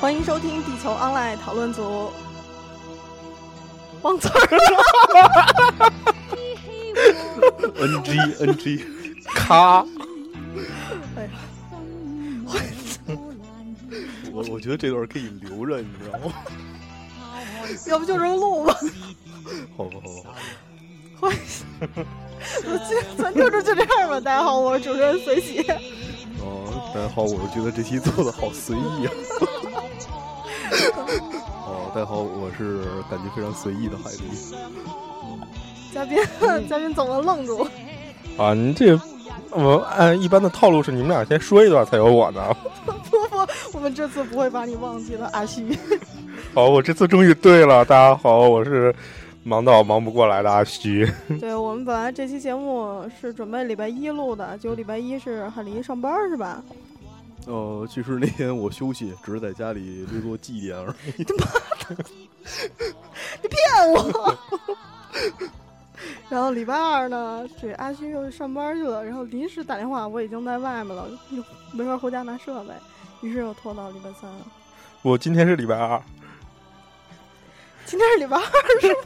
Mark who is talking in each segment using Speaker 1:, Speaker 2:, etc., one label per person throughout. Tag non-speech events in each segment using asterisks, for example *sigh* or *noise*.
Speaker 1: 欢迎收听《地球 online 讨论组》。忘词儿了，
Speaker 2: NG NG，咔！
Speaker 1: 哎呀，
Speaker 2: 我我觉得这段可以留着，你知道吗？
Speaker 1: 要不就扔录吧。
Speaker 2: 好吧，好吧，
Speaker 1: 欢迎，我今咱这就就这样吧。大家好，我是主持人随喜。
Speaker 2: 哦，大家好，我觉得这期做的好随意啊。哦，大家好，我是感觉非常随意的海狸。
Speaker 1: 嘉 *laughs* 宾，嘉宾总能愣住。
Speaker 3: 啊，你这我按一般的套路是你们俩先说一段才有我呢。 *laughs*
Speaker 1: 不不，我们这次不会把你忘记的，阿西。
Speaker 3: 好，我这次终于对了，大家好，我是忙到忙不过来的阿虚。
Speaker 1: 对我们本来这期节目是准备礼拜一录的，结果礼拜一是海狸上班儿是吧？
Speaker 2: 呃，其实那天我休息，只是在家里略作祭奠而已。
Speaker 1: 骗我。 *laughs* 然后礼拜二呢，这阿虚又上班去了，然后临时打电话，我已经在外面了，又没法回家拿设备，于是又拖到礼拜三了。
Speaker 3: 我今天是礼拜二，啊
Speaker 1: 今天是礼拜二，
Speaker 2: 对对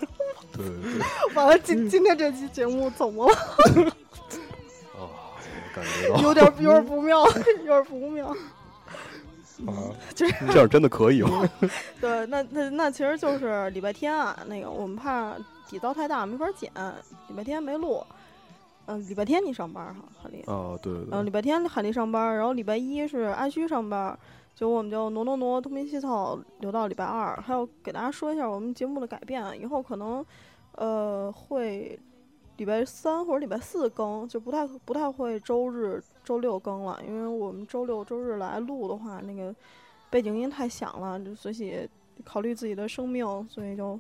Speaker 2: 对，
Speaker 1: *laughs* 完了，今今天这期节目怎么了？
Speaker 2: 啊，我感觉到
Speaker 1: 有点有点不妙， *laughs* 有点不
Speaker 2: *laughs*
Speaker 1: 妙。
Speaker 3: 啊，
Speaker 2: 这样真的可以吗？
Speaker 1: 对，那那那其实就是礼拜天啊，那个我们怕底噪太大没法剪，礼拜天没录。嗯、礼拜天你上班哈，哈利。
Speaker 2: *laughs* 啊，对对
Speaker 1: 然后
Speaker 2: 对
Speaker 1: 礼，拜天海丽上班，然后礼拜一是安虚上班，就我们就挪挪挪东拼西凑留到礼拜二。还有给大家说一下我们节目的改变，以后可能呃会礼拜三或者礼拜四更，就不太不太会周日周六更了，因为我们周六周日来录的话，那个背景音太响了，就随喜考虑自己的生命，所以就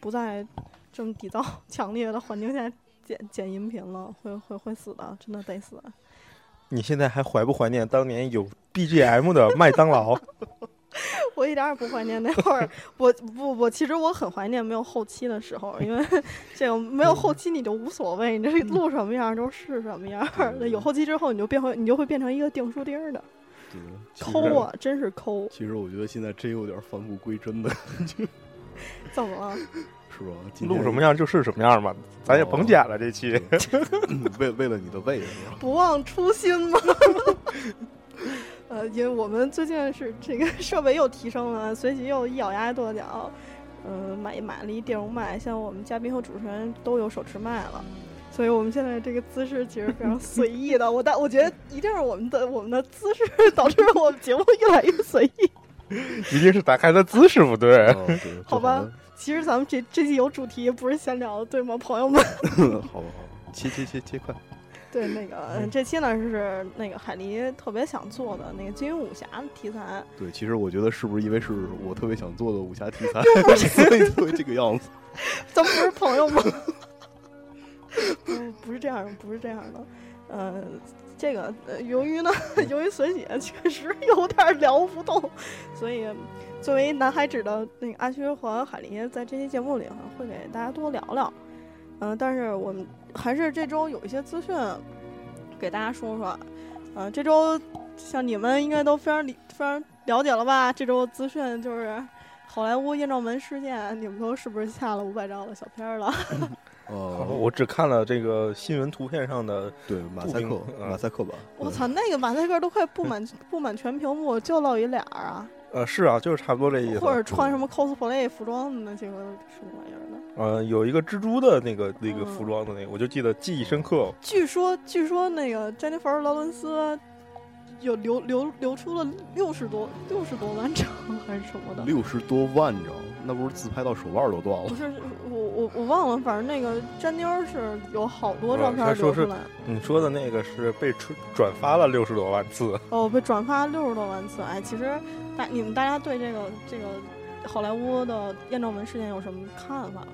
Speaker 1: 不在这么底噪强烈的环境下。剪剪音频了，会会会死的，真的得死。
Speaker 3: 你现在还怀不怀念当年有 BGM 的麦当 *laughs* 劳？
Speaker 1: 我一点儿也不怀念那
Speaker 2: *laughs*
Speaker 1: 会儿，我不我其实我很怀念没有后期的时候，因
Speaker 2: *laughs*
Speaker 1: 为这个没有后期你就无所谓，你这
Speaker 2: 嗯
Speaker 1: 录什么样儿就是什么样儿。那有后期之后，你就变回你就会变成一个订书钉儿的，
Speaker 2: 对其实
Speaker 1: 抠啊，真是抠。
Speaker 2: 其实我觉得现在真有点返璞归真的，
Speaker 1: 怎么了？
Speaker 2: 是吧？今天
Speaker 3: 录什么样就是什么样嘛，咱也甭剪了这期。
Speaker 2: *coughs* 为为了你的胃是吧？
Speaker 1: 不忘初心吗？ *laughs* 呃，因为我们最近是这个设备又提升了， *laughs* 随即又一咬牙跺脚，嗯、买买了一电容麦，像我们嘉宾和主持人都有手持麦了。所以我们现在这个姿势其实非常随意 *laughs* 的，我但我觉得一定是我们的我们的姿势导致我们节目越来越随意。 *laughs*
Speaker 3: 一定是打开的姿势不对。
Speaker 2: 啊，对，
Speaker 1: 好吧其实咱们这这期有主题，不是闲聊，对吗，朋友们？
Speaker 2: *laughs* 就好了，好吧，好吧，切切切切快。
Speaker 1: *laughs* 对，那个呃这期呢是那个海狸特别想做的那个金庸武侠的题材，
Speaker 2: 对，其实我觉得是不是因为是我特别想做的武侠题材， *laughs* 所以才会这个样子。
Speaker 1: *laughs* 咱们不是朋友吗？不，不是这样的，不是这样的。呃，这个、呃、由于呢， *laughs* 由于随姐确实有点聊不动，所以作为南海指的那个阿虚和海林，在这期节目里哈会给大家多聊聊。嗯、但是我们还是这周有一些资讯给大家说说。嗯、这周像你们应该都非常理非常了解了吧？这周资讯就是好莱坞艳照门事件，你们都是不是下了五百兆的小片儿
Speaker 3: *laughs*
Speaker 1: 了？
Speaker 2: 呃，
Speaker 3: 哦我只看了这个新闻图片上的，
Speaker 2: 对马赛克
Speaker 3: 不明，
Speaker 2: 马赛克版。
Speaker 1: 我操，那个马赛克都快布满 *laughs* 布满全屏幕，就露一俩儿啊，
Speaker 3: 呃，是啊，就是差不多这意思。
Speaker 1: 或者穿什么 cosplay 服装的那些个什么玩意儿的。
Speaker 3: 呃，有一个蜘蛛的那个那个
Speaker 1: 嗯
Speaker 3: 服装的那个，我就记得记忆深刻。哦
Speaker 1: 据说，据说那个詹妮弗·劳伦斯有流流流出了六十多六十多万张 *laughs* 还是什么的
Speaker 2: 对，六十多万张，那不是自拍到手腕儿都断
Speaker 1: 不
Speaker 2: 了？
Speaker 1: 是我我我忘了，反正那个詹妮儿是有好多照
Speaker 3: 呃她
Speaker 1: 片流
Speaker 3: 说
Speaker 1: 出
Speaker 3: 是
Speaker 1: 来，
Speaker 3: 你说的那个是被转转发了六十多万次，
Speaker 1: 哦，被转发六十多万次。哎，其实大你们大家对这个这个好莱坞的艳照门事件有什么看法
Speaker 3: *laughs*
Speaker 1: 吗？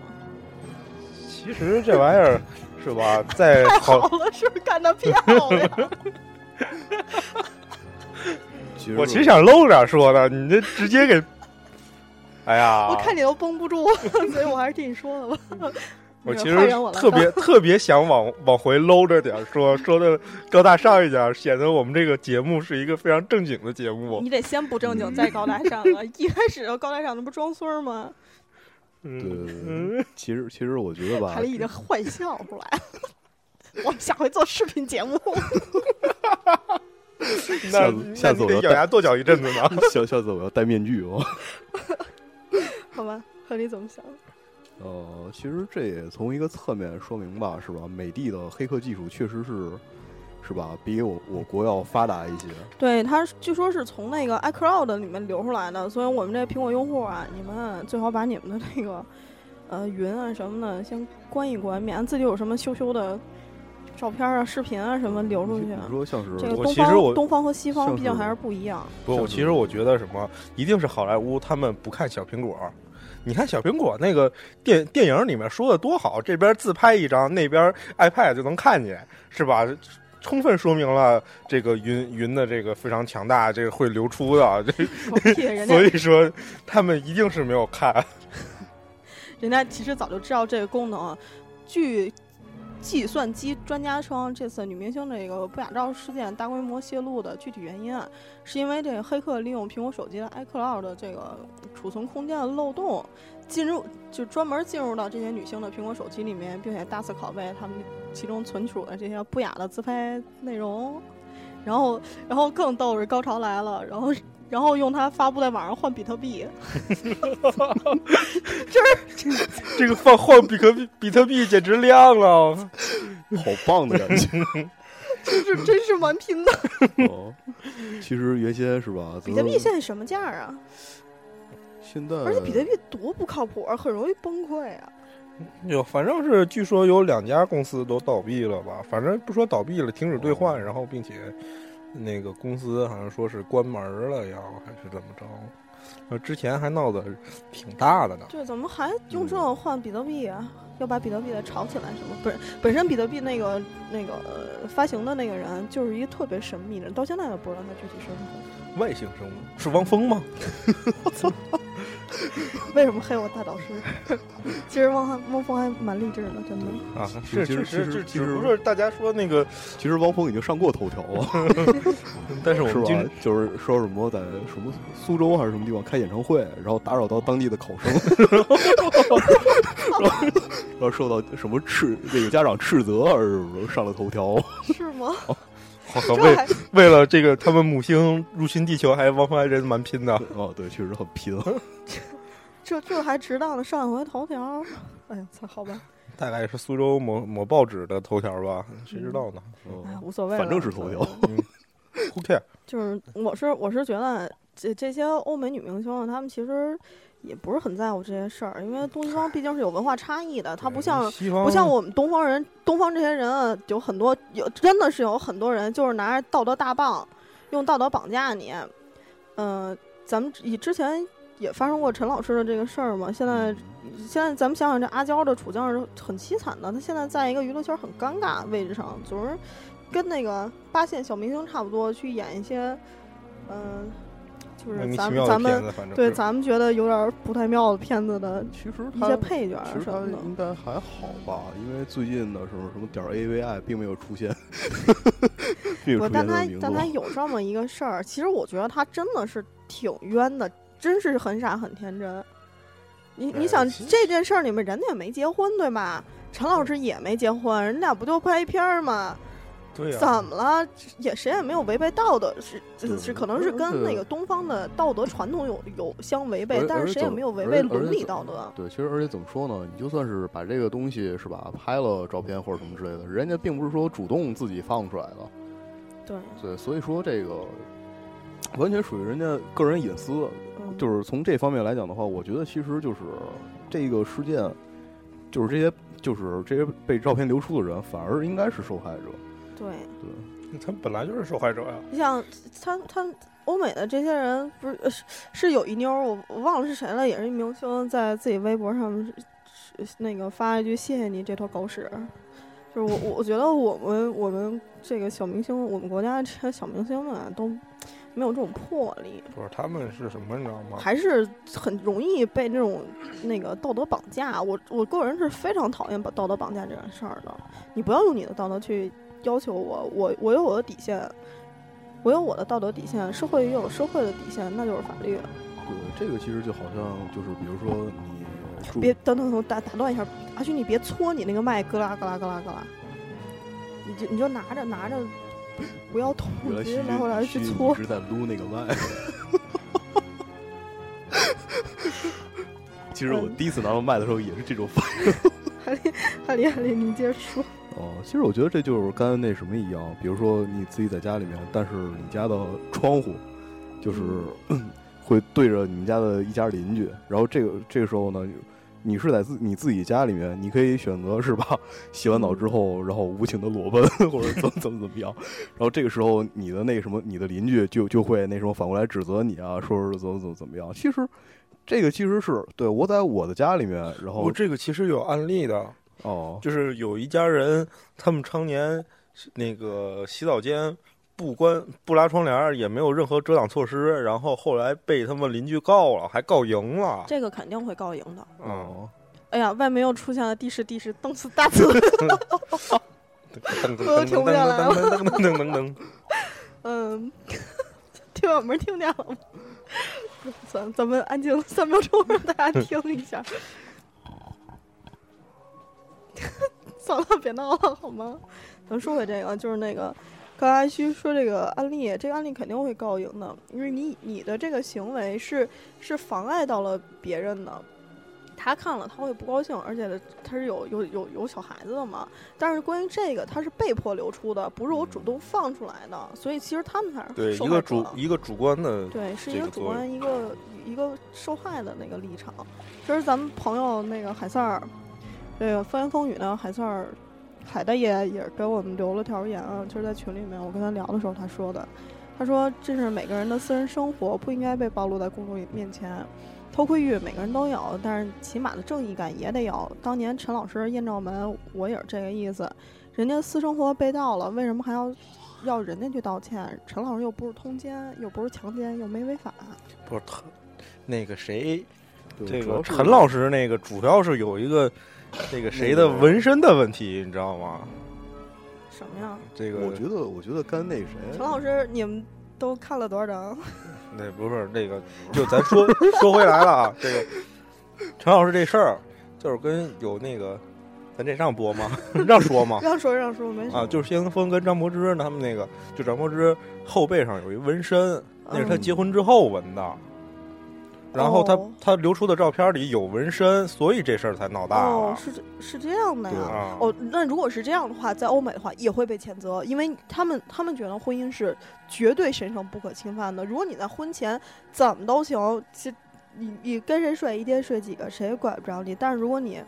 Speaker 3: 其实这玩意儿是 *laughs* 吧，在好，
Speaker 1: 好了，是不是干得漂
Speaker 3: *laughs*
Speaker 1: 亮？
Speaker 2: 其实
Speaker 3: 我其实想露点说的，你这直接给，哎呀，
Speaker 1: *laughs* 我看你都绷不住，所以我还是替你说了吧。
Speaker 3: 我
Speaker 1: 那
Speaker 3: 其
Speaker 1: 个
Speaker 3: 实
Speaker 1: 欢迎我来
Speaker 3: 特
Speaker 1: 当
Speaker 3: 别 *laughs* 特别想往往回搂着点儿说，说的高大上一点儿，显得我们这个节目是一个非常正经的节目。
Speaker 1: 你得先不正经，再高大上
Speaker 3: *laughs*
Speaker 1: 啊！一开始高大上，那不装孙儿吗？
Speaker 2: 对
Speaker 3: 嗯
Speaker 2: 对对对，
Speaker 3: 嗯，
Speaker 2: 其实其实我觉得吧 *laughs*
Speaker 1: 凯，丽已经
Speaker 3: 啊
Speaker 1: 坏笑出来 *laughs* 了。我们下回做视频节目， *laughs*
Speaker 3: 那
Speaker 2: 下次下次
Speaker 3: 那
Speaker 2: 我
Speaker 3: 你
Speaker 2: 要
Speaker 3: 得咬牙跺脚一阵子呢。
Speaker 2: 下下次我要戴面具哦。 *laughs*
Speaker 1: 好吧？和你怎么想？
Speaker 2: 呃，其实这也从一个侧面说明吧，是吧？美的的黑客技术确实是，是吧？比我我国要发达一些。
Speaker 1: 对，它是据说是从那个 iCloud 里面流出来的，所以我们这苹果用户啊，你们最好把你们的那个呃云啊什么的先关一关，免得自己有什么羞羞的照片啊、视频啊什么流出
Speaker 2: 你
Speaker 1: 去
Speaker 2: 你
Speaker 1: 啊。
Speaker 2: 说像是
Speaker 1: 这个
Speaker 3: 我
Speaker 1: 东
Speaker 3: 其实我
Speaker 1: 方东方和西方
Speaker 2: 像
Speaker 1: 毕竟还
Speaker 2: 是
Speaker 1: 是不一
Speaker 3: *laughs*
Speaker 1: 样。
Speaker 3: 不，
Speaker 2: 像
Speaker 3: 我
Speaker 2: 是
Speaker 3: 其实我觉得什么，一定是好莱坞他们不看小苹果儿。你看小苹果那个电电影里面说的多好，这边自拍一张，那边 iPad 就能看见，是吧？充分说明了这个云云的这个非常强大，这个会流出的。这
Speaker 1: 我屁，人家
Speaker 3: *laughs* 所以说他们一定是没有看。 *laughs*
Speaker 1: 人家其实早就知道这个功能。啊据计算机专家称，这次女明星这个不雅照事件大规模泄露的具体原因啊，是因为这个黑客利用苹果手机的 iCloud 的这个储存空间的漏洞，进入就专门进入到这些女性的苹果手机里面，并且大肆拷贝她们其中存储的这些不雅的自拍内容。然后，然后更逗是高潮来了，然后，然后用它发布在网上换比特币， *laughs*
Speaker 3: 这个放换比特币，比特币简直亮了。
Speaker 2: 好棒的感觉。
Speaker 1: 就是真是蛮拼的。
Speaker 2: *laughs*
Speaker 1: *laughs*
Speaker 2: 哦，其实原先是吧，
Speaker 1: 比特币现
Speaker 2: 咱
Speaker 1: 在什么价儿啊？
Speaker 2: 现在，
Speaker 1: 而且比特币多不靠谱，啊，很容易崩溃啊！
Speaker 3: 有，反正是据说有两家公司都倒闭了吧？反正不说倒闭了，停止兑换，然后并且那个公司好像说是关门了，要还是怎么着？呃，之前还闹得挺大的呢。
Speaker 1: 对，怎么还用这种换比特币啊？要把比特币再炒起来什么？本本身比特币那个那个、呃发行的那个人就是一个特别神秘的人，到现在也不知道他具体身份。
Speaker 3: 外星生物是汪峰吗？
Speaker 1: 为什么黑我大导师？ *laughs* 其实汪汪峰还蛮励志的，真的。
Speaker 3: 啊，
Speaker 2: 是
Speaker 3: 是
Speaker 2: 其实
Speaker 3: 确
Speaker 2: 其实
Speaker 3: 实，这
Speaker 2: 其
Speaker 3: 只
Speaker 2: 实
Speaker 3: 不过是大家说那个，
Speaker 2: 其实汪峰已经上过头条了，
Speaker 3: 嗯
Speaker 1: 哦
Speaker 3: 但是我
Speaker 2: 是
Speaker 3: 们经 *laughs*
Speaker 2: 吧？就是说什么在什么苏州还是什么地方开演唱会，然后打扰到当地的考
Speaker 1: *laughs*
Speaker 2: 生， *laughs* 然后然后受到什么斥那个家长斥责，还是什么上了头条。
Speaker 1: 是
Speaker 2: *laughs*
Speaker 1: 吗？
Speaker 3: 好好
Speaker 1: 这
Speaker 3: 为
Speaker 1: 还
Speaker 3: 为了这个他们母星入侵地球，还汪峰还真蛮拼的。
Speaker 2: 哦，对，确实很拼。
Speaker 1: 这这还值当的上一回头条？哎呀，操，好吧，
Speaker 3: 大概是苏州某某报纸的头条吧，谁知道呢
Speaker 1: 哎呀，
Speaker 2: 哦
Speaker 1: 无所谓了。
Speaker 2: 反正是头条
Speaker 1: 无所谓了
Speaker 3: ？Who care？
Speaker 1: 就是我是我是觉得这这些欧美女明星啊，她们其实也不是很在乎这些事儿，因为东西方毕竟是有文化差异的，她不像
Speaker 3: 西方，
Speaker 1: 不像我们东方人，东方这些人啊，有很多有真的是有很多人就是拿着道德大棒，用道德绑架你。嗯、咱们以之前也发生过陈老师的这个事儿嘛，现在
Speaker 3: 嗯
Speaker 1: 现在咱们想想，这阿娇的处境是很凄惨的。她现在在一个娱乐圈很尴尬的位置上，总是跟那个八线小明星差不多，去演一些，嗯、就
Speaker 3: 莫
Speaker 1: 是
Speaker 3: 名
Speaker 1: 咱
Speaker 3: 其
Speaker 1: 们
Speaker 3: 妙
Speaker 1: 咱
Speaker 3: 的片
Speaker 1: 们
Speaker 3: 子，反正
Speaker 1: 对
Speaker 3: 是
Speaker 1: 咱们觉得有点不太妙的片子的
Speaker 2: 其实
Speaker 1: 一
Speaker 2: 他
Speaker 1: 些配角儿
Speaker 2: 其实
Speaker 1: 什
Speaker 2: 他
Speaker 1: 么的。
Speaker 2: 应该还好吧，因为最近的时候什么点儿 AVI 并没有出现，
Speaker 1: 不，
Speaker 2: 并没有出现
Speaker 1: 但
Speaker 2: 他
Speaker 1: 他
Speaker 2: 的名字
Speaker 1: 但他。有这么一个事儿，其实我觉得他真的是挺冤的，真是很傻很天真。你你
Speaker 3: 哎
Speaker 1: 想
Speaker 3: 其实
Speaker 1: 这件事儿里面，人家也没结婚对吧？陈老师也没结婚，人俩不就拍片儿吗？
Speaker 3: 对呀，
Speaker 1: 怎么了？也谁也没有违背道德，是
Speaker 2: 啊对
Speaker 1: 是是，可能是
Speaker 2: 而且
Speaker 1: 跟那个东方的道德传统有有相违背
Speaker 2: 而，
Speaker 1: 但
Speaker 2: 而
Speaker 1: 是
Speaker 2: 且
Speaker 1: 谁也
Speaker 2: 怎
Speaker 1: 没有违
Speaker 2: 而
Speaker 1: 背
Speaker 2: 且而
Speaker 1: 伦
Speaker 2: 且
Speaker 1: 理
Speaker 2: 怎
Speaker 1: 道德。
Speaker 2: 对，其实而且怎么说呢？你就算是把这个东西是吧，拍了照片或者什么之类的，人家并不是说主动自己放出来的，
Speaker 1: 对，
Speaker 2: 对，所以说这个完全属于人家个人隐私。
Speaker 1: 嗯
Speaker 2: 就是从这方面来讲的话，我觉得其实就是这个事件，就是这些就是这些被照片流出的人，反而应该是受害者。
Speaker 1: 对。
Speaker 2: 对，
Speaker 3: 他本来就是受害者呀。
Speaker 1: 你想，他他欧美的这些人不是呃是是有一妞儿，我我忘了是谁了，也是一明星，在自己微博上面是是那个发一句“谢谢你这坨狗屎”，就是我我我觉得我们我们这个小明星，我们国家这些小明星们啊都没有这种魄力，
Speaker 3: 不是他们是什么，你知道吗？
Speaker 1: 还是很容易被这种那个道德绑架。我我个人是非常讨厌把道德绑架这件事儿的。你不要用你的道德去要求我，我我有我的底线，我有我的道德底线，社会也有社会的底线，那就是法律。
Speaker 2: 对，这个其实就好像就是，比如说你住
Speaker 1: 别等等等，打打断一下，阿勋，你别搓你那个麦，咯啦咯啦咯啦咯啦，你就你就拿着拿着，不要动，
Speaker 2: 原来
Speaker 1: 直
Speaker 2: 徐
Speaker 1: 接来回来去
Speaker 2: 徐
Speaker 1: 搓
Speaker 2: 一。直在撸那
Speaker 1: *laughs*
Speaker 2: 个麦。其实我第一次拿到麦的时候也是这种反应。
Speaker 1: 海丽，海丽，海丽，你接着说。
Speaker 2: 哦，其实我觉得这就是跟那什么一样，比如说你自己在家里面，但是你家的窗户就是、
Speaker 3: 嗯
Speaker 2: *clears throat* 会对着你们家的一家邻居，然后这个这个时候呢。你是在自你自己家里面，你可以选择是吧？洗完澡
Speaker 3: 嗯
Speaker 2: 之后，然后无情的裸奔，或者怎么怎么怎么样。然后这个时候，你的那个什么，你的邻居就就会那什么反过来指责你啊，说是怎么怎么怎么样。其实，这个其实是对我在我的家里面，然后
Speaker 3: 我这个其实有案例的，
Speaker 2: 哦，
Speaker 3: 就是有一家人，他们常年那个洗澡间不关不拉窗帘儿，也没有任何遮挡措施，然后后来被他们邻居告了，还告赢了。
Speaker 1: 这个肯定会告赢的。
Speaker 3: 嗯，
Speaker 2: 哦，
Speaker 1: 哎呀，外面又出现了的士的士蹬死大字。
Speaker 3: 噔噔
Speaker 1: 我都
Speaker 3: 噔噔
Speaker 1: 停不下来了
Speaker 3: 噔噔噔噔噔噔，
Speaker 1: 嗯，听友们听见了吗？ *laughs* 咱咱们安静三秒钟，让大家听一下。 *laughs* 算了，别闹了，好吗？咱说回这个，就是那个刚才阿虚说这个案例，这个案例肯定会告赢的，因为你你的这个行为是是妨碍到了别人的。他看了他会不高兴，而且他是有有有有小孩子的嘛。但是关于这个，他是被迫流出的，不是我主动放出来的，所以其实他们才是 *laughs*
Speaker 3: 对，
Speaker 1: 受
Speaker 3: 一
Speaker 1: 害
Speaker 3: 个
Speaker 1: 者
Speaker 3: 主一个主观的，
Speaker 1: 对，是
Speaker 3: 嗯
Speaker 1: 一
Speaker 3: 这
Speaker 1: 个
Speaker 3: 个
Speaker 1: 主
Speaker 3: 作
Speaker 1: 观，一个一个受害的那个立场。这是咱们朋友那个海塞尔，这个风言风语呢，海塞尔海大爷也给我们留了条言啊，就是在群里面我跟他聊的时候他说的，他说这是每个人的私人生活，不应该被暴露在公众面前。偷窥欲每个人都有，但是起码的正义感也得有。当年陈老师、艳照门，我也是这个意思。人家私生活被盗了，为什么还要要人家去道歉，陈老师又不是通奸，又不是强奸，又没违法。
Speaker 3: 不是他那个谁，
Speaker 2: 对
Speaker 3: 这
Speaker 2: 主要
Speaker 3: 个
Speaker 2: 是
Speaker 3: 陈老师那个主要是有一个那个谁的
Speaker 2: 那个
Speaker 3: 纹身的问题，你知道吗？
Speaker 1: 什么呀？
Speaker 3: 这个
Speaker 2: 我觉得，我觉得跟那谁，
Speaker 1: 陈老师，你们都看了多少章？
Speaker 3: 那不是那个，就咱说说回来了啊，这个陈老师这事儿，就是跟有那个，咱这让播吗？ *laughs* 让
Speaker 1: *laughs*
Speaker 3: 说吗？
Speaker 1: 让说让说，没事。
Speaker 3: 啊，就是谢霆锋跟张柏芝他们那个，就张柏芝后背上有一纹身，那是他
Speaker 2: 嗯
Speaker 3: 结婚之后纹的。然后他、
Speaker 1: 哦
Speaker 3: 他流出的照片里有纹身，所以这事儿才闹大
Speaker 1: 哦
Speaker 3: 了，。
Speaker 1: 是这是这样的
Speaker 3: 啊对
Speaker 1: 呀。
Speaker 3: 啊，
Speaker 1: 哦，那如果是这样的话，在欧美的话也会被谴责，因为他们他们觉得婚姻是绝对神圣不可侵犯的。如果你在婚前怎么都行，其你你跟谁睡一天睡几个，谁也管不着你。但是如果你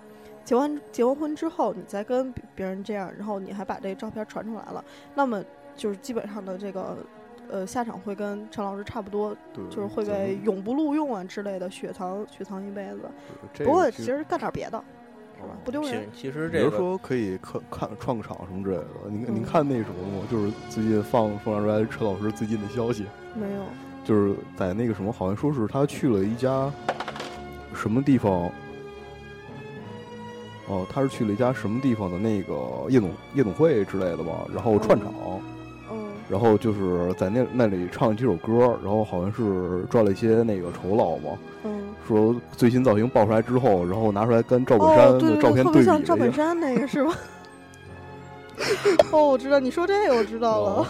Speaker 1: 结完结完婚之后，你再跟别别人这样，然后你还把这照片传出来了，那么就是基本上的这个呃下场会跟陈老师差不多，
Speaker 2: 对
Speaker 1: 就是会
Speaker 2: 咱
Speaker 1: 被
Speaker 2: 们
Speaker 1: 永不录用啊之类的雪藏雪藏一辈子。
Speaker 2: 这
Speaker 1: 不
Speaker 2: 个
Speaker 1: 过
Speaker 2: 其
Speaker 1: 其
Speaker 2: 实
Speaker 1: 实干点别的，是吧不丢人。
Speaker 3: 其其实
Speaker 2: 比
Speaker 3: 这
Speaker 2: 如
Speaker 3: 个
Speaker 2: 说可以看看串个场什么之类的。您
Speaker 1: 嗯
Speaker 2: 您看那什么了吗？就是最近放放出来陈老师最近的消息，
Speaker 1: 没有。
Speaker 2: 就是在那个什么，好像说是他去了一家什么地方。哦，他是去了一家什么地方的那个夜总夜总会之类的吧，然后串场，
Speaker 1: 嗯，
Speaker 2: 然后就是在那那里唱了几首歌，然后好像是赚了一些那个酬劳嘛，
Speaker 1: 嗯，
Speaker 2: 说最新造型爆出来之后，然后拿出来跟赵本
Speaker 1: 哦，
Speaker 2: 山
Speaker 1: 对
Speaker 2: 的
Speaker 1: 对
Speaker 2: 照
Speaker 1: 对，
Speaker 2: 片
Speaker 1: 特
Speaker 2: 对
Speaker 1: 别
Speaker 2: 比
Speaker 1: 像赵
Speaker 2: 了一
Speaker 1: 本
Speaker 2: 下。
Speaker 1: 山那个
Speaker 2: *laughs*
Speaker 1: 是吧？哦，我知道，你说这个我知道了。
Speaker 2: 哦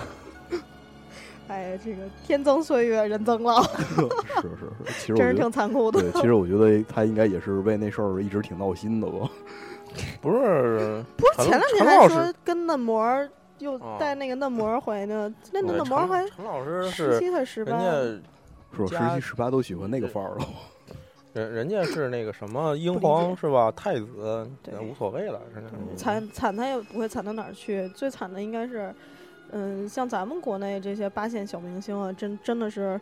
Speaker 1: 哎，这个天增岁月，人增老，
Speaker 2: 是是是，其实我
Speaker 1: 真是
Speaker 2: 觉得
Speaker 1: 挺残酷的。
Speaker 2: 对，其实我觉得他应该也是为那事儿一直挺闹心的吧。 *laughs*
Speaker 3: 不是
Speaker 1: 不是前两天
Speaker 3: 陈老
Speaker 1: 还
Speaker 3: 师
Speaker 1: 说跟嫩模儿又
Speaker 3: 哦
Speaker 1: 带那个嫩模儿回呢，那
Speaker 3: 对
Speaker 1: 嫩模儿
Speaker 3: 陈
Speaker 1: 还
Speaker 3: 陈老师
Speaker 1: 十
Speaker 3: 是
Speaker 1: 七还十
Speaker 3: 人
Speaker 1: 八，
Speaker 3: 家
Speaker 2: 是吧？
Speaker 3: 家
Speaker 2: 十七、十八都喜欢那个范儿了。
Speaker 3: 人人家是那个什么英
Speaker 1: 不理
Speaker 3: 皇
Speaker 1: 解
Speaker 3: 是吧？太子
Speaker 1: 对
Speaker 3: 无所谓了，人家
Speaker 1: 嗯惨惨他也不会惨到哪儿去，最惨的应该是，嗯，像咱们国内这些八线小明星啊，真真的是。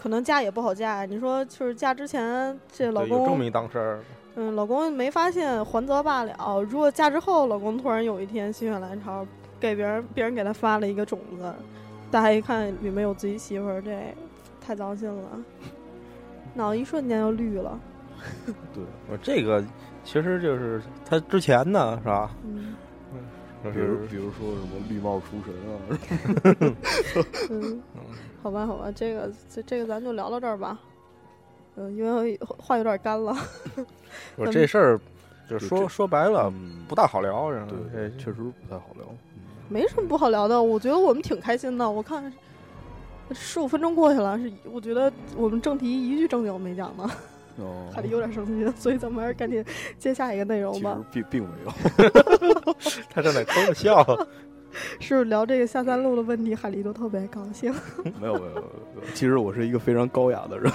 Speaker 1: 可能嫁也不好嫁，你说就是嫁之前这老
Speaker 3: 对有这
Speaker 1: 公
Speaker 3: 么一档事儿，
Speaker 1: 嗯，老公没发现，还则罢了。如果嫁之后，老公突然有一天心血来潮，给别人别人给他发了一个种子，大家一看里面有自己媳妇儿，这太糟心了，脑一瞬间就绿了。
Speaker 2: 对，
Speaker 3: 我这个其实就是他之前呢，是吧？
Speaker 1: 嗯
Speaker 3: 就
Speaker 2: 比如
Speaker 3: 是
Speaker 2: 比如说什么绿帽出神啊，
Speaker 1: 嗯，好吧好吧，这个这这个咱就聊到这儿吧。嗯，因为话有点干了。
Speaker 3: 我这事儿，就
Speaker 2: 就
Speaker 3: 说
Speaker 2: 这
Speaker 3: 说白了
Speaker 2: 嗯
Speaker 3: 不大好聊，然后
Speaker 2: 对，
Speaker 3: 这
Speaker 2: 确实嗯不太好聊。
Speaker 1: 没什么不好聊的，我觉得我们挺开心的。我看十五分钟过去了，是我觉得我们正题一句正经没讲呢，
Speaker 2: 哦，
Speaker 1: 还得有点生气，所以咱们还是赶紧接下一个内容
Speaker 2: 其
Speaker 1: 吧
Speaker 2: 实。并并 *laughs* 没有。
Speaker 3: 他正在偷着笑，
Speaker 1: 哦是聊这个下三路的问题，海狸都特别高兴。
Speaker 2: 没有没有，没有其实我是一个非常高雅的人。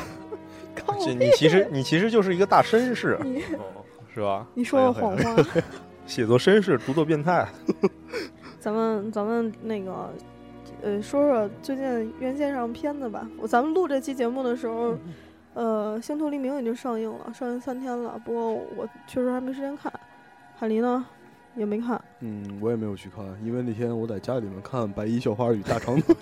Speaker 1: 靠，
Speaker 3: 这你其实你其实就是一个大绅士，
Speaker 1: 你
Speaker 3: 是吧？哎
Speaker 1: 你说的
Speaker 2: 哎
Speaker 1: 谎话。 *laughs*
Speaker 3: 写作绅士，读作变态，
Speaker 1: 咱们咱们那个，呃，说说最近院线上片子吧。我咱们录这期节目的时
Speaker 2: 嗯
Speaker 1: 候，呃，《星途黎明》已经上映了，上映三天了。不过我确实还没时间看，海狸呢也没
Speaker 2: *laughs*
Speaker 1: 看。
Speaker 2: 嗯，我也没有去看，因为那天我在家里面看《白衣校花与大长腿》，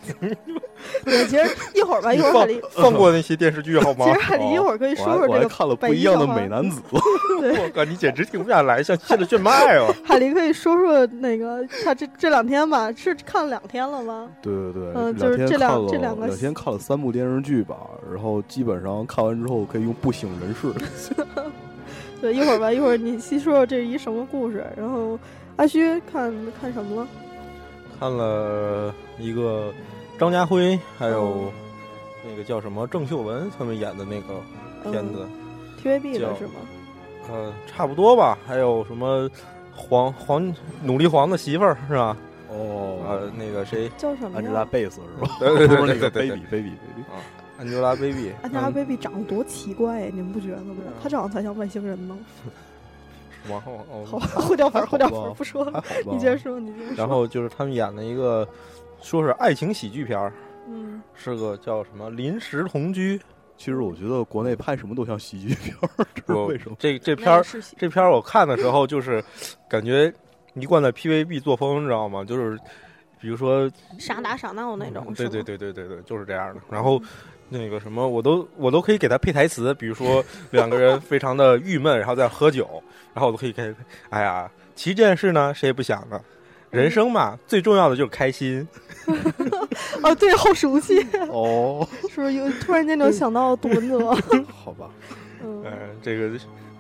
Speaker 1: 对，其实一会儿吧，一
Speaker 3: 你
Speaker 1: 会儿海
Speaker 3: 放
Speaker 2: *laughs*
Speaker 1: 狸，
Speaker 3: 放过那些电视剧好吗
Speaker 1: 其实？海狸一
Speaker 3: 哦
Speaker 1: 会儿可以
Speaker 2: 我
Speaker 1: 说
Speaker 2: 还
Speaker 1: 说
Speaker 2: 我还
Speaker 1: 这个
Speaker 2: 看了
Speaker 1: 白
Speaker 2: 不一
Speaker 1: 衣
Speaker 2: 样
Speaker 1: 校
Speaker 2: 的
Speaker 1: 花
Speaker 2: 美男子。
Speaker 3: 我靠，你简直停不下来，像
Speaker 1: *laughs*
Speaker 3: 进了血脉哦！
Speaker 1: 海狸可以说说那个他这这两天吧，是看两天了吗？
Speaker 2: 对对对，
Speaker 1: 嗯就
Speaker 2: 两
Speaker 1: 是
Speaker 2: 天
Speaker 1: 这两
Speaker 2: 看了
Speaker 1: 这两个
Speaker 2: 天看了三部电视剧吧，然后基本上看完之后可以用不省人
Speaker 3: *laughs*
Speaker 2: 事。
Speaker 1: 对，一会儿吧，一会儿你细说说这是一什么故事。然后阿虚看看什么了？
Speaker 3: 看了一个张家辉，还有那个叫什么郑秀文他们演的那个
Speaker 1: 嗯
Speaker 3: 片子，
Speaker 1: TVB 的
Speaker 3: 叫
Speaker 1: 是吗？
Speaker 3: 呃，差不多吧。还有什么黄黄努力黄的媳妇儿是吧？
Speaker 2: 哦，
Speaker 3: 呃，那个谁，
Speaker 1: 叫什么
Speaker 2: 安吉拉
Speaker 1: 呀？
Speaker 2: 贝斯是吧？
Speaker 3: 对对
Speaker 2: 不
Speaker 3: 对
Speaker 2: 是那
Speaker 3: 对
Speaker 2: 个
Speaker 3: 对对
Speaker 2: baby baby baby。
Speaker 3: ，Angelababy，
Speaker 1: 安家
Speaker 3: 嗯
Speaker 1: baby 长得多奇怪呀，你们不觉得吗？她长得才像外星人呢。
Speaker 3: 然后哦
Speaker 1: 好吧，互掉粉儿，
Speaker 2: 还好
Speaker 1: 互掉粉
Speaker 2: 吧
Speaker 1: 儿，不说
Speaker 2: 还
Speaker 1: 了。
Speaker 2: 好吧
Speaker 1: 你接着说，你接着说。
Speaker 3: 然后就是他们演的一个，说是爱情喜剧片儿，
Speaker 1: 嗯，
Speaker 3: 是个叫什么临时同居。
Speaker 2: 其实我觉得国内拍什么都像喜剧片儿， *laughs* 这是
Speaker 3: *laughs* 我
Speaker 2: 为什么？
Speaker 3: 这
Speaker 1: 这
Speaker 3: 这片儿 *laughs* 这片儿我看的时候，就是感觉一贯的 PVB 作风，你知道吗？就是比如说
Speaker 1: 傻打傻闹那种，
Speaker 3: 嗯
Speaker 1: 是
Speaker 3: 对
Speaker 1: 吗
Speaker 3: 对对对对对，就是这样的。然后那个什么，我都我都可以给他配台词，比
Speaker 1: *laughs*
Speaker 3: 如说两个人非常的郁闷，然后在喝酒，然后我都可以给，哎呀，其实这件事呢，谁也不想的。人生嘛，最重要的就是开心。
Speaker 1: 啊，对，好熟悉，
Speaker 3: *laughs*
Speaker 2: 哦，
Speaker 1: 是不是有突然间就想到杜文泽？
Speaker 2: 好吧，
Speaker 1: 嗯
Speaker 3: 嗯、，这个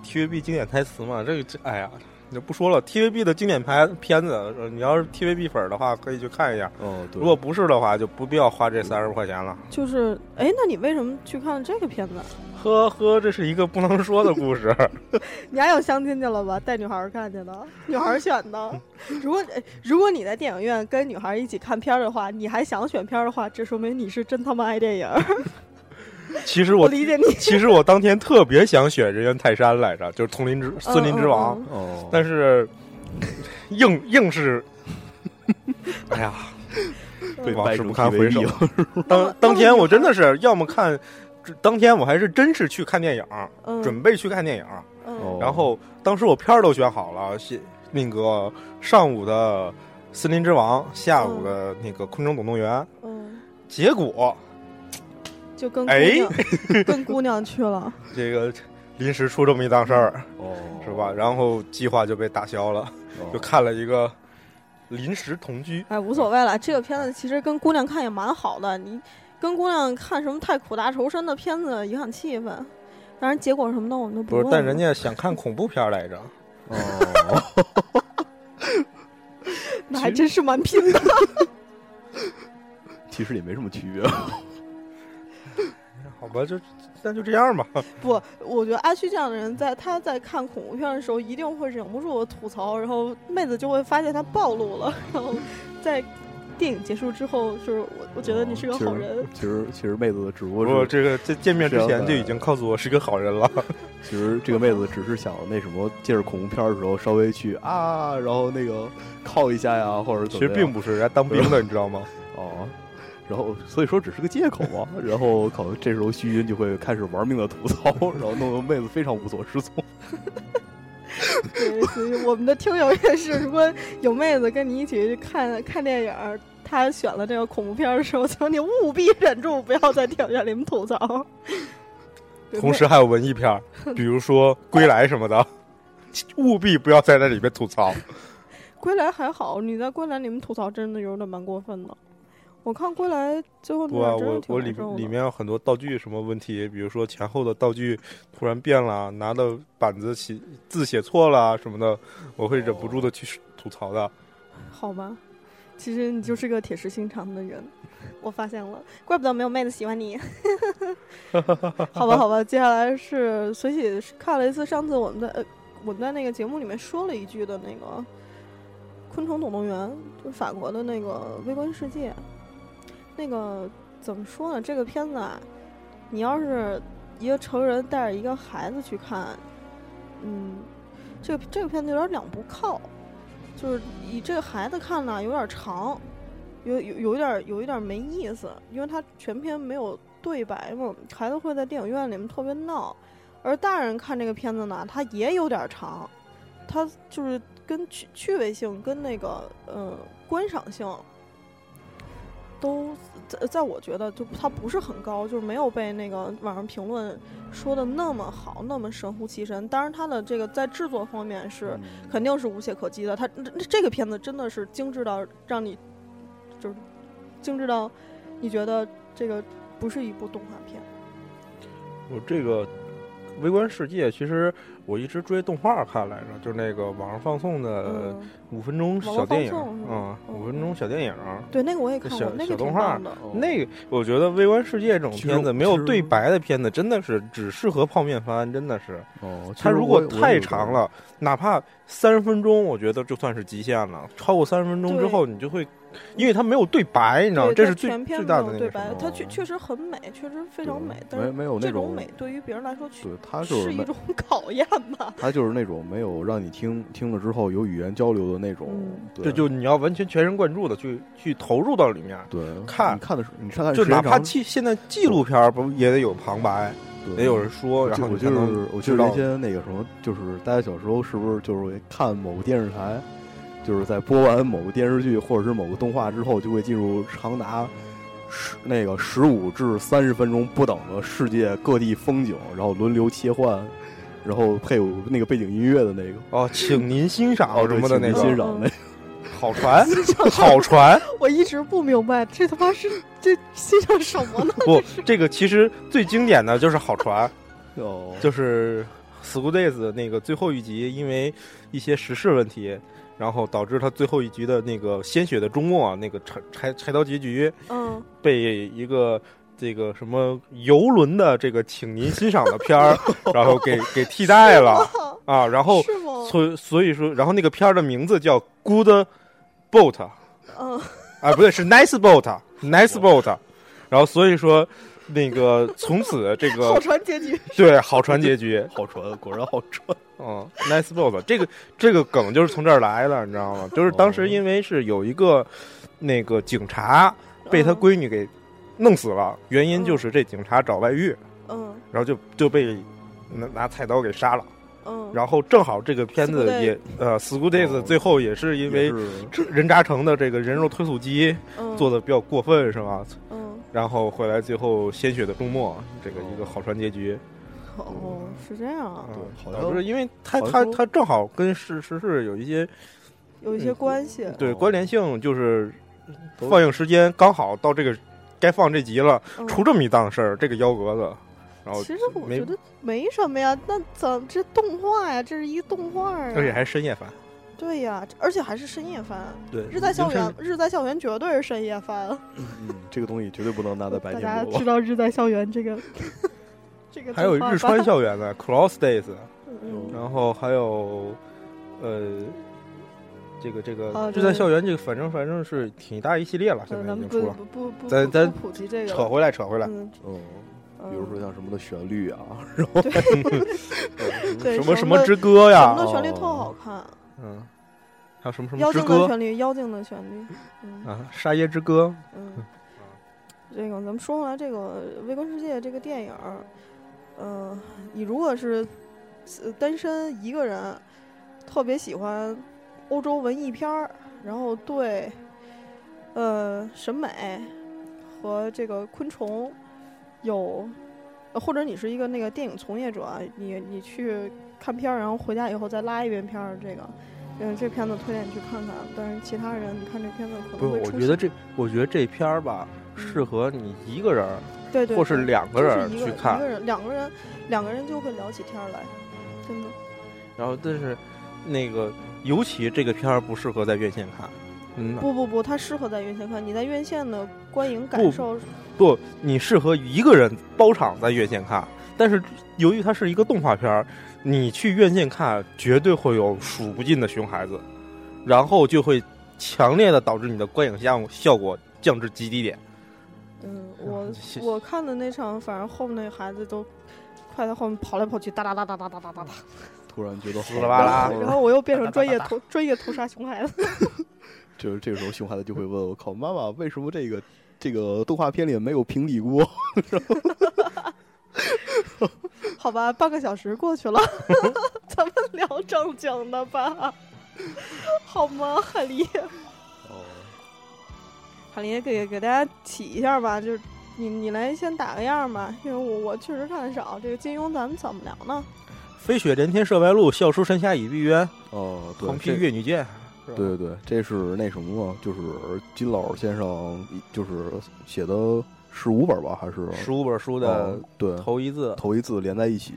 Speaker 3: TVB 经典台词嘛，这个这，哎呀，你就不说了。TVB 的经典拍片子，呃你要是 TVB 粉儿的话，可以去看一下。
Speaker 2: 哦，对，
Speaker 3: 如果不是的话，就不必要花这三十块钱了。
Speaker 1: 就是，哎，那你为什么去看这个片子？啊
Speaker 3: 呵呵，这是一个不能说的故事。 *laughs*
Speaker 1: 你还有相亲去了吧？带女孩儿看去 *laughs* 的，女孩儿选的。如果哎如果你在电影院跟女孩儿一起看片儿的话，你还想选片儿的话，这说明你是真他妈爱电影儿。
Speaker 3: 其实
Speaker 1: 我
Speaker 3: *laughs* 我
Speaker 1: 理解你。 *laughs*
Speaker 3: 其实我当天特别想选人猿泰山来着，就是丛林之森林之王，
Speaker 1: 嗯嗯
Speaker 2: 哦，
Speaker 3: 但是硬硬是，哎呀，
Speaker 1: 嗯
Speaker 2: 被
Speaker 3: 往
Speaker 2: 掰
Speaker 3: 事
Speaker 2: 成
Speaker 3: 不堪回
Speaker 2: PVB
Speaker 3: 首
Speaker 2: 了。
Speaker 3: 当当天我真的是要么看，这当天我还是真是去看电影，
Speaker 1: 嗯
Speaker 3: 准备去看电影，
Speaker 1: 嗯
Speaker 2: 哦
Speaker 3: 然后当时我片儿都选好了，写那个上午的森林之王，下午的那个空中总动员，
Speaker 1: 嗯，
Speaker 3: 结果
Speaker 1: 就跟姑
Speaker 3: 哎
Speaker 1: 娘
Speaker 3: *laughs*
Speaker 1: 跟姑娘去了。
Speaker 3: 这个临时出这么一档事儿，
Speaker 2: 哦，
Speaker 3: 是吧？然后计划就被打消了。
Speaker 2: 哦
Speaker 3: 就看了一个临时同居，
Speaker 1: 哎，无所谓
Speaker 3: 嗯
Speaker 1: 了。这个片子其实跟姑娘看也蛮好的。你跟姑娘看什么太苦大仇深的片子，影响气氛。当然，结果什么的我们都
Speaker 3: 不
Speaker 1: 问
Speaker 3: 是
Speaker 1: 了。，
Speaker 3: 但人家想看恐怖片来着，
Speaker 2: 哦， *laughs*
Speaker 1: 那还真是蛮拼的。
Speaker 2: 其实也没什么区别。啊
Speaker 3: 好吧，就那就这样吧。
Speaker 1: 不，我觉得阿旭这样的人在，他在看恐怖片的时候，一定会忍不住吐槽，然后妹子就会发现他暴露了，然后在电影结束之后，就是我我觉得你是个好
Speaker 3: 哦
Speaker 1: 人。
Speaker 2: 其实其实妹子只不
Speaker 3: 我
Speaker 2: 过
Speaker 3: 说
Speaker 2: 是
Speaker 3: 这个在见面之前就已经告诉我是个好人了，
Speaker 2: 其实这个妹子只是想那什么，借着恐怖片儿的时候稍微去啊，然后那个靠一下呀，或者
Speaker 3: 其
Speaker 2: 怎么
Speaker 3: 实
Speaker 2: 样
Speaker 3: 并不是，人家当兵的，你知道吗？
Speaker 2: 哦。然后，所以说只是个借口嘛。然后，可能这时候虚君就会开始玩命的吐槽，然后弄得妹子非常无所适从。
Speaker 1: 对，所以我们的听友也是，如果有妹子跟你一起去看看电影儿，她选了这个恐怖片儿的时候，请你务必忍住，不要在电影院里面吐槽。对
Speaker 3: 同啊时还有文艺片
Speaker 1: *laughs*
Speaker 3: 儿，比如说《归来》什么的，务必不要在那里边吐
Speaker 1: *laughs*
Speaker 3: 槽。
Speaker 1: 《归来》还好，你在《归来》里面吐槽真的有点蛮过分的。我看《归来》最后那
Speaker 3: 不啊，
Speaker 1: 段真的
Speaker 3: 我
Speaker 1: 挺
Speaker 3: 我
Speaker 1: 难
Speaker 3: 里
Speaker 1: 受的
Speaker 3: 里面有很多道具什么问题，比如说前后的道具突然变了，拿的板子写字写错了什么的，我会忍不住的去吐槽的。
Speaker 1: 好吧，其实你就是个铁石心肠的人，我发现了，怪不得没有妹子喜欢你。好吧，好吧，接下来是随喜看了一次上次我们在呃我们在那个节目里面说了一句的那个《昆虫总动员》，就是法国的那个微观世界。那个怎么说呢？这个片子啊，你要是一个成人带着一个孩子去看，嗯，这个这个片子有点两不靠。就是以这个孩子看呢，有点长，有有有一点有一点没意思，因为他全篇没有对白嘛，孩子会在电影院里面特别闹，而大人看这个片子呢，它也有点长，它就是跟趣趣味性跟那个呃观赏性都在在我觉得就它不是很高，就是没有被那个网上评论说的那么好，那么神乎其神。当然，它的这个在制作方面是。肯定是无懈可击的。他这这个片子真的是精致到让你，就是精致到你觉得这个不是一部动画片。
Speaker 3: 我这个《微观世界》，其实我一直追动画看来着，就是那个网上放送的
Speaker 1: 嗯，
Speaker 3: 五分钟
Speaker 1: 网
Speaker 3: 小
Speaker 1: 络
Speaker 3: 电影
Speaker 1: 放送是
Speaker 3: 啊
Speaker 1: 吗，
Speaker 3: 五、
Speaker 1: 嗯
Speaker 3: 分钟小电影。
Speaker 1: 对，那个我也看
Speaker 3: 小
Speaker 1: 过，那
Speaker 3: 小
Speaker 1: 个
Speaker 3: 动
Speaker 1: 挺
Speaker 3: 画
Speaker 1: 棒的。
Speaker 2: 哦
Speaker 3: 那个，我觉得《微观世界》这种
Speaker 2: 其实
Speaker 3: 片子，没
Speaker 2: 其
Speaker 3: 有
Speaker 2: 实
Speaker 3: 对白的片子，真的是只适合泡面番，真的是。
Speaker 2: 哦，
Speaker 3: 它如果太长，了，哪怕三十分钟，我觉得就算是极限了。超过三十分钟之
Speaker 1: 对
Speaker 3: 后，你就会，因因为它没有对白，你知道吗
Speaker 1: 对，？
Speaker 3: 这
Speaker 1: 它
Speaker 3: 是最
Speaker 1: 全片
Speaker 3: 最
Speaker 1: 没
Speaker 3: 大
Speaker 1: 有
Speaker 3: 的那
Speaker 1: 对
Speaker 3: 个什
Speaker 1: 白
Speaker 3: 么。，
Speaker 1: 它确确实很美，确实非常美，但
Speaker 2: 没
Speaker 1: 是
Speaker 2: 没有那
Speaker 1: 这种美对于别人来说，确
Speaker 2: 对他就是是
Speaker 1: 一种 *laughs* 考验吧。
Speaker 2: 他就是那种没有让你听听了之后有语言交流的那种，
Speaker 1: 嗯
Speaker 2: 对
Speaker 3: 这就你要完全全神贯注的去去投入到里面。
Speaker 2: 对
Speaker 3: 看
Speaker 2: 你看的是你看看
Speaker 3: 就
Speaker 2: 时间
Speaker 3: 哪怕
Speaker 2: 长
Speaker 3: 纪现在纪录片儿不也得有旁白，
Speaker 2: 对
Speaker 3: 得有人说，然
Speaker 2: 就
Speaker 3: 后
Speaker 2: 我
Speaker 3: 你
Speaker 2: 就
Speaker 3: 才能
Speaker 2: 是我记
Speaker 3: 知
Speaker 2: 得
Speaker 3: 道
Speaker 2: 原。先那个什么，就是大家小时候是不是就是看某个电视台，就是在播完某个电视剧或者是某个动画之后，就会进入长达十那个十五至三十分钟不等的世界各地风景，然后轮流切换，然后配有那个背景音乐的那个。
Speaker 3: 哦，请您欣赏
Speaker 2: 哦
Speaker 3: 哦什么的那
Speaker 2: 对请您欣
Speaker 3: 个
Speaker 2: 赏
Speaker 1: 嗯
Speaker 2: 那个，
Speaker 3: 好船， *laughs* 好船，
Speaker 1: 我一直不明白，这他妈是这欣赏什么
Speaker 3: *laughs*
Speaker 1: 呢？
Speaker 3: 不，这个其实最经典的就是好船，
Speaker 2: 哦，
Speaker 3: 就是《School Days》那个最后一集，因为一些时事问题，然后导致他最后一集的那个鲜血的终末啊，那个拆拆拆刀结局
Speaker 1: 嗯，
Speaker 3: 被一个。这个什么游轮的这个，请您欣赏的片儿，然后给给替代了啊，然后
Speaker 1: 是吗？
Speaker 3: 所以所以说，然后那个片儿的名字叫《Good Boat》
Speaker 1: 嗯，
Speaker 3: 啊，不对，是 Nice Boat，Nice Boat。然后所以说，那个从此这
Speaker 1: *laughs* 好
Speaker 3: 个
Speaker 1: 传结局。
Speaker 3: 对好船结局，
Speaker 2: 好船，果然好船。
Speaker 3: 嗯，Nice Boat 这个这个梗就是从这儿来的，你知道吗？就是当时因为是有一个那个警察被他
Speaker 1: 嗯
Speaker 3: 闺女给弄死了，原因就是这警察找外遇，
Speaker 1: 嗯
Speaker 3: 然后就就被拿拿菜刀给杀了。
Speaker 1: 嗯，
Speaker 3: 然后正好这个片子
Speaker 1: School Days
Speaker 3: 也呃，School Days
Speaker 2: 哦
Speaker 3: 最后也是因为
Speaker 2: 也是
Speaker 3: 人渣城的这个人肉推土机
Speaker 1: 嗯
Speaker 3: 做的比较过分是吗？
Speaker 1: 嗯
Speaker 3: 然后回来最后鲜血的终末，这个一个好船结局。
Speaker 1: 哦是这样啊，
Speaker 3: 嗯
Speaker 2: 对好像
Speaker 3: 导致因为它
Speaker 2: 好
Speaker 3: 它
Speaker 2: 像说
Speaker 3: 它正好跟时时事有一些
Speaker 1: 有一
Speaker 3: 嗯
Speaker 1: 些关系。
Speaker 3: 对
Speaker 2: 哦
Speaker 3: 关联性，就是放映时间刚好到这个该放这集了，
Speaker 1: 嗯
Speaker 3: 出这么一档事儿，这个幺蛾子，然后
Speaker 1: 其实我
Speaker 3: 没
Speaker 1: 觉得没什么呀，那怎这动画呀？这是一动画啊，
Speaker 3: 而且还深夜番，
Speaker 1: 对呀，而且还是深夜番，
Speaker 3: 对
Speaker 1: 日在校
Speaker 3: 凌
Speaker 1: 园
Speaker 3: 晨，
Speaker 1: 日在校园绝对是深夜番。
Speaker 2: 嗯，这个东西绝对不能拿在白
Speaker 1: 大家
Speaker 2: 天播
Speaker 1: 知。道日在校园这个这个
Speaker 3: 还有
Speaker 1: 动画
Speaker 3: 日
Speaker 1: 吧
Speaker 3: 川，校园的 Cross Days，
Speaker 1: 嗯
Speaker 3: 然后还有，呃，这个这个
Speaker 1: 啊
Speaker 3: 《志
Speaker 1: 对
Speaker 3: 在校园》这个，反正反正是挺大一系列了，
Speaker 1: 嗯，
Speaker 3: 现在
Speaker 1: 咱
Speaker 3: 已
Speaker 1: 们
Speaker 3: 经
Speaker 1: 不
Speaker 3: 出了。
Speaker 1: 不不不
Speaker 3: 咱
Speaker 1: 不
Speaker 3: 咱
Speaker 1: 普及这个
Speaker 3: 扯
Speaker 1: 了，
Speaker 3: 回来，扯回来，
Speaker 1: 嗯，
Speaker 2: 嗯，
Speaker 1: 嗯
Speaker 2: 比如说像什么的旋律啊，
Speaker 1: 对
Speaker 3: 什么
Speaker 1: 什
Speaker 3: 什
Speaker 1: 么
Speaker 3: 么之啊歌
Speaker 1: 什
Speaker 3: 呀
Speaker 1: 么，的旋律
Speaker 2: 哦
Speaker 1: 特好看，
Speaker 3: 嗯，还有什么什么
Speaker 1: 妖
Speaker 3: 之
Speaker 1: 精的
Speaker 3: 歌
Speaker 1: 旋律，妖精的旋律，嗯。
Speaker 3: 啊，沙耶之歌， *laughs*
Speaker 1: 嗯，
Speaker 3: 啊
Speaker 1: 这个咱们说回来，这个《微观世界》这个电影儿，呃，你如果是呃单身一个人，特别喜欢欧洲文艺片儿，然后对呃审美和这个昆虫有，呃或者你是一个那个电影从业者啊，你你去看片儿，然后回家以后再拉一遍片儿，这个嗯这片子推荐你去看看。但是其他人，你看这片子可
Speaker 3: 不
Speaker 1: 能
Speaker 3: 是，
Speaker 1: 会
Speaker 3: 我
Speaker 1: 出
Speaker 3: 觉得
Speaker 1: 戏
Speaker 3: 这，我觉得这片儿吧，
Speaker 1: 嗯
Speaker 3: 适合你一个人儿
Speaker 1: 对对
Speaker 3: 或
Speaker 1: 对
Speaker 3: 是两个
Speaker 1: 就
Speaker 3: 人儿
Speaker 1: 是一
Speaker 3: 去
Speaker 1: 个
Speaker 3: 看
Speaker 1: 一个，人两个人两个人就会聊起天儿来，真的。
Speaker 3: 然后但是那个尤其这个片儿不适合在院线看，嗯，
Speaker 1: 不不不，它适合在院线看，你在院线的观影
Speaker 3: 不
Speaker 1: 感受
Speaker 3: 不，你适合一个人包场在院线看，但是由于它是一个动画片儿，你去院线看绝对会有数不尽的熊孩子，然后就会强烈的导致你的观影效效果降至极低点。
Speaker 1: 嗯，我
Speaker 3: 啊谢谢
Speaker 1: 我看的那场，反正后面那个孩子都快在后面跑来跑去，哒哒哒哒哒哒哒哒
Speaker 3: 嗯
Speaker 1: 哒，
Speaker 2: 突然觉得
Speaker 3: 死
Speaker 2: 好
Speaker 3: 了吧啦
Speaker 2: 累
Speaker 1: 然后我又变成专业屠专业屠杀熊孩子。 *laughs*
Speaker 2: 就是这个时候，熊孩子就会问我靠，妈妈，为什么这个这个动画片里没有平底锅？
Speaker 1: 好吧，半个小时过去了， *laughs* 咱们聊正经的吧， *laughs* 好吗，海狸？
Speaker 2: 哦，
Speaker 1: 海狸给给大家起一下吧，就是你你来先打个样吧，因为我我确实看的少，这个金庸咱们怎么聊呢？
Speaker 3: 飞雪连天射白鹿，笑书山下倚碧鸳，
Speaker 2: 哦，对，
Speaker 3: 横批
Speaker 2: 这
Speaker 3: 越女剑。是吧
Speaker 2: 对对对，这是那什么嘛，就是金老先生就是写的十五本吧，还是
Speaker 3: 十五本书的
Speaker 2: 哦对
Speaker 3: 头一字，
Speaker 2: 头一字连在一起，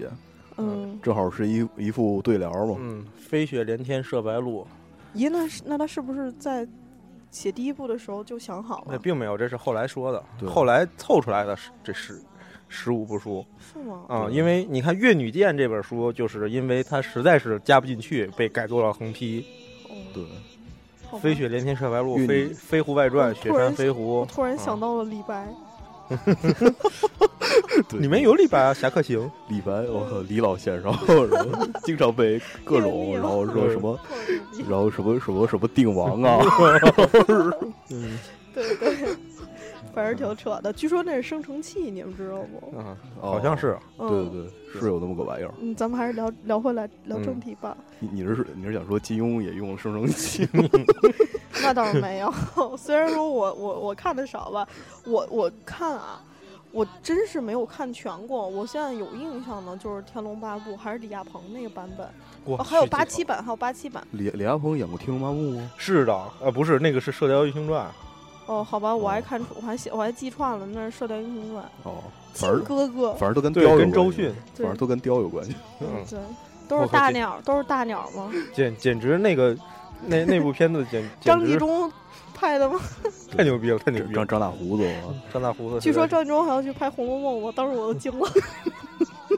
Speaker 1: 嗯，
Speaker 2: 正好是一一副对联嘛。
Speaker 3: 嗯，飞雪连天射白鹿，
Speaker 1: 咦，那是那他是不是在写第一部的时候就想好
Speaker 3: 那
Speaker 1: 了？
Speaker 3: 并没有，这是后来说的，
Speaker 2: 对
Speaker 3: 后来凑出来的是这十十五部书。
Speaker 1: 是吗？哦
Speaker 3: 啊、
Speaker 2: 对
Speaker 3: 因为你看《越女剑》这本书，就是因为它实在是加不进去，被改做了横批
Speaker 1: 哦，
Speaker 3: 嗯
Speaker 2: 对，
Speaker 1: 好吧
Speaker 3: “飞雪连天射白鹿
Speaker 2: 越，女
Speaker 3: 飞飞狐外传，
Speaker 1: 我
Speaker 3: 雪
Speaker 1: 突然
Speaker 3: 山飞狐
Speaker 1: 我突然想
Speaker 3: 啊
Speaker 1: 到了李
Speaker 3: *laughs*
Speaker 1: 白，
Speaker 2: 对”。
Speaker 3: 里面有李白啊，侠客行，
Speaker 2: 李白，我靠，李老先生， *laughs* 然后经常被各种，
Speaker 1: 别扭
Speaker 2: 然后说什么，然
Speaker 3: 啊
Speaker 2: 后什么什么什么定王啊，
Speaker 3: *laughs* 嗯
Speaker 1: 对对，反正挺扯的。据说那是生成器，你们知道不？
Speaker 3: 啊，
Speaker 2: 哦
Speaker 3: 好像，是
Speaker 1: 嗯，
Speaker 2: 对对对，是有那么个玩意儿。
Speaker 1: 嗯，咱们还是聊聊回来，聊正
Speaker 3: 嗯
Speaker 1: 题吧。
Speaker 2: 你你是你是想说金庸也用了生成器？
Speaker 1: 那倒是没有， *laughs* 虽然说我我我看的少吧，我我看啊，我真是没有看全过。我现在有印象的就是《天龙八部》，还是李亚鹏那个版本，
Speaker 3: 哇
Speaker 1: 哦，还有
Speaker 3: 十几
Speaker 1: 八七
Speaker 3: 本
Speaker 1: 版，还有八七版。
Speaker 2: 李李亚鹏演过《天龙八部》吗？
Speaker 3: 是的，呃，不是那个是《射雕英雄传
Speaker 1: 哦，好吧，我还
Speaker 2: 哦
Speaker 1: 看出，我还写，我还记串了，那是《射雕英雄传
Speaker 2: 哦，》，反
Speaker 1: 靖
Speaker 2: 正
Speaker 1: 哥哥
Speaker 2: 反，正都跟》，
Speaker 3: 对
Speaker 2: 雕，有
Speaker 3: 跟周
Speaker 2: 关系反
Speaker 3: 迅，，
Speaker 1: 对
Speaker 2: 正都跟雕有关系。
Speaker 3: 嗯，
Speaker 1: 对，都
Speaker 3: 我
Speaker 1: 是
Speaker 3: 靠
Speaker 1: 大
Speaker 3: 这
Speaker 1: 鸟，都是大鸟吗？
Speaker 3: 简简直那个那那部片子简
Speaker 1: *laughs* 张
Speaker 3: 简
Speaker 1: 纪
Speaker 3: 直
Speaker 1: 中拍的吗？
Speaker 3: 太牛逼了，太牛
Speaker 2: 长
Speaker 3: 逼了
Speaker 2: 长，长大胡子嘛，
Speaker 3: 张大胡子
Speaker 1: 据
Speaker 3: 实在
Speaker 1: 说
Speaker 3: 是，
Speaker 1: 张纪中还要去拍《红楼梦》，我当时我都惊
Speaker 3: *laughs*
Speaker 1: 了，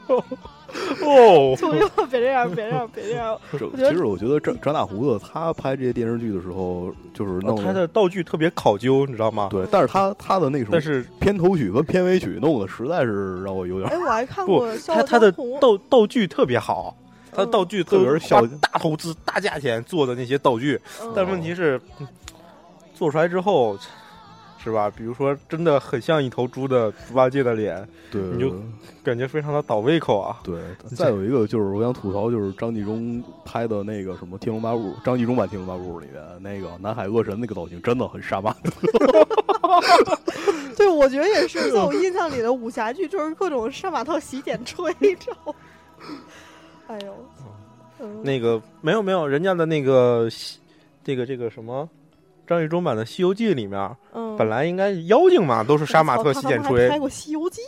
Speaker 3: 哦，
Speaker 1: 求求别这样，别这样，别这样！
Speaker 2: 这
Speaker 1: 觉得
Speaker 2: 其实我觉得长长大胡子他拍这些电视剧的时候，就是弄
Speaker 3: 哦他
Speaker 2: 得
Speaker 3: 的道具特别考究，你知道吗？
Speaker 2: 对，但是他他的那首
Speaker 3: 但是
Speaker 2: 片头曲和片尾曲弄的实在是让我有点
Speaker 1: 哎，我还看
Speaker 3: 不
Speaker 1: 过《笑
Speaker 3: 他
Speaker 1: 傲
Speaker 3: 他
Speaker 1: 江
Speaker 3: 的
Speaker 1: 湖》
Speaker 3: 道道具特别好，他
Speaker 1: 嗯
Speaker 3: 道具
Speaker 2: 特别
Speaker 3: 都
Speaker 2: 是小
Speaker 3: 花大投资、大价钱做的那些道具，
Speaker 1: 嗯，
Speaker 3: 但问题是嗯做出来之后，是吧？比如说，真的很像一头猪的猪八戒的脸，
Speaker 2: 对
Speaker 3: 你就感觉非常的倒胃口啊。
Speaker 2: 对。再有一个就是我想吐槽，就是张纪中拍的那个什么《天龙八部》，张纪中版《天龙八部》里面那个南海恶神那个造型真的很杀马特。
Speaker 1: *laughs* 对，我觉得也
Speaker 3: *laughs*
Speaker 1: 是，在我印象里的武侠剧就是各种杀马特洗剪吹， *laughs* 你知道吗？哎呦，嗯，
Speaker 3: 哦那个没有没有，人家的那个西这个这个什么。张纪中版的《西游记》里面，
Speaker 1: 嗯
Speaker 3: 本来应该妖精嘛都是杀马特洗剪
Speaker 1: 我操他们
Speaker 3: 吹
Speaker 1: 还，拍过《西游记》，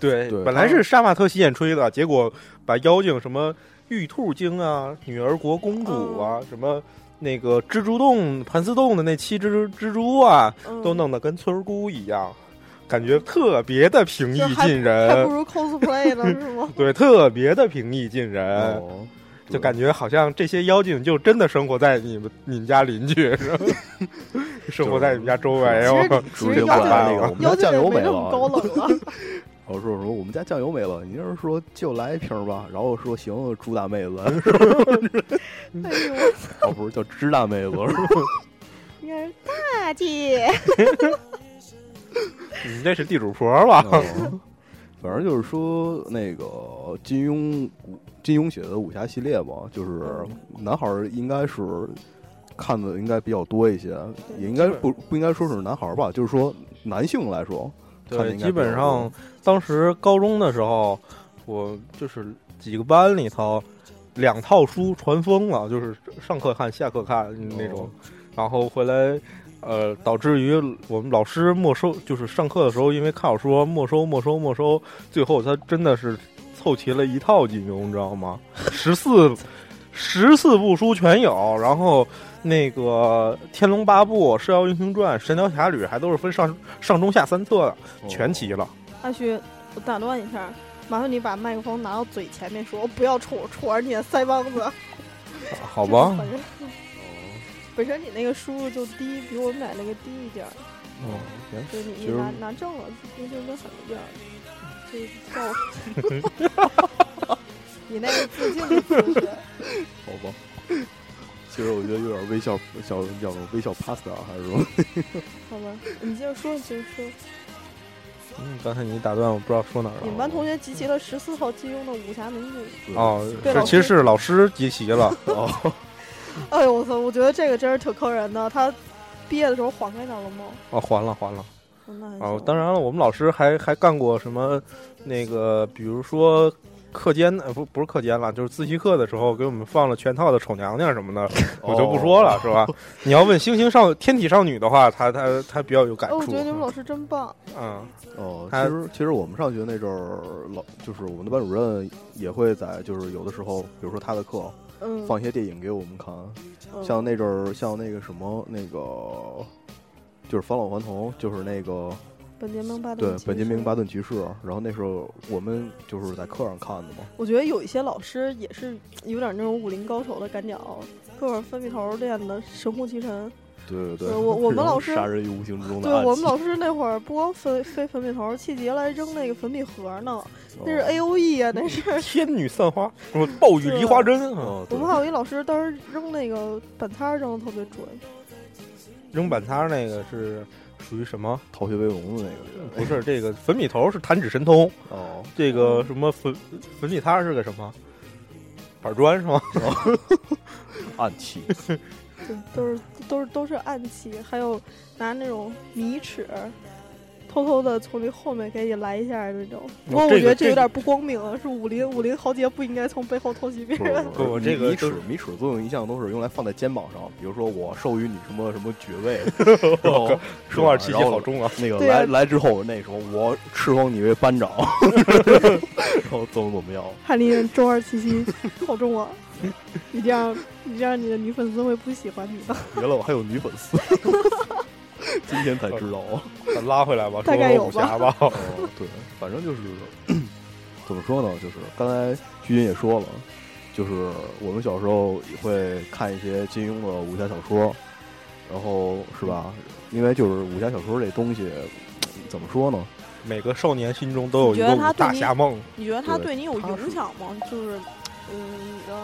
Speaker 3: 对，
Speaker 2: 对
Speaker 3: 本来是杀马特洗剪吹的，结果把妖精什么玉兔精啊、女儿国公主啊、
Speaker 1: 哦
Speaker 3: 什么那个蜘蛛洞、盘丝洞的那七只蜘蛛啊，
Speaker 1: 嗯
Speaker 3: 都弄得跟村儿姑一样，感觉特别的平易
Speaker 1: 这还还
Speaker 3: 近
Speaker 1: 不
Speaker 3: 人，
Speaker 1: 如 cosplay 呢，是
Speaker 3: *laughs*
Speaker 1: 吗？
Speaker 3: 对，特别的平易近人。
Speaker 2: 哦，
Speaker 3: 哎就感觉好像这些妖精就真的生活在你们你们家邻居， *laughs* 是吧生活在你们家周围
Speaker 2: 哎
Speaker 1: 其
Speaker 3: 哦
Speaker 1: 实。
Speaker 2: 主
Speaker 1: 其实
Speaker 2: 角
Speaker 1: 妖
Speaker 2: 过
Speaker 1: 精
Speaker 2: 来那
Speaker 1: 也
Speaker 2: 个，我们
Speaker 1: 妖精
Speaker 2: 家酱
Speaker 1: 也
Speaker 2: 油
Speaker 1: 没
Speaker 2: 没
Speaker 1: 那么高
Speaker 2: 了。
Speaker 1: *laughs* 冷了。
Speaker 2: 我说我说我们家酱油没了，你要是说就来一瓶吧，然后说行，猪大妹子， *laughs*
Speaker 1: 哎呦，
Speaker 2: 哦不是叫支大妹子，
Speaker 1: 应该是大姐。
Speaker 3: 你们这是地主婆吧？
Speaker 2: 哦 *laughs* 反正就是说那个金庸武金庸写的武侠系列吧，就是男孩儿应该是看的应该比较多一些，也应该不不应该说是男孩儿吧，就是说男性来说，看
Speaker 3: 对，
Speaker 2: 应该
Speaker 3: 基
Speaker 2: 比较
Speaker 3: 本上
Speaker 2: 多
Speaker 3: 当时高中的时候，我就是几个班里头两套书传疯了，就是上课看、下课看那种，
Speaker 2: 哦
Speaker 3: 然后回来。呃，导致于我们老师没收，就是上课的时候，因为看小说没收、没收、没收，最后他真的是凑齐了一套金庸，你知道吗？十四十四部书全有，然后那个《天龙八部》《射雕英雄传》《神雕侠侣》还都是分上上中下三册啊
Speaker 2: 哦
Speaker 3: 的，全齐了。
Speaker 1: 阿虚，我打断一下，麻烦你把麦克风拿到嘴前面说，不要杵杵着你的腮帮子。
Speaker 3: 好吧，
Speaker 1: 本身本身你那个输入就低，比我买那个低一点儿，
Speaker 2: 哦，行
Speaker 1: 就是你
Speaker 2: 其
Speaker 1: 你
Speaker 2: 实
Speaker 1: 拿拿正了，那就跟很一样。这叫我， *laughs* 你那个自尽的姿势，
Speaker 2: 好吧。 *laughs* 其实我觉得有点微笑，小叫什么微笑 pasta 还是什么？
Speaker 1: 好吧？你接着说，你接着说。
Speaker 3: 嗯，刚才你打断，我不知道说哪儿了。啊
Speaker 1: 你们班同学集齐了十四套金庸的武侠名著。
Speaker 3: 哦，
Speaker 1: 对
Speaker 3: 是
Speaker 1: 老师
Speaker 3: 其实是老师集齐
Speaker 1: *laughs*
Speaker 3: 了。
Speaker 2: 哦，
Speaker 1: 哎呦我操！我觉得这个真是挺坑人的。他毕业的时候还给他了吗？
Speaker 3: 哦，还了，还了。
Speaker 1: 哦那还
Speaker 3: 哦，
Speaker 1: 行
Speaker 3: 当然了，我们老师还还干过什么？那个，比如说课间，呃，不不是课间了，就是自习课的时候给我们放了全套的《丑娘娘》什么的，我就不
Speaker 1: 哦
Speaker 3: 说
Speaker 2: 哦
Speaker 3: 了，是吧？你要问《星星少天体少女》的话，她她她比较有感
Speaker 1: 哎，我觉得
Speaker 2: 啊
Speaker 1: 你们老
Speaker 3: 触。
Speaker 1: 师真棒。 *laughs*
Speaker 3: 嗯，
Speaker 2: 哦，其
Speaker 3: 他
Speaker 2: 实其实我们上学那阵儿，老就是我们的班主任也会在，就是有的时候，比如说他的课
Speaker 1: 嗯，
Speaker 2: 放一些电影给我们看，
Speaker 1: 嗯
Speaker 2: 像那阵儿像那个什么那个，就是返老还童，就是那个
Speaker 1: 本杰明巴顿
Speaker 2: 对
Speaker 1: 骑士
Speaker 2: 本杰明巴顿骑士，然后那时候我们就是在课上看的嘛，
Speaker 1: 我觉得有一些老师也是有点那种武林高手的赶脚，各种分泌头练的神乎其神。
Speaker 2: 对对
Speaker 1: 对
Speaker 2: 对，
Speaker 1: 呃我我们
Speaker 2: *laughs* 这种
Speaker 1: 老师
Speaker 2: 杀人于无形之中的
Speaker 1: 对
Speaker 2: 暗器，
Speaker 1: 我们老师那会儿不光飞飞粉笔头，气急了还扔那个粉笔盒呢，那是
Speaker 2: 哦
Speaker 1: A O E 啊，那是。
Speaker 3: 天女散花，什么暴雨梨花针，嗯
Speaker 2: 哦
Speaker 1: 我
Speaker 2: 对
Speaker 1: 们还有一老师当时扔那个板擦儿扔的特别准，
Speaker 3: 扔板擦那个是属于什么？
Speaker 2: 逃学威龙的那个
Speaker 3: 不
Speaker 2: 人
Speaker 3: 是这个粉笔头是弹指神通，
Speaker 2: 哦，
Speaker 3: 这个什么粉粉笔擦是个什么板砖是吗？
Speaker 2: 暗器，
Speaker 1: 对，都是都是都是暗器，还有拿那种米尺。偷偷的从你后面给你来一下那种，不过我
Speaker 3: 哦这个
Speaker 1: 觉得
Speaker 3: 这
Speaker 1: 有点不光明，是武林武林豪杰不应该从背后偷袭别 *laughs*
Speaker 2: 不
Speaker 1: 人。
Speaker 3: 不我
Speaker 2: 米
Speaker 3: 这个
Speaker 2: 米
Speaker 3: 就
Speaker 2: 尺
Speaker 3: 是
Speaker 2: 米尺作用一向都是用来放在肩膀上，比如说我授予你什么什么爵
Speaker 3: *laughs*
Speaker 2: 位，然后
Speaker 3: 中二气息
Speaker 2: 然后
Speaker 3: 好重啊！
Speaker 2: 那个
Speaker 1: 对啊
Speaker 2: 来来之后那什么，我敕封你为班
Speaker 3: *laughs*
Speaker 2: 长，然后怎么怎么样，
Speaker 1: 看你周二气息 *laughs* 好重啊！你这样，你这样，你的女粉丝会不喜欢你的。
Speaker 2: 原来我还有女粉丝， *laughs* 今天才知道啊。
Speaker 3: 呃拉回来吧，
Speaker 1: 大
Speaker 3: 说
Speaker 1: 概
Speaker 3: 说
Speaker 1: 有
Speaker 3: 武侠吧。
Speaker 2: 哦，对，反正就是 *clears throat* 怎么说呢，就是刚才徐军也说了，就是我们小时候也会看一些金庸的武侠小说，然后是吧？因为就是武侠小说这东西，怎么说呢？
Speaker 3: 每个少年心中都有一
Speaker 1: 你觉
Speaker 3: 个
Speaker 1: 得他
Speaker 3: 武
Speaker 1: 对
Speaker 3: 大
Speaker 1: 你
Speaker 3: 侠梦，
Speaker 1: 你觉得它
Speaker 2: 对
Speaker 1: 对你有
Speaker 2: 它
Speaker 1: 影
Speaker 2: 是
Speaker 1: 响吗？就是，嗯，你的，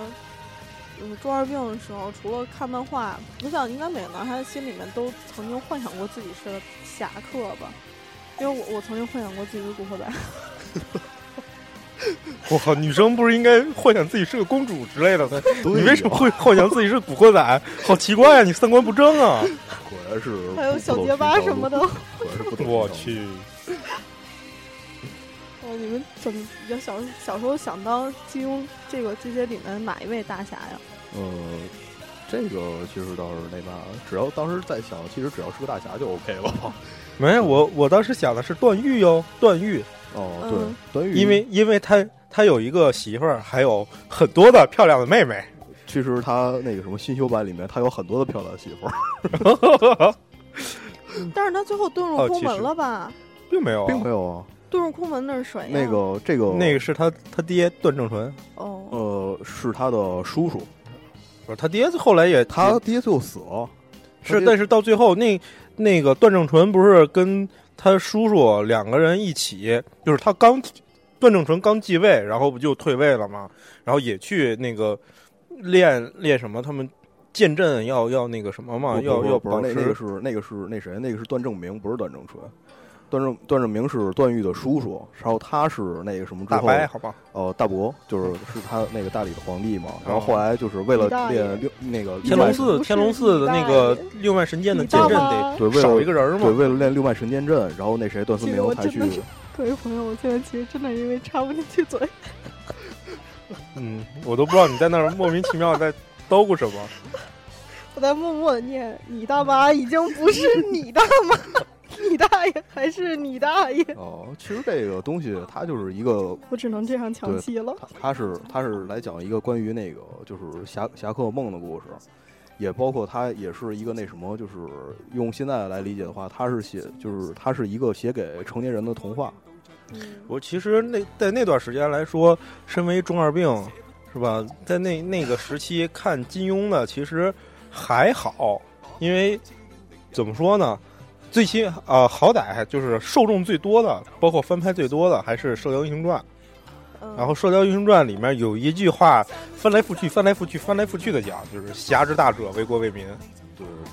Speaker 1: 嗯，中二病的时候，除了看漫画，我想应该每个男孩子心里面都曾经幻想过自己是个侠客吧。因为我我曾经幻想过自己是古惑仔，
Speaker 3: 我靠，女生不是应该幻想自己是个公主之类的吗？
Speaker 2: 对
Speaker 3: 你
Speaker 2: 呀
Speaker 3: 为什么会幻想自己是古惑仔？好奇怪呀，你三观不正啊！
Speaker 2: 果然是
Speaker 1: 还有
Speaker 2: 不
Speaker 1: 小结巴什么，的。
Speaker 2: 不走寻常路果然是不走
Speaker 3: 我
Speaker 2: 寻常路
Speaker 3: 去，
Speaker 1: 哦，你们怎么要小小时候想当金庸这个这些里面哪一位大侠呀？
Speaker 2: 呃，这个其实倒是那嘛，只要当时在想，其实只要是个大侠就 OK 了。 *laughs*
Speaker 3: 没我我当时想的是段誉哟，段誉，
Speaker 2: 哦，对，
Speaker 1: 嗯
Speaker 2: 段誉，
Speaker 3: 因为因为他他有一个媳妇儿，还有很多的漂亮的妹妹。
Speaker 2: 其实他那个什么新修版里面，他有很多的漂亮媳妇儿，
Speaker 1: 但是他最后遁入
Speaker 3: 哦
Speaker 1: 空
Speaker 3: 其
Speaker 1: 门
Speaker 3: 实
Speaker 1: 了吧？
Speaker 3: 并没有啊，
Speaker 2: 并没有啊。
Speaker 1: 遁入空门那是谁呀？
Speaker 2: 那个这个
Speaker 3: 那个是他他爹段正淳，
Speaker 1: 哦，
Speaker 2: 呃，是他的叔叔，
Speaker 3: 不是他爹后来也
Speaker 2: 他
Speaker 3: 也
Speaker 2: 爹最后死了。他
Speaker 3: 是，
Speaker 2: 爹
Speaker 3: 但是到最后那那个段正淳不是跟他叔叔两个人一起，就是他刚段正淳刚继位，然后不就退位了吗？然后也去那个练练什么，他们剑阵要要那个什么嘛，
Speaker 2: 不
Speaker 3: 要
Speaker 2: 不
Speaker 3: 要
Speaker 2: 不是
Speaker 3: 保
Speaker 2: 那
Speaker 3: 持
Speaker 2: 那个是那个是那谁，那个是段正明，不是段正淳。段正段正明是段誉的叔叔，然后他是那个什么之
Speaker 3: 大
Speaker 2: 后，
Speaker 3: 白，好吧？
Speaker 2: 呃，大伯就是是他那个大理的皇帝嘛。然后后来就是为了
Speaker 1: 李大爷
Speaker 2: 练六那个
Speaker 3: 哦
Speaker 2: 六脉
Speaker 3: 天龙
Speaker 1: 龙
Speaker 3: 寺，
Speaker 1: 寺
Speaker 3: 天龙寺的那个六脉神剑的
Speaker 1: 你
Speaker 3: 剑
Speaker 1: 大
Speaker 3: 阵
Speaker 1: 妈
Speaker 3: 得
Speaker 2: 对为
Speaker 3: 少
Speaker 2: 了
Speaker 3: 一个
Speaker 2: 对
Speaker 3: 人嘛。
Speaker 2: 为了练六脉神剑阵，然后那谁段思
Speaker 1: 这个我
Speaker 2: 明才
Speaker 1: 真
Speaker 2: 去
Speaker 1: 的是各位朋友，我现在其实真的因为插不进去嘴，
Speaker 3: 嗯，我都不知道你在那儿莫名其妙在叨咕什么。
Speaker 1: 我在默默的念：“你大妈已经不是你大妈， *laughs* 你大爷还是你大爷。
Speaker 2: 哦、其实这个东西它就是一个”
Speaker 1: 我只能这样抢戏了。
Speaker 2: 他他是他是来讲一个关于那个就是侠侠客梦的故事，也包括他也是一个那什么，就是用现在来理解的话，他是写就是他是一个写给成年人的童话。
Speaker 1: 嗯
Speaker 3: 我其实那在那段时间来说，身为中二病，是吧？在那那个时期看金庸呢，其实还好，因为怎么说呢，最新啊、呃好歹就是受众最多的，包括翻拍最多的还是《射雕英雄传》。
Speaker 1: 嗯
Speaker 3: 然后《射雕英雄传》里面有一句话，翻来覆去、翻来覆去、翻来覆去的讲，就是“侠之大者，为国为民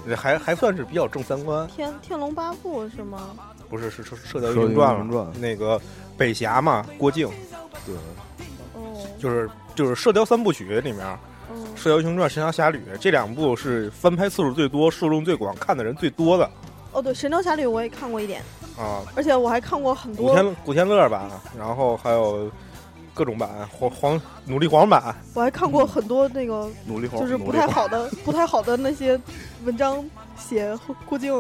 Speaker 2: 对，”，
Speaker 3: 还还算是比较正三观。
Speaker 1: 天天龙八部是吗？
Speaker 3: 不是，是是《射雕英雄传》了。那个北侠嘛，郭靖
Speaker 2: 对，
Speaker 1: 哦，
Speaker 3: 就是就是《射雕三部曲》里面，
Speaker 1: 嗯
Speaker 3: 《射雕英雄传》《神雕侠侣》这两部是翻拍次数最多、受众最广、看的人最多的
Speaker 1: 哦，对，《神雕侠侣》我也看过一点，
Speaker 3: 啊。
Speaker 1: 而且我还看过很
Speaker 3: 古
Speaker 1: 多，
Speaker 3: 天古天乐版，然后还有各种版，黄黄努力黄版，
Speaker 1: 我还看过很多那个
Speaker 2: 努
Speaker 3: 嗯
Speaker 2: 力猴
Speaker 3: 哦
Speaker 1: 就是不太好的、不太好的那些文章，写郭靖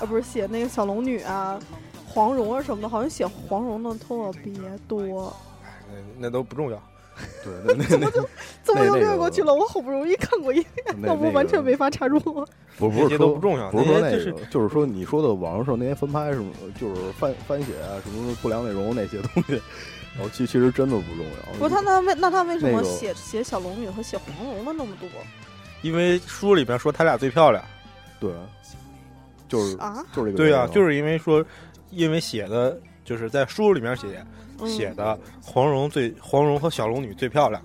Speaker 1: 啊，不是写那个小龙女啊、黄蓉啊什么的，好像写黄蓉的特别多。
Speaker 3: 那嗯那都不重要。
Speaker 2: 对，那那那
Speaker 1: 怎么
Speaker 2: 那
Speaker 1: 又
Speaker 2: 那
Speaker 1: 略过
Speaker 2: 个
Speaker 1: 去了？我好不容易看过一遍，
Speaker 2: 那
Speaker 1: 要不完全没法插入。
Speaker 2: 不
Speaker 3: 这
Speaker 2: 不是说
Speaker 3: 些都不重要，
Speaker 2: 不是说那
Speaker 3: 那些
Speaker 2: 个，
Speaker 3: 就是
Speaker 2: 就是说你说的网络上那些翻拍什么，就是翻翻写啊，什么不良内容那些东西，然后其其实真的不重要。
Speaker 1: 不是他那为那他为什
Speaker 2: 那
Speaker 1: 么
Speaker 2: 个
Speaker 1: 写写小龙女和写黄蓉的那么多
Speaker 3: 因为书里面说他俩最漂亮。
Speaker 2: 对，就是
Speaker 1: 啊？
Speaker 2: 就是这个
Speaker 3: 对呀、
Speaker 2: 呀，
Speaker 3: 就是因为说，因为写的就是在书里面写
Speaker 1: 嗯
Speaker 3: 写的黄蓉最黄蓉和小龙女最漂亮，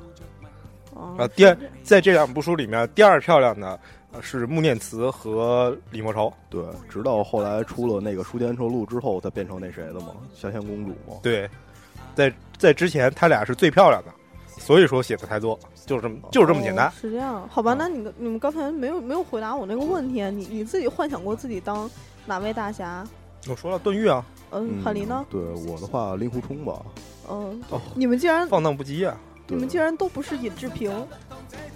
Speaker 1: 啊
Speaker 3: 啊第二在这两部书里面，第二漂亮的呃是穆念慈和李莫愁。
Speaker 2: 对，直到后来出了那个《书剑恩仇录》之后，才变成那谁的嘛，香香公主嘛。
Speaker 3: 对，在在之前他俩是最漂亮的，所以说写的才多，就是这么就是这么简单。
Speaker 1: 哦是这样，好吧？
Speaker 3: 啊
Speaker 1: 那你们你们刚才没有没有回答我那个问题啊？你你自己幻想过自己当哪位大侠？
Speaker 3: 我说了段誉啊，
Speaker 1: 嗯，海林呢？
Speaker 2: 对我的话，令狐冲吧。
Speaker 1: 嗯
Speaker 3: 哦，哦
Speaker 1: 你们竟然
Speaker 3: 放荡不羁啊，
Speaker 1: 你
Speaker 2: 对
Speaker 1: 们竟然都不是尹志平，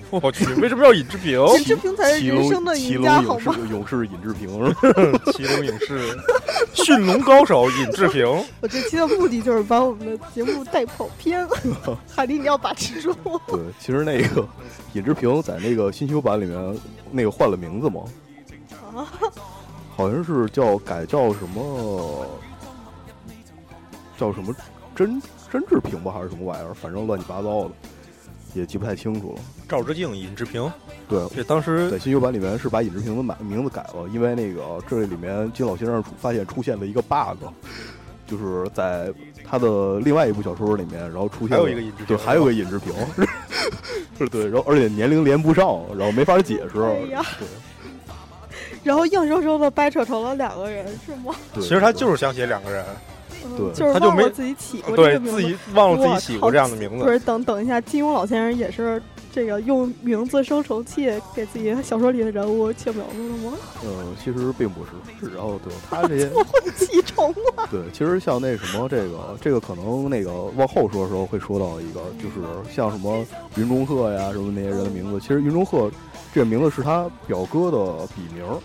Speaker 3: 我去，为什么要尹志 *laughs* 平？
Speaker 1: 尹志平才是
Speaker 2: 骑
Speaker 1: 人
Speaker 2: 龙
Speaker 1: 生的
Speaker 2: 骑
Speaker 1: 赢
Speaker 2: 龙
Speaker 1: 家，好
Speaker 2: 勇
Speaker 1: 吗？
Speaker 2: 士勇士尹志平是吧？
Speaker 3: 骑龙影视，驯龙高手尹志平。
Speaker 1: 我这期的目的就是把我们的节目带跑偏
Speaker 3: *laughs*
Speaker 1: 了， *laughs* 海林你要把持住。 *laughs*
Speaker 2: 对，其实那个尹志平在那个新修版里面那个换了名字嘛，
Speaker 1: 啊，
Speaker 2: 好像是叫改叫什么叫什么真真志平吧，还是什么玩意儿，反正乱七八糟的，也记不太清楚了。
Speaker 3: *laughs* 赵志敬、尹志平，
Speaker 2: 对，
Speaker 3: 这当时
Speaker 2: 在新修版里面是把尹志平的买名字改了，因为那个这里面金老先生发现出现了一个 bug，就是在他的另外一部小说里面，然后出现了
Speaker 3: 还有一个尹志平
Speaker 2: 对，还有个尹志平， *laughs* 是对，然后而且年龄连不上，然后没法解释，
Speaker 1: 哎呀
Speaker 2: 对
Speaker 1: 然后硬生生的掰扯成了两个人，是吗？
Speaker 2: 对，
Speaker 3: 其实他就是想写两个人，
Speaker 1: 嗯
Speaker 2: 对
Speaker 1: 就是
Speaker 3: 他就
Speaker 1: 忘
Speaker 3: 没
Speaker 1: 了自己起过这
Speaker 3: 对
Speaker 1: 个名
Speaker 3: 自
Speaker 1: 字。
Speaker 3: 己忘了自己
Speaker 1: 我
Speaker 3: 起
Speaker 1: 靠
Speaker 3: 过这样的名
Speaker 1: 不
Speaker 3: 字。
Speaker 1: 是，等等一下，金庸老先生也是这个用名字生成器给自己小说里的人物起名字的
Speaker 3: *laughs*
Speaker 1: 吗？
Speaker 2: 嗯，其实并不是，然后对他这些
Speaker 1: 起虫
Speaker 3: 啊
Speaker 2: 对，其实像那什么，这个这个可能那个往后说的时候会说到一个，就是像什么云中鹤呀什么那些人的名字，其实云中鹤这个名字是他表哥的笔名儿，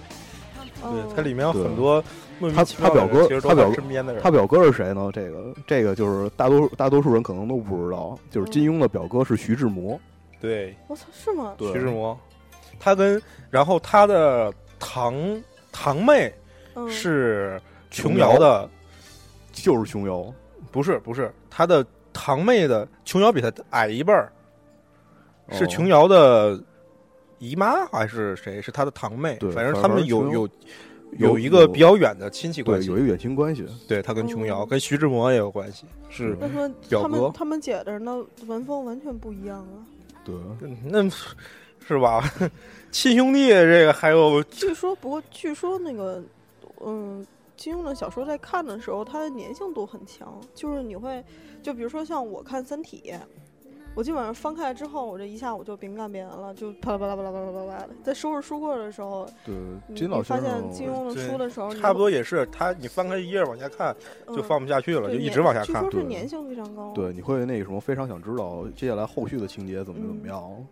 Speaker 3: 对，
Speaker 1: 哦
Speaker 3: 它里面有
Speaker 2: 对
Speaker 3: 很多莫名其妙
Speaker 2: 他他
Speaker 3: 的
Speaker 2: 表哥
Speaker 3: 人其实
Speaker 2: 他
Speaker 3: 都
Speaker 2: 表
Speaker 3: 是
Speaker 2: 哥
Speaker 3: 身边的人
Speaker 2: 他。表哥是谁呢？这个这个就是大多数大多数人可能都不知道，就是金庸的表哥是徐志摩，
Speaker 3: 对，
Speaker 1: 我操，是吗？
Speaker 2: 对
Speaker 3: 徐志摩，他跟然后他的堂堂妹
Speaker 1: 嗯，
Speaker 3: 是琼
Speaker 2: 琼
Speaker 3: 瑶
Speaker 2: 瑶
Speaker 3: 的，
Speaker 2: 就是琼瑶，
Speaker 3: 不是不是，他的堂妹的琼瑶比他矮一辈儿，是
Speaker 2: 哦
Speaker 3: 琼瑶的姨妈还是谁？是他的堂妹
Speaker 2: 对，
Speaker 3: 反正
Speaker 2: 反
Speaker 3: 他们
Speaker 2: 正
Speaker 3: 有
Speaker 2: 琼瑶
Speaker 3: 有
Speaker 2: 有
Speaker 3: 有一个
Speaker 2: 有
Speaker 3: 比较远的亲戚关
Speaker 2: 对
Speaker 3: 系
Speaker 2: 有一。个远亲关系，
Speaker 3: 对他跟琼瑶
Speaker 1: 哦
Speaker 3: 跟徐志摩也有关系，是
Speaker 1: 那说
Speaker 3: 表
Speaker 1: 他
Speaker 3: 哥
Speaker 1: 们他们姐的那文风完全不一样啊。
Speaker 2: 对，
Speaker 3: 嗯那是吧？ *laughs* 亲兄弟这个还有
Speaker 1: 哦据说，不过据说那个，嗯，金庸的小说在看的时候，它的粘性度很强，就是你会，就比如说像我看《三体》，我基本上翻开来之后，我这一下午就别干别完了，就啪啦啪啦啪啦啪啦啪啦的。在收拾书柜的时候，
Speaker 2: 对，
Speaker 1: 你
Speaker 2: 金老
Speaker 1: 你
Speaker 2: 先
Speaker 1: 发
Speaker 2: 生
Speaker 1: 现金庸的
Speaker 3: 对
Speaker 1: 书的时候，你
Speaker 3: 差不
Speaker 1: 会
Speaker 3: 多也是，他你翻开一页往下看就
Speaker 1: 嗯
Speaker 3: 放不下去了，
Speaker 1: 对
Speaker 3: 就一
Speaker 1: 粘
Speaker 3: 直往下
Speaker 1: 据
Speaker 3: 看
Speaker 1: 说。是
Speaker 2: 对
Speaker 1: 粘性非常高。
Speaker 2: 对，你会那个什么，非常想知道接下来后续的情节怎么怎么样。
Speaker 1: 嗯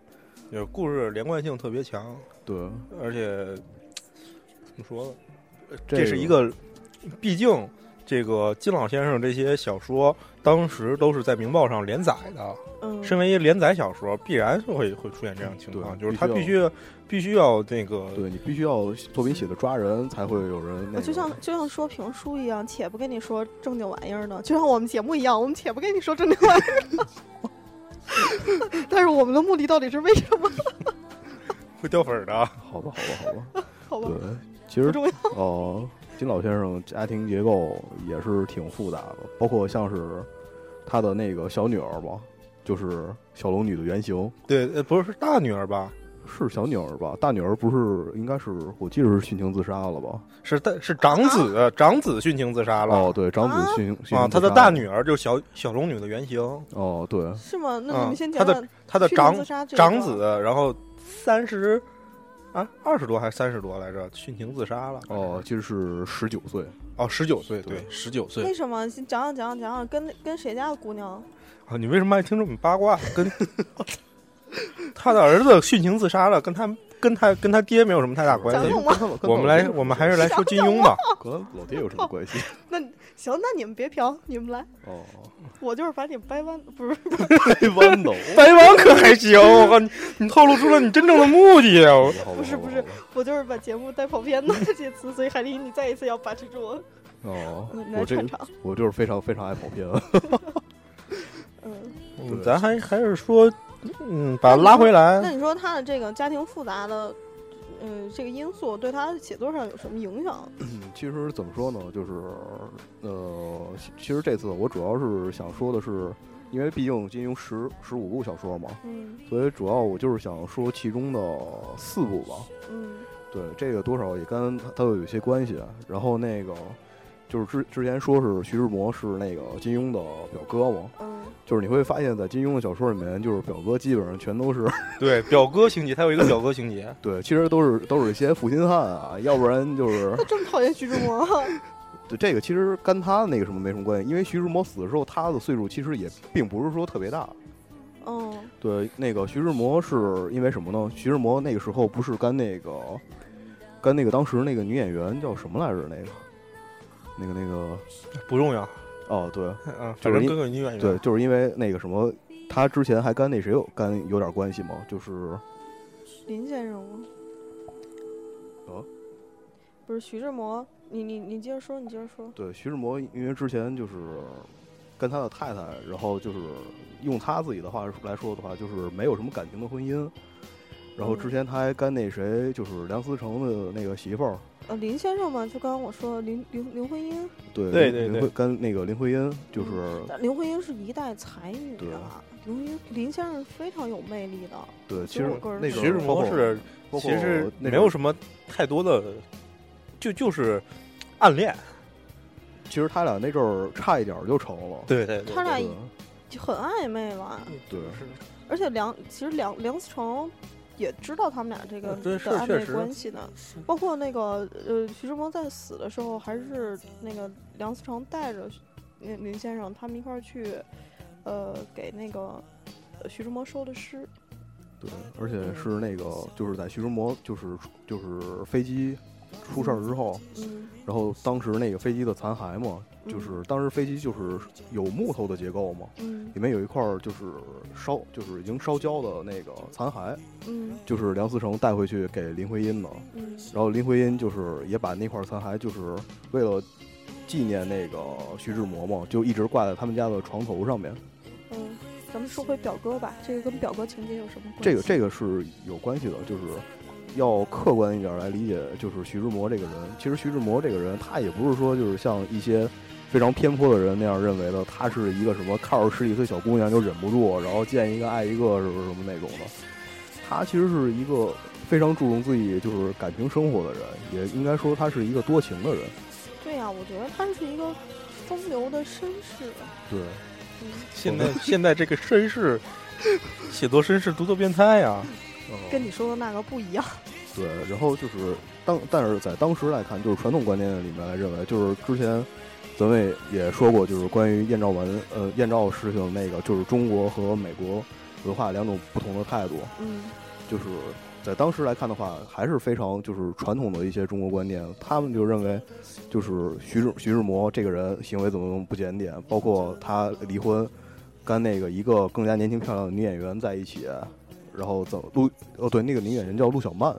Speaker 3: 有故事连贯性特别强，
Speaker 2: 对，
Speaker 3: 而且怎么说呢？呃
Speaker 2: 这
Speaker 3: 这是一个，毕竟这个金老先生这些小说当时都是在《明报》上连载的，
Speaker 1: 嗯，
Speaker 3: 身为一连载小说，必然是会会出现这样的情况，
Speaker 2: 对
Speaker 3: 就是他
Speaker 2: 必
Speaker 3: 必
Speaker 2: 须
Speaker 3: 须必须要那个
Speaker 2: 对你必须要作品写的抓人，才会有人
Speaker 1: 我
Speaker 2: 那个。
Speaker 1: 哦就像就像说评书一样，且不跟你说正经玩意儿呢，就像我们节目一样，我们且不跟你说正经玩意儿呢。 *laughs* 但是我们的目的到底是为什么？
Speaker 3: 会掉粉儿的。
Speaker 2: 好吧，好吧， *laughs* 好吧。
Speaker 1: 好吧，
Speaker 2: 对，其
Speaker 1: 不
Speaker 2: 实
Speaker 1: 重要。
Speaker 2: 哦，金老先生家庭结构也是挺复杂的，包括像是他的那个小女儿吧，就是小龙女的原型，
Speaker 3: *laughs* 对，呃不是是大女儿吧？
Speaker 2: 是小女儿吧？大女儿不是应该是我记得是殉情自杀了吧？
Speaker 3: 是大是长子，
Speaker 1: 啊
Speaker 3: 长子殉情自杀了。
Speaker 2: 哦，对，长子殉情殉情
Speaker 3: 啊，
Speaker 2: 自
Speaker 3: 他的
Speaker 2: 杀
Speaker 3: 大
Speaker 2: 了
Speaker 3: 女儿就是小小龙女的原型，
Speaker 2: 哦，对，
Speaker 1: 是吗？那
Speaker 3: 嗯
Speaker 1: 你们先
Speaker 3: 他
Speaker 1: 讲
Speaker 3: 的
Speaker 1: 讲
Speaker 3: 她的
Speaker 1: 去年
Speaker 3: 长
Speaker 1: 自杀这一
Speaker 3: 长
Speaker 1: 段
Speaker 3: 子，然后三十啊二十多还是三十多来着，殉情自杀了。
Speaker 2: 哦，就是十九岁，
Speaker 3: 哦，十九岁，
Speaker 2: 对
Speaker 3: 对，十九岁
Speaker 1: 为什么？先讲讲讲讲讲讲，跟跟谁家的姑娘？
Speaker 3: 啊！你为什么爱听这么八卦？跟 *laughs* 他的儿子殉情自杀了，跟他跟他跟他爹没有什么太大关
Speaker 1: 讲
Speaker 3: 系
Speaker 1: 讲。
Speaker 2: 跟他们
Speaker 3: 我们来，我们还是来说金庸吧。
Speaker 2: 跟他老爹有什么关系？
Speaker 1: 那行，那你们别嫖，你们来， *laughs*
Speaker 2: 哦，
Speaker 1: 我就是把你们掰弯，不是
Speaker 2: 黑豌豆，
Speaker 3: 白王可还行，我靠，你你透露出了你真正的目的啊！我
Speaker 2: 好吧
Speaker 1: 不是
Speaker 2: 好吧
Speaker 1: 不是
Speaker 2: 好吧
Speaker 1: 我就是把节目带跑偏的 *laughs* 这次，所以海林，你再一次要把持住 *laughs* 我，
Speaker 2: 哦
Speaker 1: 嗯，
Speaker 2: 我
Speaker 1: 来
Speaker 2: 这
Speaker 1: 串
Speaker 2: 个
Speaker 1: 场。
Speaker 2: 我就是非常非常爱跑偏，啊 *laughs*
Speaker 1: 嗯，
Speaker 3: 嗯咱还还是说，嗯，把他拉回
Speaker 1: 那
Speaker 3: 来。
Speaker 1: 你说他的这个家庭复杂的，嗯、这个因素对他写作上有什么影响？
Speaker 2: 嗯其实怎么说呢，就是呃，其其实这次我主要是想说的是，因为毕竟金庸十十五部小说嘛，
Speaker 1: 嗯
Speaker 2: 所以主要我就是想说其中的四部吧。
Speaker 1: 嗯
Speaker 2: 对，这个多少也跟它它有一些关系。啊然后那个就是之之前说是徐志摩是那个金庸的表哥嘛，
Speaker 1: 嗯，
Speaker 2: 就是你会发现在金庸的小说里面，就是表哥基本上全都是，
Speaker 3: 对，表哥情节，他有一个表哥情节
Speaker 2: 对，其实都是都是一些负心汉啊，要不然就是
Speaker 1: 这么讨厌徐志摩？ *laughs*
Speaker 2: 对这个其实跟他那个什么没什么关系，因为徐志摩死的时候，他的岁数其实也并不是说特别大。
Speaker 1: 嗯
Speaker 2: 对，那个徐志摩是因为什么呢？徐志摩那个时候不是跟那个跟那个当时那个女演员叫什么来着？那个那个那个
Speaker 3: 不重要。
Speaker 2: 哦，对
Speaker 3: 嗯，
Speaker 2: 就是
Speaker 3: 反正
Speaker 2: 因
Speaker 3: 跟个女演员。
Speaker 2: 对，就是因为那个什么，他之前还跟那谁有跟有点关系嘛，就是
Speaker 1: 林先生吗？
Speaker 2: 哦，
Speaker 1: 不是徐志摩，你你你接着说，你接着说。
Speaker 2: 对，徐志摩因为之前就是跟他的太太，然后就是用他自己的话来说的话，就是没有什么感情的婚姻。然后之
Speaker 1: 嗯
Speaker 2: 前他还跟那谁，就是梁思成的那个媳妇儿，
Speaker 1: 呃，林先生嘛，就刚刚我说的林林林徽因，
Speaker 2: 对
Speaker 3: 对
Speaker 2: 林
Speaker 3: 对
Speaker 2: 林
Speaker 3: 对
Speaker 2: 徽跟那个林徽因，就是
Speaker 1: 但林徽因是一代才女
Speaker 2: 嗯对
Speaker 1: 啊。林徽因林先生是非常有魅力的，
Speaker 2: 对，
Speaker 1: 其
Speaker 2: 其
Speaker 1: 实
Speaker 2: 实
Speaker 1: 我个人
Speaker 2: 那个
Speaker 1: 觉
Speaker 3: 徐
Speaker 1: 得
Speaker 3: 志
Speaker 2: 包
Speaker 3: 摩
Speaker 2: 括
Speaker 3: 是
Speaker 2: 包
Speaker 3: 其
Speaker 2: 括
Speaker 3: 实
Speaker 2: 那
Speaker 3: 没有
Speaker 2: 种
Speaker 3: 什么太多的，就就是暗恋。
Speaker 2: 其实他俩那阵儿差一点儿就成了。
Speaker 3: 对对对
Speaker 1: 他俩
Speaker 2: *laughs* 对
Speaker 1: 就很暧昧吧。
Speaker 2: 对
Speaker 1: 而且梁其实梁梁思成也知道他们俩这个
Speaker 3: 呃对
Speaker 1: 的
Speaker 3: 是
Speaker 1: 暧
Speaker 3: 确
Speaker 1: 昧
Speaker 3: 实
Speaker 1: 关系的，包括那个呃徐志摩在死的时候，还是那个梁思成带着林林先生他们一块儿去，呃给那个呃徐志摩收的诗，
Speaker 2: 对，而且
Speaker 1: 嗯
Speaker 2: 是那个就是在徐志摩就是就是飞机出事儿之后，
Speaker 1: 嗯
Speaker 2: 然后当时那个飞机的残骸嘛，就是当时飞机就是有木头的结构嘛，
Speaker 1: 嗯
Speaker 2: 里面有一块儿就是烧，就是已经烧焦的那个残骸，
Speaker 1: 嗯
Speaker 2: 就是梁思成带回去给林徽因的。
Speaker 1: 嗯
Speaker 2: 然后林徽因就是也把那块残骸，就是为了纪念那个徐志摩嘛，就一直挂在他们家的床头上面。
Speaker 1: 嗯，咱们说回表哥吧，这个跟表哥情节有什么关系？
Speaker 2: 这个这个是有关系的，就是要客观一点来理解，就是徐志摩这个人。其实徐志摩这个人，他也不是说就是像一些非常偏颇的人那样认为的，他是一个什么看着十几岁小姑娘就忍不住，然后见一个爱一个什么什么那种的。他其实是一个非常注重自己就是感情生活的人，也应该说他是一个多情的人。
Speaker 1: 对对呀、我觉得它是一个风流的绅士。啊
Speaker 2: 对，
Speaker 1: 嗯，
Speaker 3: 现在现在这个绅士写作绅士读作变态啊呀、
Speaker 2: 嗯
Speaker 1: 跟你说的那个不一样。
Speaker 2: 对，然后就是当，但是在当时来看，就是传统观念里面来认为，就是之前咱们也说过，就是关于艳照门呃艳照事情那个，就是中国和美国文化两种不同的态度，
Speaker 1: 嗯
Speaker 2: 就是在当时来看的话，还是非常就是传统的一些中国观念，他们就认为就是徐志徐志摩这个人行为怎么怎么不检点，包括他离婚跟那个一个更加年轻漂亮的女演员在一起，然后怎么陆哦对，那个女演员叫陆小曼。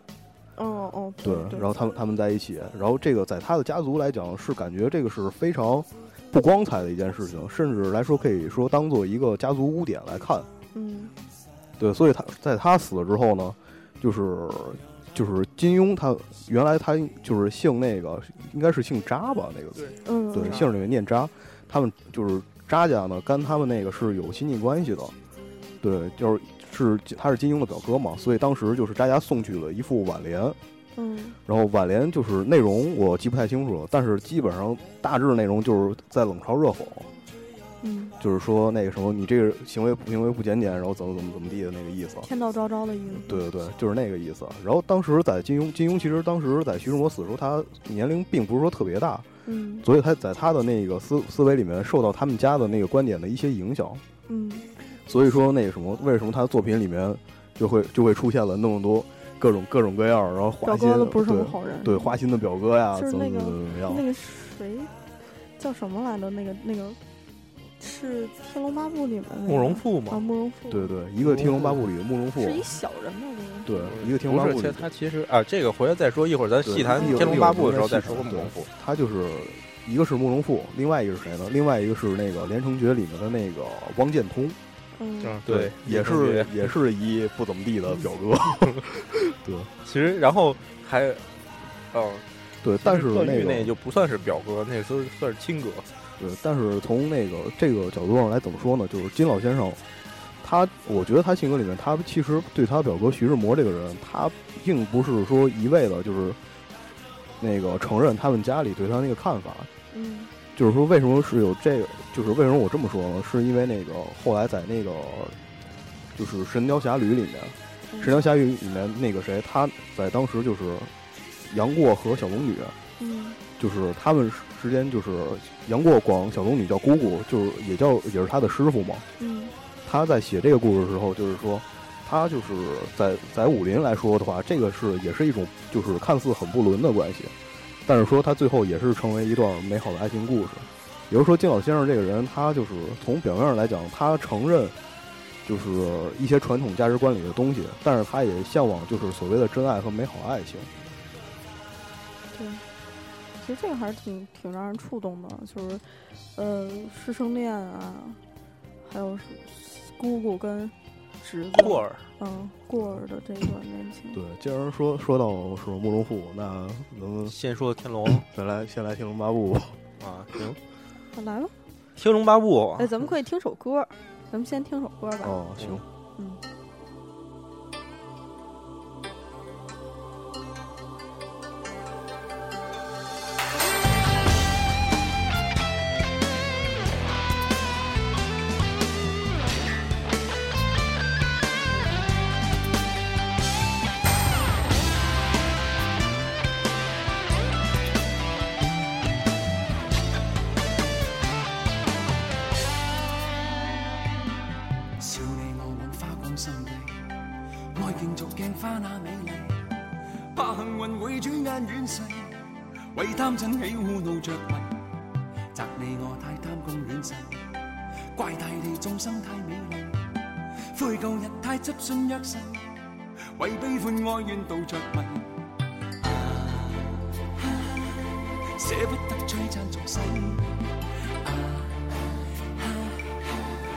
Speaker 1: 哦哦，
Speaker 2: 对，
Speaker 1: 对，
Speaker 2: 然后他们他们在一起，然后这个在他的家族来讲是感觉这个是非常不光彩的一件事情，甚至来说可以说当做一个家族污点来看。
Speaker 1: 嗯
Speaker 2: 对，所以他在他死了之后呢，就是就是金庸他原来他就是姓那个应该是姓查吧那个
Speaker 3: 对
Speaker 1: 嗯，
Speaker 2: 对
Speaker 1: 嗯
Speaker 2: 姓里面念查，他们就是查家呢跟他们那个是有亲戚关系的，对，就是是他是金庸的表哥嘛，所以当时就是查家送去了一副挽联。
Speaker 1: 嗯
Speaker 2: 然后挽联就是内容我记不太清楚了，但是基本上大致内容就是在冷嘲热讽，
Speaker 1: 嗯，
Speaker 2: 就是说那个什么你这个行为不行为不检点，然后怎么怎么怎么地的那个意思。
Speaker 1: 天道昭昭的意思。
Speaker 2: 对对对，就是那个意思。然后当时在金庸，金庸其实当时在徐志摩死的时候，他年龄并不是说特别大，
Speaker 1: 嗯
Speaker 2: 所以他在他的那个思思维里面受到他们家的那个观点的一些影响。
Speaker 1: 嗯
Speaker 2: 所以说那个什么，为什么他的作品里面就会就会出现了那么多各种各种各样，然后花
Speaker 1: 表
Speaker 2: 心
Speaker 1: 哥都不是什么
Speaker 2: 对
Speaker 1: 好人。
Speaker 2: 对花心的表哥呀，
Speaker 1: 就是
Speaker 2: 怎么
Speaker 1: 那
Speaker 2: 怎
Speaker 1: 个
Speaker 2: 么怎么样。
Speaker 1: 那个谁叫什么来着？那个那个是《天龙八部》里面的
Speaker 3: 慕容复
Speaker 1: 啊，
Speaker 3: 嘛，
Speaker 1: 慕容复
Speaker 2: 对对，一个《天龙八部》里的慕容复，啊
Speaker 1: 是一小人嘛？这个
Speaker 2: 对，一个《天龙八
Speaker 3: 不是
Speaker 2: 部》
Speaker 3: 其
Speaker 2: 里
Speaker 3: 他其实啊，这个回来再说，一会儿咱
Speaker 2: 对
Speaker 3: 细谈
Speaker 2: 一会
Speaker 3: 《
Speaker 2: 儿
Speaker 3: 天龙八部》的
Speaker 2: 一
Speaker 3: 时
Speaker 2: 会儿
Speaker 3: 候再
Speaker 2: 再细
Speaker 3: 说
Speaker 2: 谈
Speaker 3: 慕容复。
Speaker 2: 他就是一个是慕容复，另外一个是谁呢？另外一个是那个《连城诀》里面的那个汪建通，
Speaker 1: 嗯，
Speaker 3: 对，
Speaker 2: 也是也是一不怎么地的表
Speaker 3: *laughs*
Speaker 2: 哥，对
Speaker 3: 其实然后还，哦，
Speaker 2: 对，但是
Speaker 3: 段
Speaker 2: 那
Speaker 3: 誉那
Speaker 2: 个
Speaker 3: 就不算是表哥，那都算是亲哥。
Speaker 2: 对，但是从那个这个角度上来怎么说呢？就是金老先生。他，我觉得他性格里面，他其实对他表哥徐志摩这个人，他并不是说一味的，就是那个承认他们家里对他那个看法，
Speaker 1: 嗯
Speaker 2: 就是说为什么是有这个，就是为什么我这么说呢？是因为那个后来在那个就是《神雕侠侣》里面，
Speaker 1: 嗯
Speaker 2: 《神雕侠侣》里面那个谁，他在当时就是杨过和小龙女，
Speaker 1: 嗯
Speaker 2: 就是他们之间就是杨过管小龙女叫姑姑，就是也叫也是他的师傅嘛。
Speaker 1: 嗯
Speaker 2: 他在写这个故事的时候，就是说。他就是在在武林来说的话，这个是也是一种就是看似很不伦的关系，但是说他最后也是成为一段美好的爱情故事。也就是说，金老先生这个人，他就是从表面上来讲，他承认就是一些传统价值观里的东西，但是他也向往就是所谓的真爱和美好爱情。
Speaker 1: 对。其实这个还是挺挺让人触动的，就是，呃，师生恋啊，还有是姑姑跟侄子，
Speaker 3: 过儿，
Speaker 1: 嗯，过儿的这一段恋情，
Speaker 2: 对，既然说说到是慕容复，那咱们
Speaker 3: 先说天
Speaker 2: *coughs*
Speaker 3: 龙
Speaker 2: 再来先来《天龙八部》吧。
Speaker 3: 啊，行，《
Speaker 1: 那来吧，
Speaker 3: 天龙八部》
Speaker 1: 哎，咱们可以听首歌儿，咱们先听首歌儿吧。
Speaker 2: 哦，行，
Speaker 1: 嗯
Speaker 4: 笑你我枉花光心地，愛競逐鏡花那美麗，怕幸運會轉眼遠逝，為貪嗔喜惡怒着迷，責你我太貪功戀世，怪大地眾生太美麗，悔舊日太執信約誓，為悲歡哀怨道着迷。啊啊捨不得摧殘俗世。啊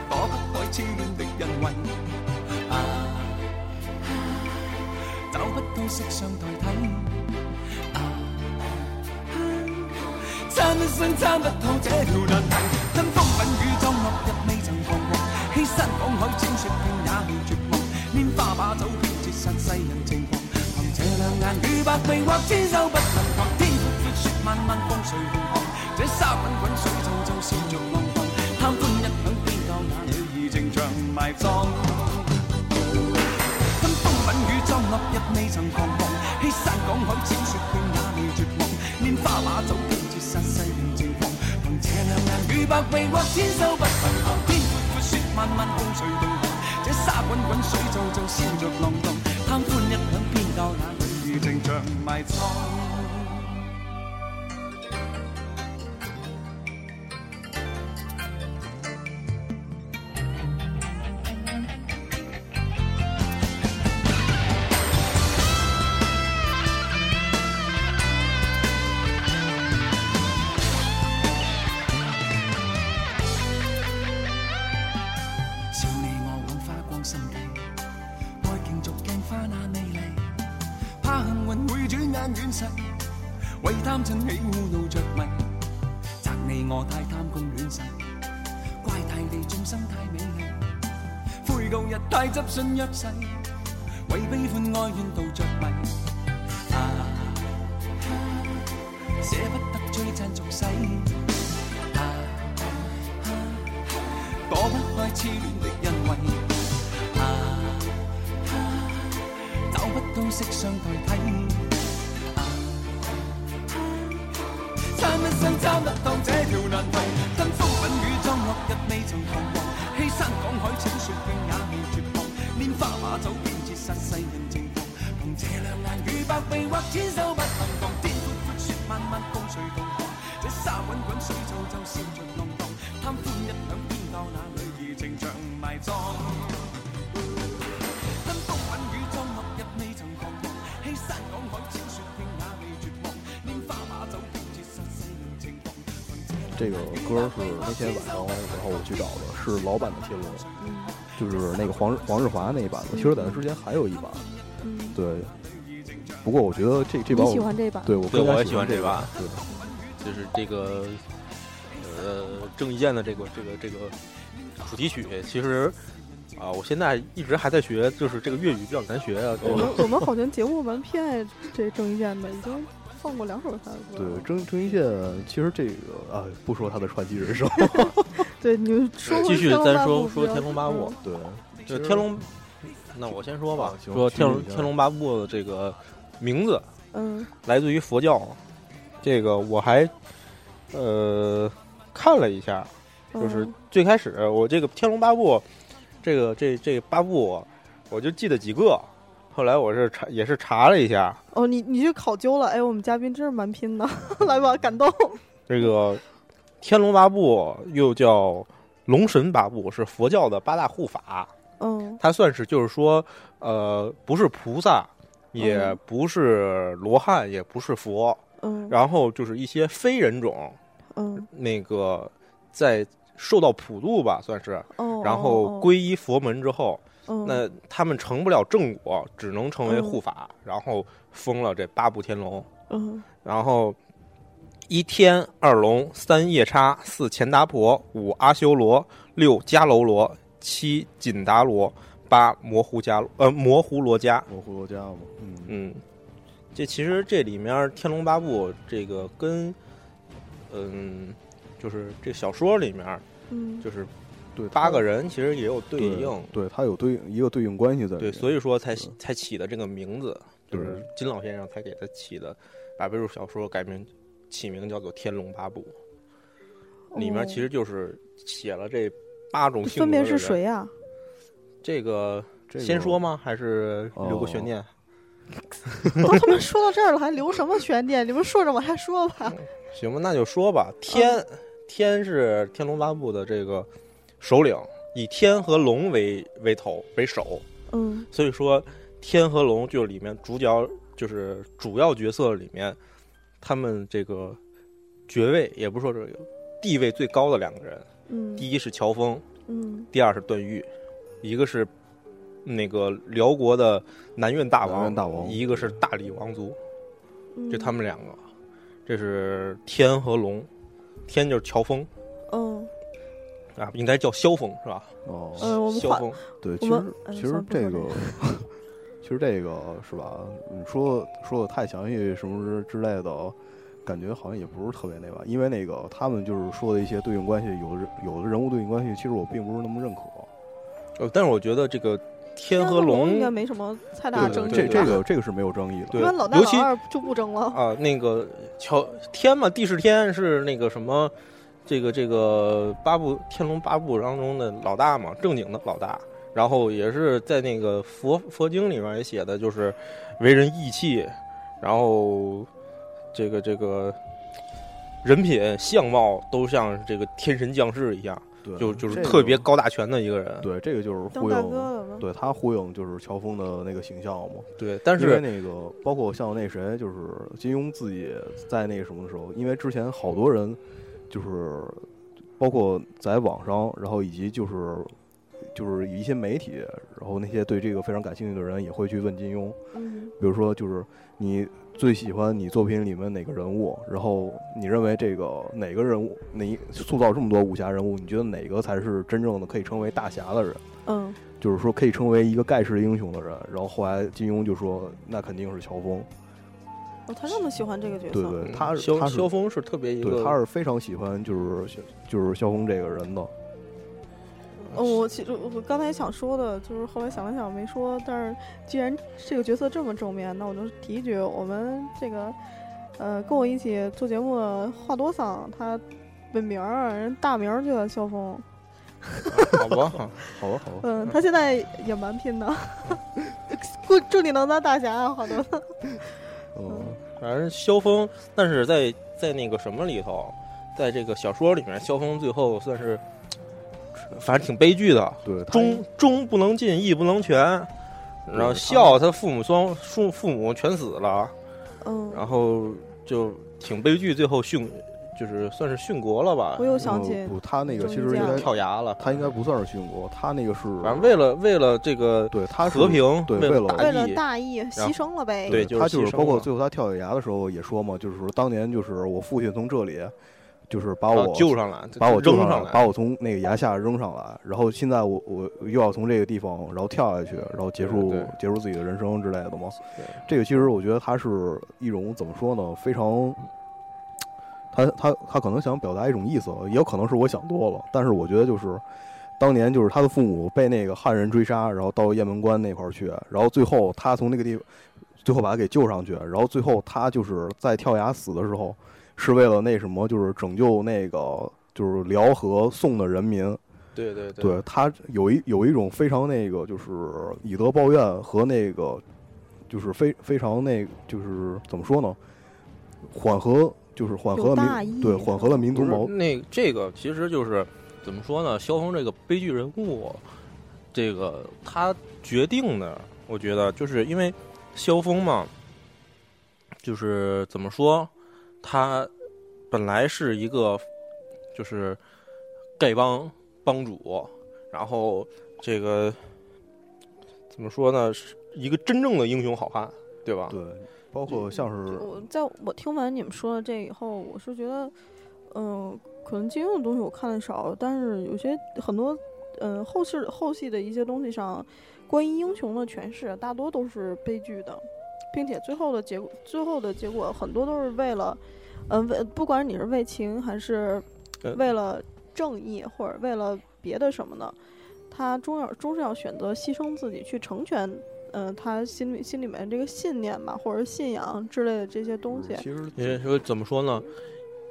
Speaker 4: 我不愛痴戀的人為啊，找不到色相代替啊，撐一生撐不透這條難題，跟風品與裝落日未曾彷徨，欺山趕海千雪遍也未絕望，拈花把酒偏折煞世人情狂，憑這兩眼與百臂或千手不能防，天闊闊雪漫漫風水浩瀚。沙滾滾水皱皱笑着浪蕩，貪歡一晌偏教那鳥兒情長埋葬。跟風吻雨裝笠一未曾彷徨，欺山趕海千雪遍也未絕望。拈花把酒偏折煞世人情狂，憑這兩眼與百臂或千手不能防。天闊雪漫漫風水動寒，這沙滾滾水皱皱笑着浪蕩，貪歡一晌偏教那鳥兒情長埋葬。笑你我枉花光心計，愛競逐鏡花那美麗，怕幸運會轉眼遠逝，為貪嗔喜惡怒着迷，責你我太貪功戀世，怪大地眾生太美麗，悔舊日太執信約誓，為悲歡哀怨道着迷。啊，捨不得追讚俗世。啊躲不開痴戀的恩惠。啊，啊找不到色相代替。啊，啊參一生參得當這條難題，跟風品雨裝落日未曾彷徨，欺山趕海請雪遍也未絕望，拈花把酒便折煞世人情狂，憑這兩眼與百臂或千手不能防，天闊闊雪漫漫風水動寒，這沙滾滾水皱皱笑着浪蕩，貪歡一晌偏教那女兒情長埋葬。登風品雨裝落日未曾彷徨，欺山趕海千雪拼也未絕望，拈花把酒偏折煞世人情狂。憑這
Speaker 2: 这个歌是那天晚上，然后我去找的，是老版的《天龙》，就是那个黄日黄日华那一版的。其实在那之前还有一版，
Speaker 1: 嗯，
Speaker 2: 对。不过我觉得这这版
Speaker 1: 你
Speaker 2: 我
Speaker 1: 喜欢这版？
Speaker 2: 对我更
Speaker 3: 对我
Speaker 2: 加
Speaker 3: 也
Speaker 2: 喜
Speaker 3: 喜欢
Speaker 2: 这
Speaker 3: 这
Speaker 2: 版
Speaker 3: 版，
Speaker 2: 对。
Speaker 3: 就是这个呃郑伊健的这个这个这个主题曲，其实啊、我现在一直还在学，就是这个粤语比较难学啊。这
Speaker 1: 我
Speaker 2: 哦
Speaker 3: 个
Speaker 1: 们我们好像节目蛮偏爱这郑伊健的，已经放过两首他的歌
Speaker 2: 对
Speaker 1: 了。
Speaker 2: 郑郑伊健，其实这个啊，不说他的传奇人生，
Speaker 1: 对，你们说回
Speaker 3: 继续
Speaker 1: 天龙
Speaker 3: 咱
Speaker 1: 八
Speaker 3: 说
Speaker 1: 部
Speaker 3: 说
Speaker 1: 比较
Speaker 3: 天龙八部
Speaker 1: 嗯
Speaker 2: 对，
Speaker 3: 就天龙，那我先说
Speaker 2: 啊，
Speaker 3: 吧
Speaker 2: 行
Speaker 3: 说天龙
Speaker 2: 继续
Speaker 3: 天龙八部的这个名字
Speaker 1: 嗯，
Speaker 3: 来自于佛教，这个我还呃看了一下，就是
Speaker 1: 嗯
Speaker 3: 最开始我这个《天龙八部》，这个这这八部，我就记得几个。后来我是查也是查了一下，
Speaker 1: 哦，你你去考究了，哎，我们嘉宾真是蛮拼的， *laughs* 来吧，感
Speaker 3: *laughs*
Speaker 1: 动，
Speaker 3: 这个《天龙八部》又叫龙神八部，是佛教的八大护法。
Speaker 1: 嗯
Speaker 3: 它算是就是说，呃，不是菩萨，也
Speaker 1: 嗯
Speaker 3: 不是罗汉，也不是佛，
Speaker 1: 嗯
Speaker 3: 然后就是一些非人种，
Speaker 1: 嗯
Speaker 3: 那个在受到普渡吧，算是，
Speaker 1: 哦，
Speaker 3: 然后
Speaker 1: 哦
Speaker 3: 皈依佛门之后，
Speaker 1: 哦嗯
Speaker 3: 那他们成不了正果，只能成为护法，然后封了这八部天龙，
Speaker 1: 嗯
Speaker 3: 然后一天二龙，三夜叉，四钱达婆，五阿修罗，六迦楼罗，七紧达罗，八模糊迦罗呃模糊罗迦，
Speaker 2: 我回我家嘛，嗯，
Speaker 3: 嗯，这其实这里面《天龙八部》这个跟嗯，就是这小说里面
Speaker 1: 嗯
Speaker 3: 就是
Speaker 2: 对，
Speaker 3: 八个
Speaker 2: 人
Speaker 3: 人其实也有对应，
Speaker 2: 对他有对应一个对应关系在里
Speaker 3: 对，
Speaker 2: 面，
Speaker 3: 所以说才
Speaker 2: 对
Speaker 3: 才起的这个名字，就是金老先生才给他起的，把这部小说改名起名叫做《天龙八部》，里面其
Speaker 1: 哦
Speaker 3: 实就是写了这八种性
Speaker 1: 分
Speaker 3: 格
Speaker 1: 别
Speaker 3: 的
Speaker 1: 是
Speaker 3: 人
Speaker 1: 谁呀？
Speaker 3: 这个
Speaker 2: 这个
Speaker 3: 先说吗？还是留
Speaker 2: 哦
Speaker 3: 个悬念？
Speaker 1: 都他妈说到这儿了，还留什么悬念？你们顺着往下说吧。
Speaker 3: 行吧，那就说吧。天，
Speaker 1: 嗯
Speaker 3: 天是《天龙八部》的这个首领，以天和龙为为头为首，
Speaker 1: 嗯
Speaker 3: 所以说天和龙就是里面主角，就是主要角色里面，他们这个爵位也不是说这个地位最高的两个人，
Speaker 1: 嗯
Speaker 3: 第一是乔峰，
Speaker 1: 嗯
Speaker 3: 第二是段誉，一个是那个辽国的南院大
Speaker 2: 南
Speaker 3: 王，
Speaker 2: 院大王
Speaker 3: 一个是大理王族，
Speaker 1: 嗯，
Speaker 3: 就他们两个，这是天和龙，天就是乔峰
Speaker 1: 嗯
Speaker 3: 啊，应该叫萧峰是吧？
Speaker 2: 哦，
Speaker 1: 呃，我们
Speaker 3: 萧
Speaker 1: 换
Speaker 3: 峰，
Speaker 2: 对，
Speaker 1: 我
Speaker 2: 其
Speaker 1: 们
Speaker 2: 实
Speaker 1: 嗯
Speaker 2: 其
Speaker 1: 算
Speaker 2: 实
Speaker 1: 了不
Speaker 2: 这个
Speaker 1: 说 *laughs*
Speaker 2: 其实这个是吧？你说说的太详细什么之类的，感觉好像也不是特别那吧，因为那个他们就是说的一些对应关系，有的人有的人物对应关系，其实我并不是那么认可。
Speaker 3: 呃，但是我觉得这个天和
Speaker 1: 龙应
Speaker 3: 龙
Speaker 1: 该没什么太大
Speaker 3: 啊
Speaker 1: 的
Speaker 2: 对
Speaker 1: 争
Speaker 2: 对
Speaker 1: 议
Speaker 2: 对，这
Speaker 1: 吧
Speaker 2: 这个这个是没有争议的。
Speaker 1: 因
Speaker 3: 对
Speaker 1: 为老大
Speaker 3: 尤其
Speaker 1: 老二就不争了，
Speaker 3: 啊，那个乔天嘛，地是天是那个什么，这个这个八部天龙八部当中的老大嘛，正经的老大。然后也是在那个佛佛经里面也写的，就是为人义气，然后这个这个人品相貌都像这个天神降世一样，
Speaker 2: 对，
Speaker 3: 就就是
Speaker 2: 这个
Speaker 3: 特别高大全的一个人。
Speaker 2: 对，这个就是
Speaker 1: 当
Speaker 2: 忽
Speaker 1: 大哥
Speaker 2: 悠，
Speaker 1: 的嘛。
Speaker 2: 对他忽悠就是乔峰的那个形象嘛。
Speaker 3: 对，但
Speaker 2: 因为
Speaker 3: 是
Speaker 2: 那个包括像那谁，就是金庸自己在那个什么的时候，因为之前好多人就是包括在网上，然后以及就是就是一些媒体，然后那些对这个非常感兴趣的人也会去问金庸，
Speaker 1: 嗯，
Speaker 2: 比如说就是你最喜欢你作品里面哪个人物，然后你认为这个哪个人物，你塑造这么多武侠人物，你觉得哪个才是真正的可以称为大侠的人？
Speaker 1: 嗯，
Speaker 2: 就是说可以称为一个盖世英雄的人。然后后来金庸就说，那肯定是乔峰，
Speaker 1: 哦，他那么喜欢这个角
Speaker 2: 对
Speaker 1: 色，
Speaker 2: 对，他是
Speaker 3: 嗯萧
Speaker 2: 他是
Speaker 3: 萧峰是特别一
Speaker 2: 对
Speaker 3: 个，
Speaker 2: 他是非常喜欢就是萧就是萧峰这个人的，
Speaker 1: 哦，我其实我刚才想说的，就是后来想了想没说，但是既然这个角色这么正面，那我就提一句，我们这个呃跟我一起做节目的华多桑，他本名儿人大名儿就叫萧
Speaker 2: 哦
Speaker 1: 峰，
Speaker 3: 好吧？
Speaker 2: 好吧好吧，
Speaker 1: 嗯，他现在也蛮拼的， *laughs* 祝祝你能当大侠啊，华多桑。
Speaker 2: 嗯
Speaker 3: 反正萧峰，但是在在那个什么里头，在这个小说里面，萧峰最后算是，呃反正挺悲剧的，
Speaker 2: 对，他
Speaker 3: 忠忠不能尽，义不能全。然后孝他父母双父父母全死了，
Speaker 1: 嗯，
Speaker 3: 然后就挺悲剧，最后殉就是算是殉国了吧
Speaker 1: 我，又想
Speaker 2: 呃
Speaker 1: 起，
Speaker 2: 不，他那个
Speaker 1: 终于
Speaker 2: 其实
Speaker 1: 见
Speaker 2: 应
Speaker 1: 了
Speaker 2: 该
Speaker 3: 跳崖了。
Speaker 2: 他应该不算是殉国，他那个是
Speaker 3: 反正为了为了这个
Speaker 2: 对他是
Speaker 3: 和平，
Speaker 2: 对
Speaker 3: 为
Speaker 2: 为了
Speaker 1: 为
Speaker 3: 大
Speaker 1: 了
Speaker 3: 义，
Speaker 1: 大义牺牲了呗。
Speaker 3: 对就是
Speaker 2: 他就
Speaker 3: 牺
Speaker 2: 是
Speaker 3: 牲
Speaker 2: 包括
Speaker 3: 了
Speaker 2: 最后他跳崖的时候也说嘛，就是说当年就是我父亲从这里就是把
Speaker 3: 把
Speaker 2: 我
Speaker 3: 我救上来，
Speaker 2: 把我
Speaker 3: 扔
Speaker 2: 救上
Speaker 3: 来，
Speaker 2: 把我从那个崖下扔上来，然后现在我我又要从这个地方，然后跳下去，然后结束
Speaker 3: 对对
Speaker 2: 结束自己的人生之类的嘛。
Speaker 3: 对
Speaker 2: 这个其实我觉得他是一种怎么说呢，非常，他他他可能想表达一种意思，也有可能是我想多了，但是我觉得就是。当年就是他的父母被那个汉人追杀，然后到雁门关那块儿去，然后最后他从那个地方，最后把他给救上去，然后最后他就是在跳崖死的时候，是为了那什么，就是拯救那个就是辽和宋的人民。
Speaker 3: 对对对
Speaker 2: 对他有一有一种非常那个就是以德报怨和那个就是非非常那个就是怎么说呢，缓和就是缓和
Speaker 1: 有
Speaker 2: 了
Speaker 1: 大
Speaker 2: 民
Speaker 1: 义
Speaker 2: 对缓和了民族
Speaker 3: 不是嗯
Speaker 2: 矛
Speaker 3: 那这个其实就是怎么说呢？萧峰这个悲剧人物，这个他决定的，我觉得就是因为萧峰嘛，就是怎么说，他本来是一个就是丐帮帮主，然后这个怎么说呢，是一个真正的英雄好汉，对吧？
Speaker 2: 对，包括像是
Speaker 1: 我在我听完你们说的这以后，我是觉得，嗯、可能金庸的东西我看的少，但是有些很多，嗯、后世后戏的一些东西上，关于英雄的诠释大多都是悲剧的，并且最后的结果，最后的结果很多都是为了，嗯、为不管你是为情还是
Speaker 3: 呃
Speaker 1: 为了正义或者为了别的什么的，他终要终是要选择牺牲自己去成全。嗯、他心里心里面这个信念吧，或者信仰之类的这些
Speaker 3: 嗯
Speaker 1: 东西，
Speaker 2: 嗯其实
Speaker 3: 因为说怎么说呢？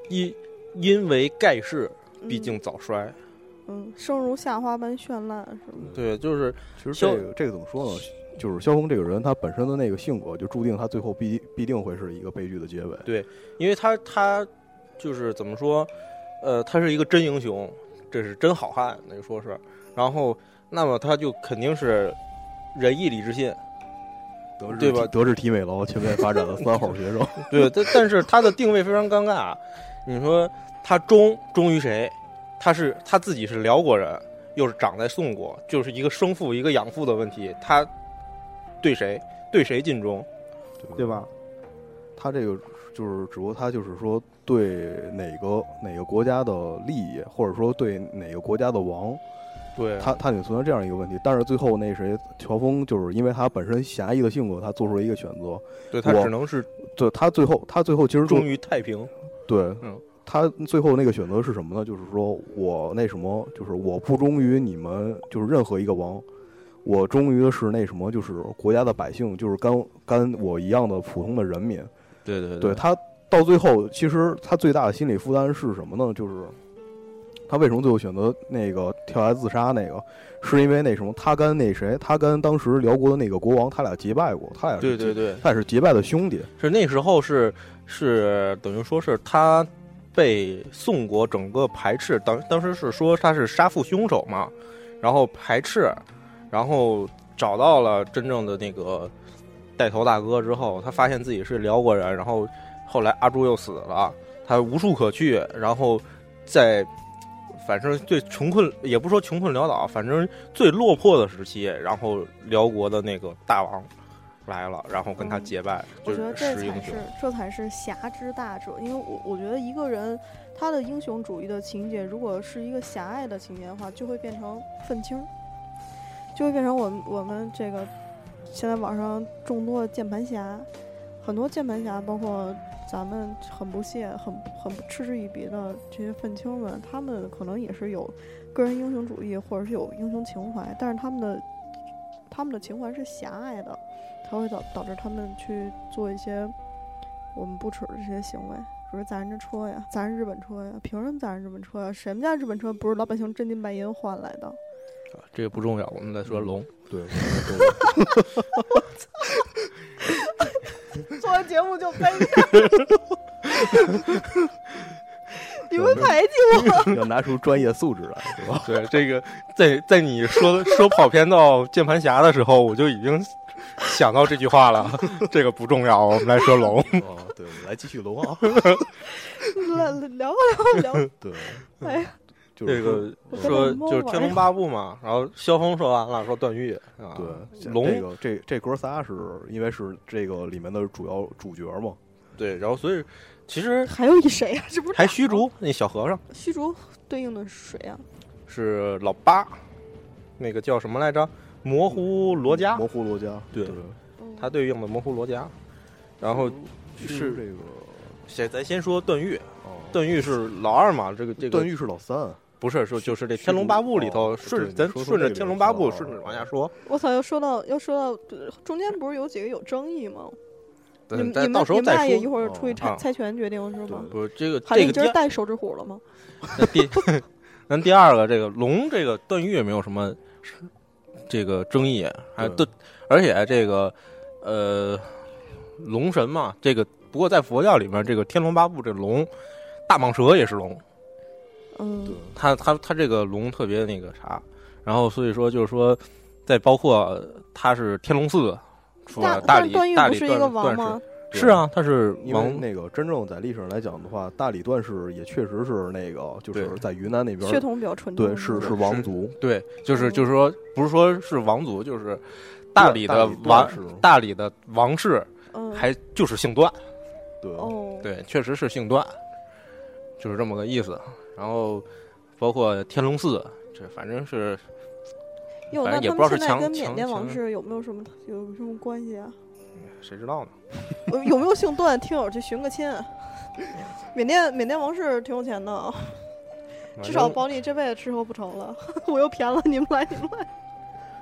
Speaker 3: 因因为盖世
Speaker 1: 嗯
Speaker 3: 毕竟早衰，
Speaker 1: 嗯，生如夏花般绚烂，是吗？
Speaker 3: 对，就是
Speaker 2: 其实
Speaker 3: 萧
Speaker 2: 这个这个怎么说呢？就是萧红这个人，他本身的那个性格就注定他最后必必定会是一个悲剧的结尾。
Speaker 3: 因为他他就是怎么说，呃，他是一个真英雄，这是真好汉，那就说是，然后那么他就肯定是仁义礼智信，
Speaker 2: 德智
Speaker 3: 对吧
Speaker 2: 体德智体美劳全面发展的三好学
Speaker 3: *laughs*
Speaker 2: 生。
Speaker 3: 对，但但是他的定位非常尴尬，你说他忠忠于谁？他是他自己是辽国人，又是长在宋国，就是一个生父一个养父的问题，他对谁对谁尽忠，对吧？
Speaker 2: 他这个就是，只不过他就是说对哪个哪个国家的利益，或者说对哪个国家的王，
Speaker 3: 对，
Speaker 2: 他他得存在这样一个问题。但是最后那谁，乔峰就是因为他本身侠义的性格，他做出了一个选择。
Speaker 3: 对他
Speaker 2: 我
Speaker 3: 只能是
Speaker 2: 对他最后他最后其实做
Speaker 3: 忠于太平。
Speaker 2: 对
Speaker 3: 嗯，
Speaker 2: 他最后那个选择是什么呢？就是说我那什么，就是我不忠于你们，就是任何一个王，我忠于的是那什么，就是国家的百姓，就是跟跟我一样的普通的人民。
Speaker 5: 对对
Speaker 2: 对，他到最后，其实他最大的心理负担是什么呢？就是他为什么最后选择那个跳崖自杀那个，是因为那什么，他跟那谁，他跟当时辽国的那个国王，他俩结拜过，他俩是
Speaker 5: 对对
Speaker 2: 结，
Speaker 5: 对，
Speaker 2: 他俩是结拜的兄弟。
Speaker 5: 是那时候是是等于说是他被宋国整个排斥，当当时是说他是杀父凶手嘛，然后排斥，然后找到了真正的那个带头大哥之后，他发现自己是辽国人，然后后来阿朱又死了，他无处可去，然后在。反正最穷困，也不说穷困潦倒，反正最落魄的时期，然后辽国的那个大王来了，然后跟他
Speaker 1: 嗯
Speaker 5: 结拜，
Speaker 1: 我
Speaker 5: 就
Speaker 1: 觉得
Speaker 5: 是
Speaker 1: 这
Speaker 5: 识英
Speaker 1: 才
Speaker 5: 雄
Speaker 1: 是。这才是侠之大者，因为我我觉得一个人他的英雄主义的情节，如果是一个狭隘的情节的话，就会变成愤青儿，就会变成我们我们这个现在网上众多的键盘侠，很多键盘侠，包括咱们很不屑、很很不嗤之以鼻的这些愤青们，他们可能也是有个人英雄主义，或者是有英雄情怀，但是他们的他们的情怀是狭隘的。它会导导致他们去做一些我们不耻的这些行为，比如砸人家车呀，砸人日本车呀，凭什么砸人日本车呀？谁们家日本车不是老百姓真金白银换来的？
Speaker 5: 这个不重要，我们再
Speaker 3: 嗯
Speaker 5: 说龙。
Speaker 2: 对， *laughs*
Speaker 1: 做完节目就背了， *laughs* 你们排挤
Speaker 2: 要拿出专业素质来，是 *laughs* 吧？
Speaker 3: 对这个，在在你说说跑偏到键盘侠的时候，我就已经想到这句话了。 *laughs* 这个不重要，我们来说龙。
Speaker 2: 哦，对，我们来继续龙 *laughs* 啊。
Speaker 1: 我了，聊吧聊吧聊吧。
Speaker 2: 对，
Speaker 1: 哎呀，
Speaker 2: 就
Speaker 3: 这
Speaker 2: 是
Speaker 3: 个
Speaker 1: 我根
Speaker 3: 说
Speaker 1: 本
Speaker 3: 就是《天龙八部》嘛，然后萧峰说完了，说段誉啊，
Speaker 2: 对
Speaker 3: 龙
Speaker 2: 这个这这哥仨是因为是这个里面的主要主角嘛，
Speaker 3: 对，然后所以其实
Speaker 1: 还有一谁呀、这不是
Speaker 3: 还虚竹那小和尚
Speaker 1: 虚竹对应的是谁呀、
Speaker 3: 是老八，那个叫什么来着？模糊罗家，
Speaker 2: 模糊罗家，
Speaker 3: 对
Speaker 2: 对，
Speaker 1: 嗯
Speaker 3: 他对应的模糊罗家。然后是
Speaker 2: 这个
Speaker 3: 先咱先说段誉，
Speaker 2: 哦，
Speaker 3: 段誉是老二嘛，这个这个
Speaker 2: 段誉是老三，
Speaker 3: 不是说就是这《
Speaker 2: 虚
Speaker 3: 天龙八部》里
Speaker 2: 哦
Speaker 3: 头，顺
Speaker 2: 对
Speaker 3: 咱
Speaker 2: 你说说
Speaker 3: 顺着
Speaker 2: 这
Speaker 3: 《
Speaker 2: 个
Speaker 3: 天龙八部》
Speaker 2: 是吧
Speaker 3: 顺着往下说，
Speaker 1: 我操，要说到要说到中间不是有几个有争议吗？你
Speaker 3: 咱
Speaker 1: 们你
Speaker 3: 咱
Speaker 1: 们
Speaker 3: 到时候
Speaker 1: 你们俩
Speaker 3: 再
Speaker 1: 也一
Speaker 3: 说。
Speaker 1: 会儿
Speaker 2: 哦
Speaker 1: 出去猜
Speaker 3: 啊
Speaker 1: 猜拳决定是吗？
Speaker 3: 不是这个
Speaker 1: 海
Speaker 3: 这
Speaker 1: 丽
Speaker 3: 个
Speaker 1: 今儿
Speaker 3: 第
Speaker 1: 带手指虎了吗？
Speaker 3: 那第咱第二个这个龙这个段誉没有什么这个争议，还
Speaker 2: 对
Speaker 3: 对，而且这个呃龙神嘛，这个不过在佛教里面，这个《天龙八部》这龙大蟒蛇也是龙，
Speaker 1: 嗯，
Speaker 3: 它它它这个龙特别那个啥，然后所以说就是说，再包括它是天龙寺出来
Speaker 1: 大
Speaker 3: 大
Speaker 1: 但
Speaker 3: 理
Speaker 1: 段誉
Speaker 3: 大
Speaker 1: 不
Speaker 3: 理
Speaker 1: 是一
Speaker 3: 段
Speaker 1: 个王
Speaker 3: 段
Speaker 1: 吗？
Speaker 3: 是是啊，它是
Speaker 2: 因为
Speaker 3: 王
Speaker 2: 那个真正在历史上来讲的话，大理段氏也确实是那个，就是
Speaker 3: 对
Speaker 2: 在云南那边
Speaker 1: 血
Speaker 2: 儿，
Speaker 1: 统比较嗯纯正。
Speaker 2: 对，是
Speaker 1: 吧
Speaker 2: 是王族，
Speaker 3: 对，就是
Speaker 1: 嗯
Speaker 3: 就是说不是说是王族，就是大理的
Speaker 2: 王
Speaker 3: 王大理的王室。
Speaker 1: 嗯，
Speaker 3: 还就是姓段，
Speaker 2: 对，
Speaker 1: 哦，
Speaker 3: 对，确实是姓段，就是这么个意思。然后包括天龙寺，这反正是
Speaker 1: 哟，
Speaker 3: 反
Speaker 1: 那
Speaker 3: 正也
Speaker 1: 他
Speaker 3: 不
Speaker 1: 们
Speaker 3: 知道是
Speaker 1: 现在
Speaker 3: 强
Speaker 1: 跟缅
Speaker 3: 强
Speaker 1: 甸王
Speaker 3: 强
Speaker 1: 室有没有什么有什么关系啊？
Speaker 3: 谁知道呢？
Speaker 1: 呃有 *laughs* 没有姓段的听友去寻个
Speaker 3: *laughs*
Speaker 1: 亲？啊缅甸缅甸王室挺有钱的，哦至少
Speaker 3: 反正
Speaker 1: 保你这辈子吃喝不愁了。 *laughs* 我又偏了，你们来，你们来。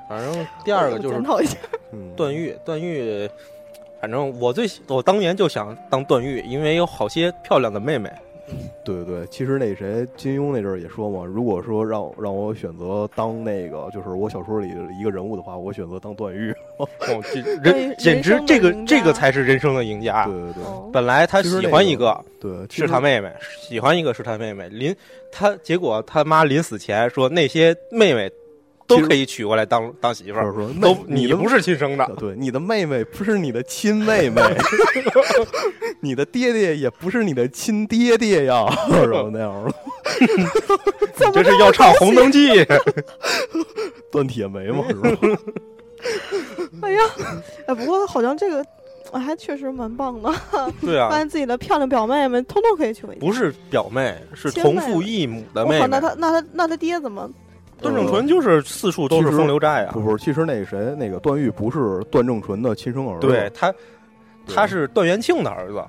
Speaker 3: 反正第
Speaker 1: *laughs*
Speaker 3: 二个就是
Speaker 1: 检讨一下。
Speaker 2: 嗯，
Speaker 3: 段誉，段誉，反正我最喜我当年就想当段誉，因为有好些漂亮的妹妹。
Speaker 2: 对对，其实那谁金庸那阵儿也说嘛，如果说让让我选择当那个就是我小说里的一个人物的话，我选择当段誉。
Speaker 3: 哦，
Speaker 1: *laughs*
Speaker 3: 这
Speaker 1: 对
Speaker 3: 人简直
Speaker 1: 人生的
Speaker 3: 这个
Speaker 1: 赢家
Speaker 3: 这个才是人生的赢家。啊
Speaker 2: 对对对
Speaker 1: 哦
Speaker 3: 本来他
Speaker 2: 其实
Speaker 3: 喜
Speaker 2: 那
Speaker 3: 欢
Speaker 2: 个
Speaker 3: 一个，
Speaker 2: 对，其
Speaker 3: 是他
Speaker 2: 实
Speaker 3: 妹妹，喜欢一个是他妹妹。临他结果他妈临死前说那些妹妹都可以娶过来当当媳妇
Speaker 2: 不 *laughs*
Speaker 3: 儿
Speaker 2: 是，说
Speaker 3: 都
Speaker 2: 妹
Speaker 3: 你
Speaker 2: 的
Speaker 3: 不是亲生
Speaker 2: *laughs*
Speaker 3: 的
Speaker 2: 啊，对，你的妹妹不是你的亲妹 *laughs* 妹，你的爹爹也不是你的亲爹爹呀， *laughs* 然后那样的
Speaker 1: *laughs* 怎么着
Speaker 3: 这是要唱《红灯记》
Speaker 1: *laughs*
Speaker 2: 断铁梅 *laughs* 嘛，是吧？
Speaker 1: 哎呀，哎，不过好像这个哎还确实蛮棒的，
Speaker 3: 对
Speaker 1: 发
Speaker 3: 啊，
Speaker 1: 现自己的漂亮表妹们通通可以娶回家。
Speaker 3: 不是表妹，是
Speaker 1: 亲
Speaker 3: 同
Speaker 1: 妹
Speaker 3: 父
Speaker 1: 妹
Speaker 3: 异母的
Speaker 1: 我
Speaker 3: 妹
Speaker 1: 靠，嗯
Speaker 3: 妹
Speaker 1: 那。他那他那他爹怎么
Speaker 3: 段正淳就是四处都是风流债啊
Speaker 2: 不，不，其实那个谁，那个段誉不是段正淳的亲生儿子，
Speaker 3: 对他，
Speaker 2: 嗯对
Speaker 3: 他是段元庆的
Speaker 2: *laughs*
Speaker 3: 儿子，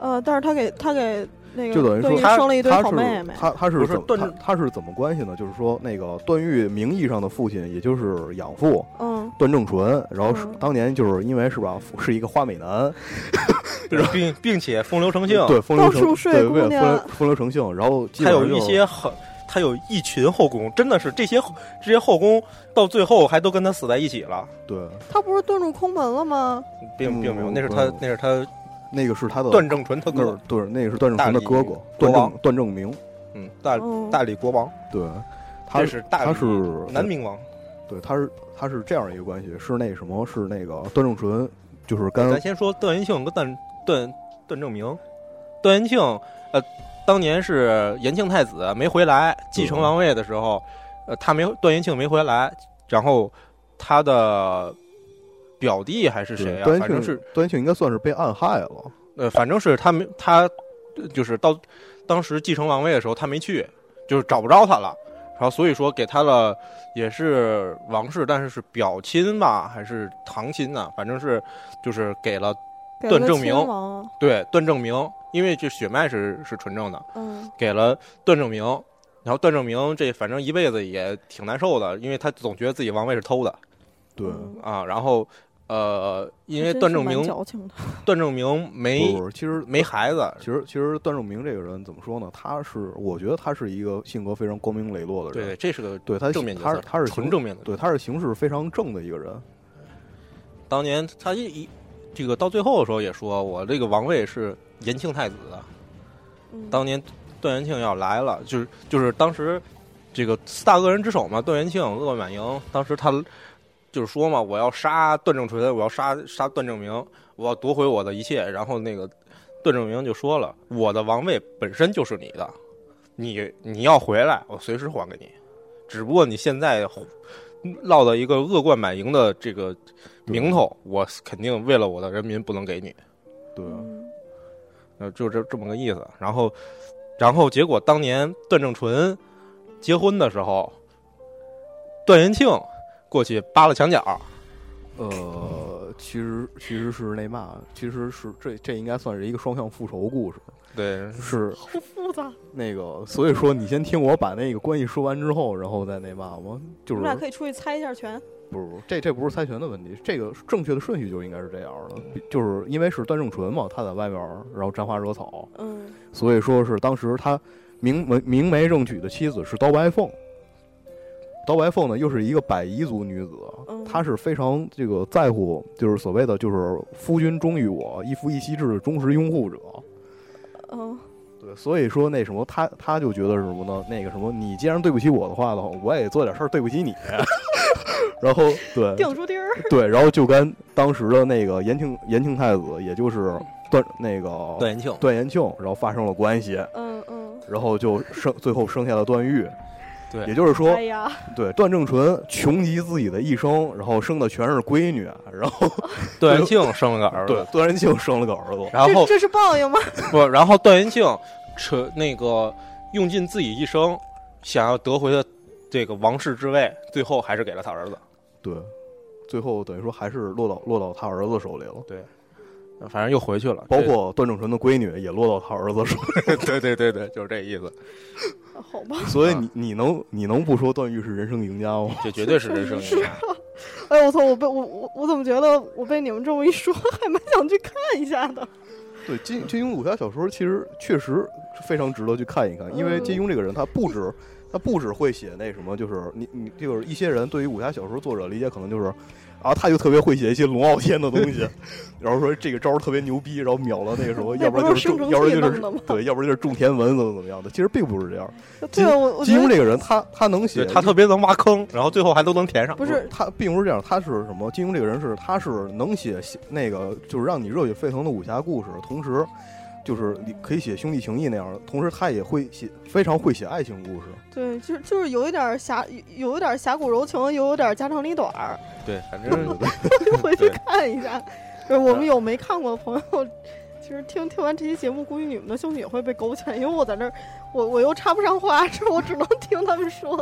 Speaker 1: 呃，但是他给他给那个
Speaker 2: 就等于
Speaker 1: 段誉
Speaker 2: 说他
Speaker 1: 生了一堆
Speaker 2: 他
Speaker 1: 好
Speaker 2: 是
Speaker 1: 妹妹，
Speaker 2: 他他
Speaker 3: 不
Speaker 2: 是
Speaker 3: 是
Speaker 2: 怎么
Speaker 3: 段
Speaker 2: 他他是怎么关系呢？就是说那个段誉名义上的父亲，也就是养父
Speaker 1: 嗯，
Speaker 2: 段正淳，然后是
Speaker 1: 嗯
Speaker 2: 当年就是因为是吧，是一个花美男，
Speaker 3: 并并且风流成性，
Speaker 2: 对风流
Speaker 1: 到
Speaker 2: 成
Speaker 1: 处
Speaker 2: 性，
Speaker 1: 睡
Speaker 2: 对为了
Speaker 1: 姑
Speaker 2: 风
Speaker 1: 娘
Speaker 2: 流风流成性，然后基
Speaker 3: 他
Speaker 2: 本
Speaker 3: 有
Speaker 2: 上
Speaker 3: 一
Speaker 2: 就
Speaker 3: 些很，他有一群后宫，真的是这些后这些后宫到最后还都跟他死在一起了，
Speaker 2: 对
Speaker 1: 他不是遁入空门了吗？
Speaker 3: 并并没有，
Speaker 2: 嗯
Speaker 3: 那是他
Speaker 2: 嗯
Speaker 3: 那是他
Speaker 2: 那个是他的
Speaker 3: 段正淳他
Speaker 2: 那
Speaker 3: 哥
Speaker 2: 是，对那个是段正
Speaker 3: 大
Speaker 2: 淳的
Speaker 3: 理
Speaker 2: 哥哥
Speaker 3: 国
Speaker 2: 段
Speaker 3: 王
Speaker 2: 正段正明，
Speaker 3: 嗯，大
Speaker 1: 嗯，
Speaker 3: 大理国王，
Speaker 2: 对，他
Speaker 3: 这是大
Speaker 2: 他
Speaker 3: 理
Speaker 2: 是
Speaker 3: 南明王，
Speaker 2: 对，他是他是这样一个关系，是那什么，是那个段正淳，就是
Speaker 3: 咱
Speaker 2: 跟
Speaker 3: 先说段延庆跟段段段正明，段延庆呃，当年是延庆太子没回来，
Speaker 2: 嗯
Speaker 3: 继承王位的时候，呃，他没段延庆没回来，然后他的表弟还是谁
Speaker 2: 对
Speaker 3: 啊？
Speaker 2: 段
Speaker 3: 反
Speaker 2: 延
Speaker 3: 正
Speaker 2: 庆
Speaker 3: 是
Speaker 2: 段延庆应该算是被暗害了，
Speaker 3: 呃，反正是他没他呃就是到当时继承王位的时候，他没去，就是找不着他了。然后所以说给他了，也是王室，但是是表亲吧，还是堂亲呢、反正是就是给了
Speaker 1: 给
Speaker 3: 段
Speaker 1: 了
Speaker 3: 正
Speaker 1: 亲
Speaker 3: 明
Speaker 1: 王，
Speaker 3: 对，段正明，因为这血脉是是纯正的，
Speaker 1: 嗯，
Speaker 3: 给了段正明，然后段正明这反正一辈子也挺难受的，因为他总觉得自己王位是偷的
Speaker 2: 对，
Speaker 1: 嗯
Speaker 3: 啊。然后呃，因为
Speaker 1: 真
Speaker 3: 段
Speaker 1: 是
Speaker 3: 正
Speaker 1: 蛮
Speaker 3: 明
Speaker 1: 矫情的，
Speaker 3: 段正明没
Speaker 2: 不是其实
Speaker 3: 没孩子，
Speaker 2: 其实其实段正明这个人怎么说呢？他是我觉得他是一个性格非常光明磊落的
Speaker 3: 对
Speaker 2: 人，
Speaker 3: 对，这是个
Speaker 2: 对他
Speaker 3: 正面角
Speaker 2: 他
Speaker 3: 色，
Speaker 2: 是他是
Speaker 3: 纯
Speaker 2: 行
Speaker 3: 正面的。
Speaker 2: 对他是行事非常正的一个人，
Speaker 3: 当年他一一这个到最后的时候也说，我这个王位是延庆太子的，
Speaker 1: 嗯
Speaker 3: 当年段元庆要来了，就是就是当时这个四大恶人之首嘛，段元庆、鄂满盈，当时他就是说嘛，我要杀段正淳，我要杀杀段正明，我要夺回我的一切。然后那个段正明就说了，我的王位本身就是你的，你你要回来，我随时还给你，只不过你现在落到一个恶贯满盈的这个名头，我肯定为了我的人民不能给你。
Speaker 2: 对，
Speaker 1: 嗯
Speaker 3: 呃，就这这么个意思。然后，然后结果当年段正淳结婚的时候，段延庆过去扒了墙角，
Speaker 2: 呃，其实其实是那嘛，其实是这这应该算是一个双向复仇故事，
Speaker 3: 对，
Speaker 2: 是
Speaker 1: 好复杂，
Speaker 2: 那个，所以说你先听我把那个关系说完之后，然后再那嘛，我
Speaker 1: 你
Speaker 2: 就是
Speaker 1: 们俩可以出去猜一下拳，
Speaker 2: 不是不是，这这不是猜拳的问题，这个正确的顺序就应该是这样的，就是因为是段正淳嘛，他在外边儿然后沾花惹草，
Speaker 1: 嗯，
Speaker 2: 所以说是当时他明文明媒正娶的妻子是刀白凤。刀白凤呢，又是一个百夷族女子
Speaker 1: 嗯，
Speaker 2: 她是非常这个在乎，就是所谓的就是夫君忠于我，一夫一妻制的忠实拥护者。呃
Speaker 1: 嗯，
Speaker 2: 对，所以说那什么，他他就觉得是什么呢？那个什么，你既然对不起我的话的话，我也做点事儿对不起你。 *laughs* 然后对，
Speaker 1: 定住地儿，
Speaker 2: 对，然后就跟当时的那个延庆延庆太子，也就是段那个
Speaker 3: 段延庆
Speaker 2: 段延庆，然后发生了关系，
Speaker 1: 嗯
Speaker 3: *laughs*
Speaker 1: 嗯，
Speaker 2: 然后就生最后生下了段誉。
Speaker 3: 对
Speaker 2: 也就是说
Speaker 1: 哎，呀，
Speaker 2: 对段正淳穷极自己的一生，然后生的全是闺女，然后
Speaker 3: 段延庆生了个儿
Speaker 2: 对
Speaker 3: 子，
Speaker 2: 段延庆生了个儿子，
Speaker 3: 然
Speaker 1: 这
Speaker 3: 后
Speaker 1: 这是报应吗？
Speaker 3: 不，然后段延庆扯那个用尽自己一生想要得回的这个王室之位，最后还是给了他儿子。
Speaker 2: 对，最后等于说还是落到落到他儿子手里了。
Speaker 3: 呃反正又回去了，
Speaker 2: 包括段正淳的闺女也落到他儿子手里，
Speaker 3: 这 *laughs* 对对对对，就是这意思，
Speaker 1: 啊 *laughs* 好吧，
Speaker 2: 所以你你能你能不说段誉是人生赢家吗？
Speaker 3: 这绝对是人生赢家。
Speaker 1: 哎我操，我被我我我怎么觉得我被你们这么一说， *laughs* 还蛮想去看一下的，
Speaker 2: *laughs* 对，金金庸武侠小说其实确实非常值得去看一看，因为
Speaker 1: 嗯
Speaker 2: 金庸这个人他不止他不只会写那什么，就是你你就是一些人对于武侠小说作者理解可能就是。啊，他就特别会写一些龙傲天的东
Speaker 1: *laughs*
Speaker 2: 西，然后说这个招儿特别牛逼，然后秒了那个什么，
Speaker 1: 那
Speaker 2: 要不然
Speaker 1: 不
Speaker 2: 就是是
Speaker 1: 生
Speaker 2: 种，
Speaker 1: 成
Speaker 2: 要不
Speaker 1: 器
Speaker 2: 然就
Speaker 1: 弄
Speaker 2: 是
Speaker 1: 的吗
Speaker 2: 对，要不然就是种田文怎么怎么样的，其实并不是这样。
Speaker 1: 对啊我我觉
Speaker 2: 金庸
Speaker 1: 得
Speaker 2: 这个人他他能写
Speaker 3: 对，他特别能挖坑，然后最后还都能填上。
Speaker 1: 不是
Speaker 2: 他并不是这样，他是什么？金庸这个人是，他是能写写那个，就是让你热血沸腾的武侠故事，同时就是你可以写兄弟情谊那样的，同时他也会写非常会写爱情故事。
Speaker 1: 对，就是就是有一点儿侠，有一点儿侠骨柔情，又有点儿家长里短 *laughs* 儿，
Speaker 3: 对，反
Speaker 2: 对对
Speaker 3: 正
Speaker 2: 对，
Speaker 1: 回去
Speaker 3: 对
Speaker 1: 嗯看一下。就是我们有没看过的朋友，其实听听完这期节目，估计你们的兴许也会被勾起来，因为我在那儿，我我又插不上话，这我 *laughs* 只能听他们说。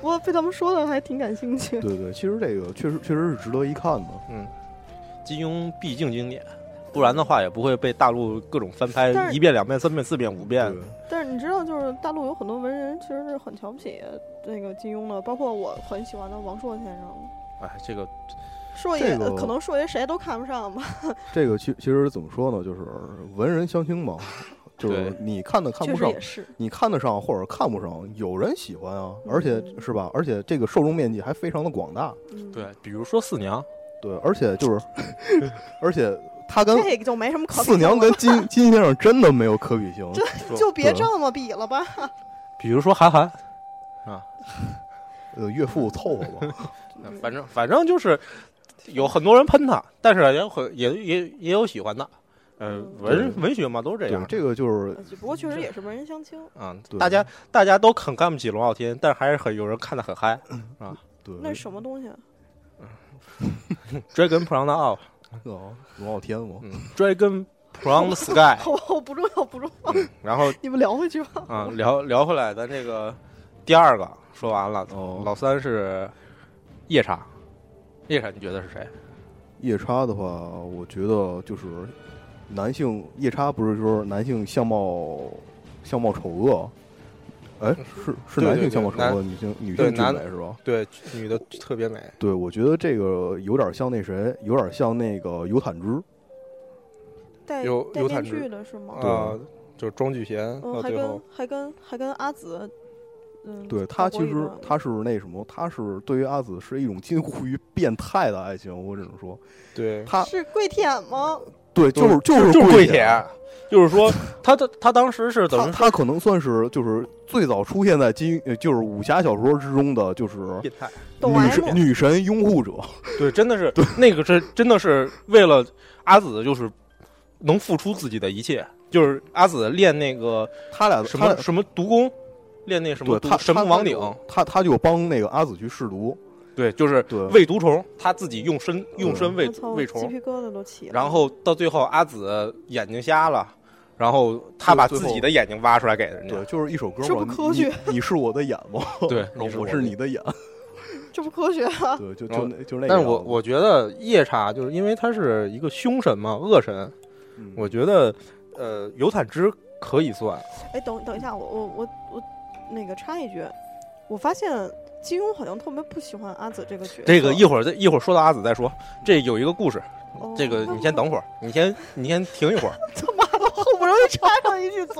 Speaker 1: 不过被他们说的还挺感兴趣。
Speaker 2: *laughs* 对对，其实这个确实确实是值得一看的。
Speaker 3: 金庸毕竟经典，不然的话也不会被大陆各种翻拍
Speaker 1: 但是
Speaker 3: 一遍、两遍、三遍、四遍、五遍
Speaker 2: 对。
Speaker 1: 但是你知道，就是大陆有很多文人其实是很瞧不起那个金庸的，包括我很喜欢的王朔先生。
Speaker 3: 哎，这个
Speaker 1: 硕爷、
Speaker 2: 这个
Speaker 1: 可能硕爷谁都看不上吧。
Speaker 2: 这个其其实怎么说呢，就是文人相轻 *laughs* 嘛，就是
Speaker 3: 对
Speaker 2: 你看的看
Speaker 1: 确
Speaker 2: 不
Speaker 1: 实
Speaker 2: 上，
Speaker 1: 也是，
Speaker 2: 你看得上或者看不上，有人喜欢啊，
Speaker 1: 嗯
Speaker 2: 而且是吧？而且这个受众面积还非常的广大，
Speaker 1: 嗯，
Speaker 3: 对，比如说四娘，
Speaker 2: 对，而且
Speaker 1: *laughs*
Speaker 2: 就是，而且他跟
Speaker 1: 这个就没什么可比
Speaker 2: 四娘
Speaker 1: 性了
Speaker 2: 跟金金先生真的没有可比性，
Speaker 1: 这就别这么比了吧。
Speaker 3: 比如说韩寒，
Speaker 2: 呃，岳父凑合吧，
Speaker 1: 嗯
Speaker 3: 反正反正就是有很多人喷他，但是也有很也也也有喜欢的。呃，文
Speaker 2: 对
Speaker 3: 文学嘛都是这
Speaker 2: 对
Speaker 3: 样，。
Speaker 2: 这个就是
Speaker 1: 呃不过确实也是文人相轻。
Speaker 3: 啊，
Speaker 2: 对
Speaker 3: 大家大家都很看不起龙傲天，但是还是很有人看得很嗨。嗯
Speaker 2: 对，
Speaker 1: 那是什么东西啊？
Speaker 3: Dragon from the out，
Speaker 2: 哦，龙傲天嘛，
Speaker 3: 嗯，Dragon from the sky，嗯
Speaker 1: 我 *laughs* 我不重要，不重要，
Speaker 3: 然后
Speaker 1: 你们聊回去吧。
Speaker 3: 啊，聊聊回来，咱这个第二个说完了，
Speaker 2: 哦
Speaker 3: 老三是夜叉，夜叉你觉得是谁？
Speaker 2: 夜叉的话，我觉得就是男性夜叉不是说男性相貌相貌丑恶，哎，是是
Speaker 3: 对
Speaker 2: 男
Speaker 3: 对
Speaker 2: 性相貌
Speaker 3: 对
Speaker 2: 丑
Speaker 3: 男
Speaker 2: 恶，女性女
Speaker 3: 对
Speaker 2: 性俊
Speaker 3: 男
Speaker 2: 美是吧？
Speaker 3: 对，女的特别美，
Speaker 2: 对，我觉得这个有点像那谁，有点像那个尤坦之，
Speaker 1: 戴
Speaker 3: 有
Speaker 1: 戴
Speaker 3: 有
Speaker 1: 面
Speaker 3: 坦之
Speaker 1: 具的是吗？
Speaker 3: 啊，就是庄聚贤
Speaker 1: 嗯，
Speaker 3: 到
Speaker 1: 还
Speaker 3: 最后
Speaker 1: 跟，还跟还跟阿紫，嗯，
Speaker 2: 对
Speaker 1: 搞
Speaker 2: 他
Speaker 1: 过
Speaker 2: 其
Speaker 1: 一
Speaker 2: 实
Speaker 1: 段
Speaker 2: 他是那什么，他是对于阿紫是一种近乎于变态的爱情，我只能说，
Speaker 3: 对，
Speaker 2: 他
Speaker 1: 是跪舔吗？
Speaker 2: 对就是
Speaker 3: 就是
Speaker 2: 是
Speaker 3: 跪
Speaker 2: 跪
Speaker 3: 舔，就是说 *laughs* 他他他当时是怎
Speaker 2: 他
Speaker 3: 么
Speaker 2: 他可能算是就是最早出现在金呃就是武侠小说之中的，就是
Speaker 3: 变态？
Speaker 1: 抖
Speaker 2: 女
Speaker 1: M
Speaker 2: 神女神拥护者，
Speaker 3: *laughs* 对，真的是那个是真的是为了阿紫，就是能付出自己的一切，就是阿紫练那个
Speaker 2: 他俩
Speaker 3: 什
Speaker 2: 他
Speaker 3: 么
Speaker 2: 俩
Speaker 3: 什么毒功，练那什么
Speaker 2: 对
Speaker 3: 毒
Speaker 2: 他
Speaker 3: 神
Speaker 2: 他
Speaker 3: 木王
Speaker 2: 他
Speaker 3: 鼎，
Speaker 2: 他他就帮那个阿紫去试毒，
Speaker 3: 对，就是
Speaker 2: 对
Speaker 3: 喂毒虫，他自己用身用身喂
Speaker 1: 我操，
Speaker 3: 喂
Speaker 1: 鸡
Speaker 3: 虫，
Speaker 1: 皮疙瘩都起了。
Speaker 3: 然后到最后阿紫眼睛瞎了，然后他
Speaker 2: 对
Speaker 3: 把
Speaker 2: 最
Speaker 3: 自己
Speaker 2: 后
Speaker 3: 的眼睛挖出来给人家
Speaker 2: 对，，就是一首歌
Speaker 1: 这
Speaker 2: 嘛，
Speaker 1: 不科
Speaker 2: 你
Speaker 1: 学
Speaker 2: 你是我的眼吗？
Speaker 3: 哎 *laughs* 对
Speaker 2: 然后
Speaker 3: 你是
Speaker 2: 我
Speaker 3: 我
Speaker 2: 是
Speaker 3: 的
Speaker 2: 你
Speaker 1: *laughs*
Speaker 2: 的眼，
Speaker 1: 这不科学啊！
Speaker 2: 对，就
Speaker 3: 然后
Speaker 2: 就那就那个样子。
Speaker 3: 但是我我觉得夜叉就是因为他是一个凶神嘛，恶神，
Speaker 2: 嗯
Speaker 3: 我觉得呃尤坦之可以算，
Speaker 1: *laughs* 哎，等等一下，我我我我那个插一句，我发现金庸好像特别不喜欢阿紫这个角色。
Speaker 3: 这个一会儿再一会儿说到阿紫再说，这有一个故事，
Speaker 1: 哦
Speaker 3: 这个
Speaker 1: *laughs*
Speaker 3: 你先等会儿，你先你先停一会
Speaker 2: *laughs*
Speaker 3: 儿，
Speaker 1: 他妈的，好不容易插上一句嘴，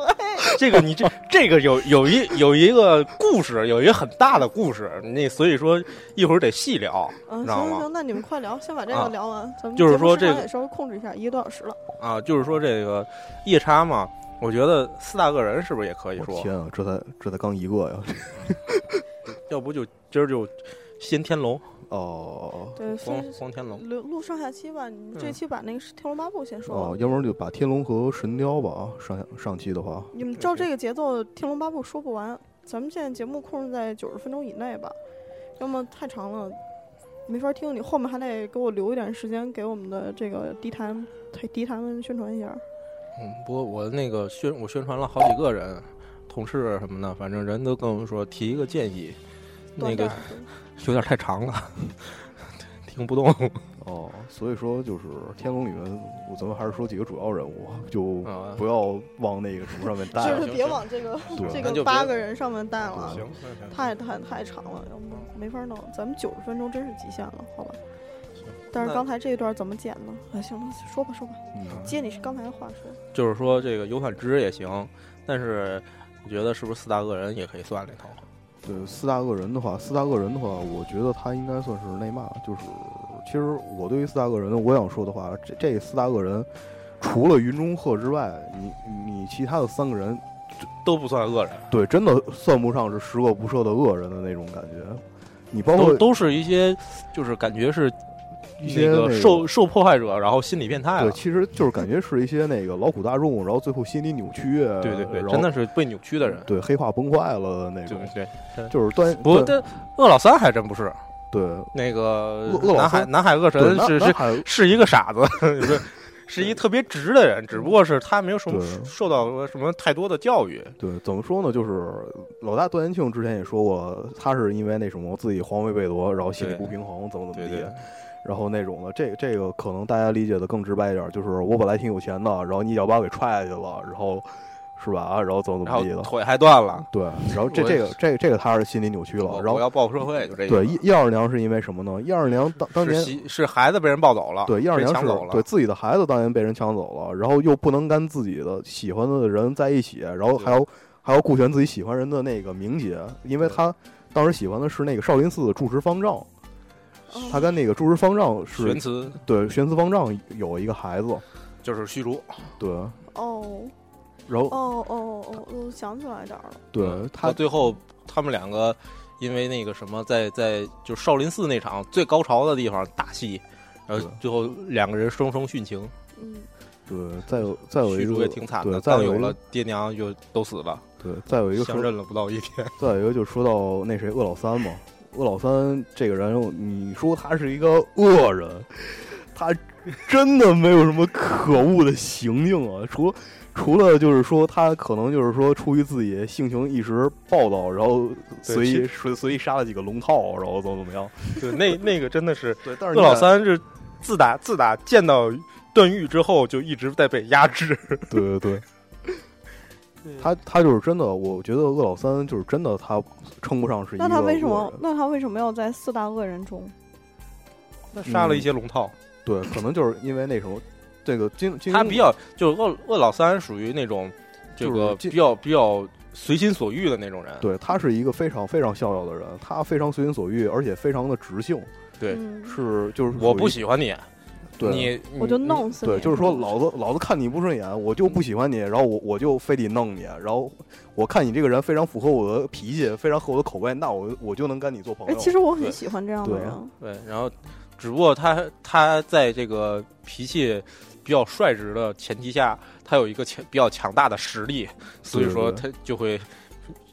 Speaker 3: 这个你这这个有有一有一个故事，有一个很大的故事，那所以说一会儿得细聊
Speaker 1: 嗯，
Speaker 3: 知道
Speaker 1: 行行
Speaker 3: 吗
Speaker 1: 行，那你们快聊，先把这
Speaker 3: 啊
Speaker 1: 个聊完，咱们
Speaker 3: 就是
Speaker 1: 节目
Speaker 3: 说
Speaker 1: 时
Speaker 3: 这
Speaker 1: 长
Speaker 3: 个
Speaker 1: 也稍微控制一下，一个多小时了。
Speaker 3: 啊，就是说这个夜叉嘛，我觉得四大恶人是不是也可以
Speaker 2: 我
Speaker 3: 说？
Speaker 2: 天啊，这才这才刚一个呀！
Speaker 3: 要不就今儿就先天龙，
Speaker 2: 哦
Speaker 1: 对，所
Speaker 3: 光
Speaker 1: 以
Speaker 3: 光天龙。
Speaker 1: 录录上下期吧，你这
Speaker 3: 嗯
Speaker 1: 期把那个《天龙八部》先说
Speaker 2: 哦
Speaker 1: 了。，
Speaker 2: 要不然就把天龙和神雕吧啊，上下上期的话，
Speaker 1: 你们照这个节奏，《天龙八部》说不完，咱们现在节目控制在九十分钟以内吧，要么太长了，没法听。你后面还得给我留一点时间，给我们的这个敌台敌台们宣传一下。
Speaker 3: 嗯，不过我那个宣我宣传了好几个人，同事什么的，反正人都跟我说提一个建议，那
Speaker 1: 短
Speaker 3: 个 *laughs*
Speaker 1: 点儿
Speaker 3: 有点太长了， *laughs* 听不动。
Speaker 2: 哦，所以说就是天龙里面，我咱们还是说几个主要人物啊，就
Speaker 3: 啊
Speaker 2: 不要往那个什么上面带
Speaker 1: 就
Speaker 2: 了。
Speaker 1: 是别往这个
Speaker 2: 对
Speaker 1: 这
Speaker 3: 那就别
Speaker 1: 个八个人上面带了，
Speaker 2: 行，
Speaker 1: 太太太长了，要不没法弄。咱们九十分钟真是极限了，好吧？但是刚才这一段怎么剪呢？啊，行了，说吧说吧，
Speaker 2: 嗯
Speaker 1: 接你是刚才的话说。
Speaker 3: 就是说这个有反之也行，但是我觉得是不是四大恶人也可以算里头？
Speaker 2: 对，四大恶人的话，四大恶人的话，我觉得他应该算是内骂。就是其实我对于四大恶人，我想说的话，这这四大恶人除了云中鹤之外，你你其他的三个人，
Speaker 3: 都不算恶人，
Speaker 2: 对，真的算不上是十恶不赦的恶人的那种感觉。你包括
Speaker 3: 都都是一些就是感觉是
Speaker 2: 一
Speaker 3: 那
Speaker 2: 些
Speaker 3: 个
Speaker 2: 那
Speaker 3: 受受迫害者，然后心理变态
Speaker 2: 对，
Speaker 3: 了。
Speaker 2: 其实就是感觉是一些那个劳苦大众，然后最后心理扭曲，啊
Speaker 3: 对对对，
Speaker 2: 然后
Speaker 3: 真的是被扭曲的人。
Speaker 2: 对黑化崩坏了的那
Speaker 3: 对
Speaker 2: 种，
Speaker 3: 对，
Speaker 2: 就是端
Speaker 3: 不过
Speaker 2: 端
Speaker 3: 这恶老三还真不是
Speaker 2: 对
Speaker 3: 那个
Speaker 2: 恶恶老
Speaker 3: 南海
Speaker 2: 三
Speaker 3: 南海恶
Speaker 2: 对
Speaker 3: 神
Speaker 2: 那
Speaker 3: 是
Speaker 2: 那
Speaker 3: 是
Speaker 2: 还 *laughs*
Speaker 3: 是一个傻子，不是
Speaker 6: 是一特别直的人，只不过是他没有什么
Speaker 2: 对
Speaker 6: 受到什么太多的教育。
Speaker 2: 对，怎么说呢？就是老大段延庆之前也说过，他是因为那什么自己皇位被夺，然后心理
Speaker 3: 对
Speaker 2: 不平衡，怎么怎么
Speaker 3: 对
Speaker 2: 地
Speaker 3: 对，
Speaker 2: 然后那种的，这这个可能大家理解的更直白一点，就是我本来挺有钱的，然后你一脚把我给踹下去了，然后是吧？啊然后怎么怎
Speaker 3: 然
Speaker 2: 么
Speaker 3: 后
Speaker 2: 地的，
Speaker 3: 腿还断了，
Speaker 2: 对，然后这
Speaker 3: 我
Speaker 2: 这个这个这个他是心理扭曲了
Speaker 3: 我，
Speaker 2: 然
Speaker 3: 我
Speaker 2: 后
Speaker 3: 要报复社会，就这意思
Speaker 2: 对叶二娘是因为什么呢？叶二娘当当
Speaker 3: 是
Speaker 2: 年
Speaker 3: 媳是孩子被人抱走了，
Speaker 2: 对，一二
Speaker 3: 啊被
Speaker 2: 年
Speaker 3: 抢
Speaker 2: 是
Speaker 3: 走了，
Speaker 2: 对自己的孩子当年被人抢走了，然后又不能跟自己的喜欢的人在一起，然后还要还要顾全自己喜欢人的那个名节，因为
Speaker 3: 对
Speaker 2: 他当时喜欢的是那个少林寺的住持方丈，他跟那个住持方丈
Speaker 3: 玄
Speaker 2: 是
Speaker 3: 慈
Speaker 2: 对玄慈方丈有一个孩子，
Speaker 3: 就是虚竹，
Speaker 2: 对，
Speaker 1: 哦
Speaker 2: 然后
Speaker 1: 哦哦哦，我想起来点儿了。
Speaker 2: 对他
Speaker 3: 到最后他们两个因为那个什么，在在就少林寺那场最高潮的地方打戏，然后
Speaker 2: 对
Speaker 3: 最后两个人双双殉情，
Speaker 1: 嗯，
Speaker 2: 对再有再有
Speaker 3: 虚
Speaker 2: 一
Speaker 3: 竹
Speaker 2: 个
Speaker 3: 也挺惨的，
Speaker 2: 对再
Speaker 3: 当
Speaker 2: 有
Speaker 3: 有
Speaker 2: 一
Speaker 3: 了
Speaker 2: 个
Speaker 3: 爹娘就都死了，
Speaker 2: 对再有一个
Speaker 3: 相
Speaker 2: 说
Speaker 3: 认了不到一天，
Speaker 2: 再有一个就说到那谁鄂老三嘛，鄂老三这个人，你说他是一个恶人，他真的没有什么可恶的行径啊，除除了就是说他可能就是说出于自己性情一时暴躁，然后随
Speaker 6: 其
Speaker 2: 意
Speaker 6: 实
Speaker 2: 随随意杀了几个龙套，然后怎么怎么样。
Speaker 6: *laughs* 对，那那个真的是
Speaker 2: 对，但
Speaker 6: 鄂
Speaker 2: 是
Speaker 6: 老三是自打自打见到段誉之后，就一直在被压
Speaker 3: *laughs*
Speaker 6: 制。
Speaker 2: 对对对，他他就是真的，我觉得鄂老三就是真的，他称不上是一
Speaker 1: 那
Speaker 2: 个
Speaker 1: 他为什
Speaker 2: 恶
Speaker 1: 么
Speaker 2: 人？
Speaker 1: 那他为什么要在四大恶人中？
Speaker 6: 杀了一些龙套，
Speaker 2: 对，可能就是因为那什么，这个金
Speaker 6: 嗯
Speaker 2: 金
Speaker 3: 他
Speaker 2: 庸
Speaker 3: 比较就是鄂鄂老三属于那种这
Speaker 2: 就是
Speaker 3: 个
Speaker 2: 这
Speaker 3: 比较比较随心所欲的那种人，
Speaker 2: 对他是一个非常非常逍遥的人，他非常随心所欲，而且非常的直性，
Speaker 3: 对
Speaker 1: 嗯，
Speaker 2: 是就是
Speaker 3: 我不
Speaker 2: 喜
Speaker 3: 喜欢你，
Speaker 2: 对
Speaker 3: 你
Speaker 1: 我就
Speaker 3: 你
Speaker 1: 弄死你。
Speaker 2: 嗯对，就是说老子老子看你不顺眼，我就不喜欢你，然后我我就非得弄你，然后我看你这个人非常符合我的脾气，非常合我的口味，那我我就能跟你做朋
Speaker 1: 哎，
Speaker 2: 友。
Speaker 1: 其实我很
Speaker 3: 对
Speaker 1: 喜欢这样的
Speaker 2: 对
Speaker 1: 人。
Speaker 3: 对，然后只不过他他在这个脾气比较率直的前提下，他有一个强比较强大的实力，所以
Speaker 2: 对对
Speaker 3: 说他
Speaker 2: 对
Speaker 3: 就会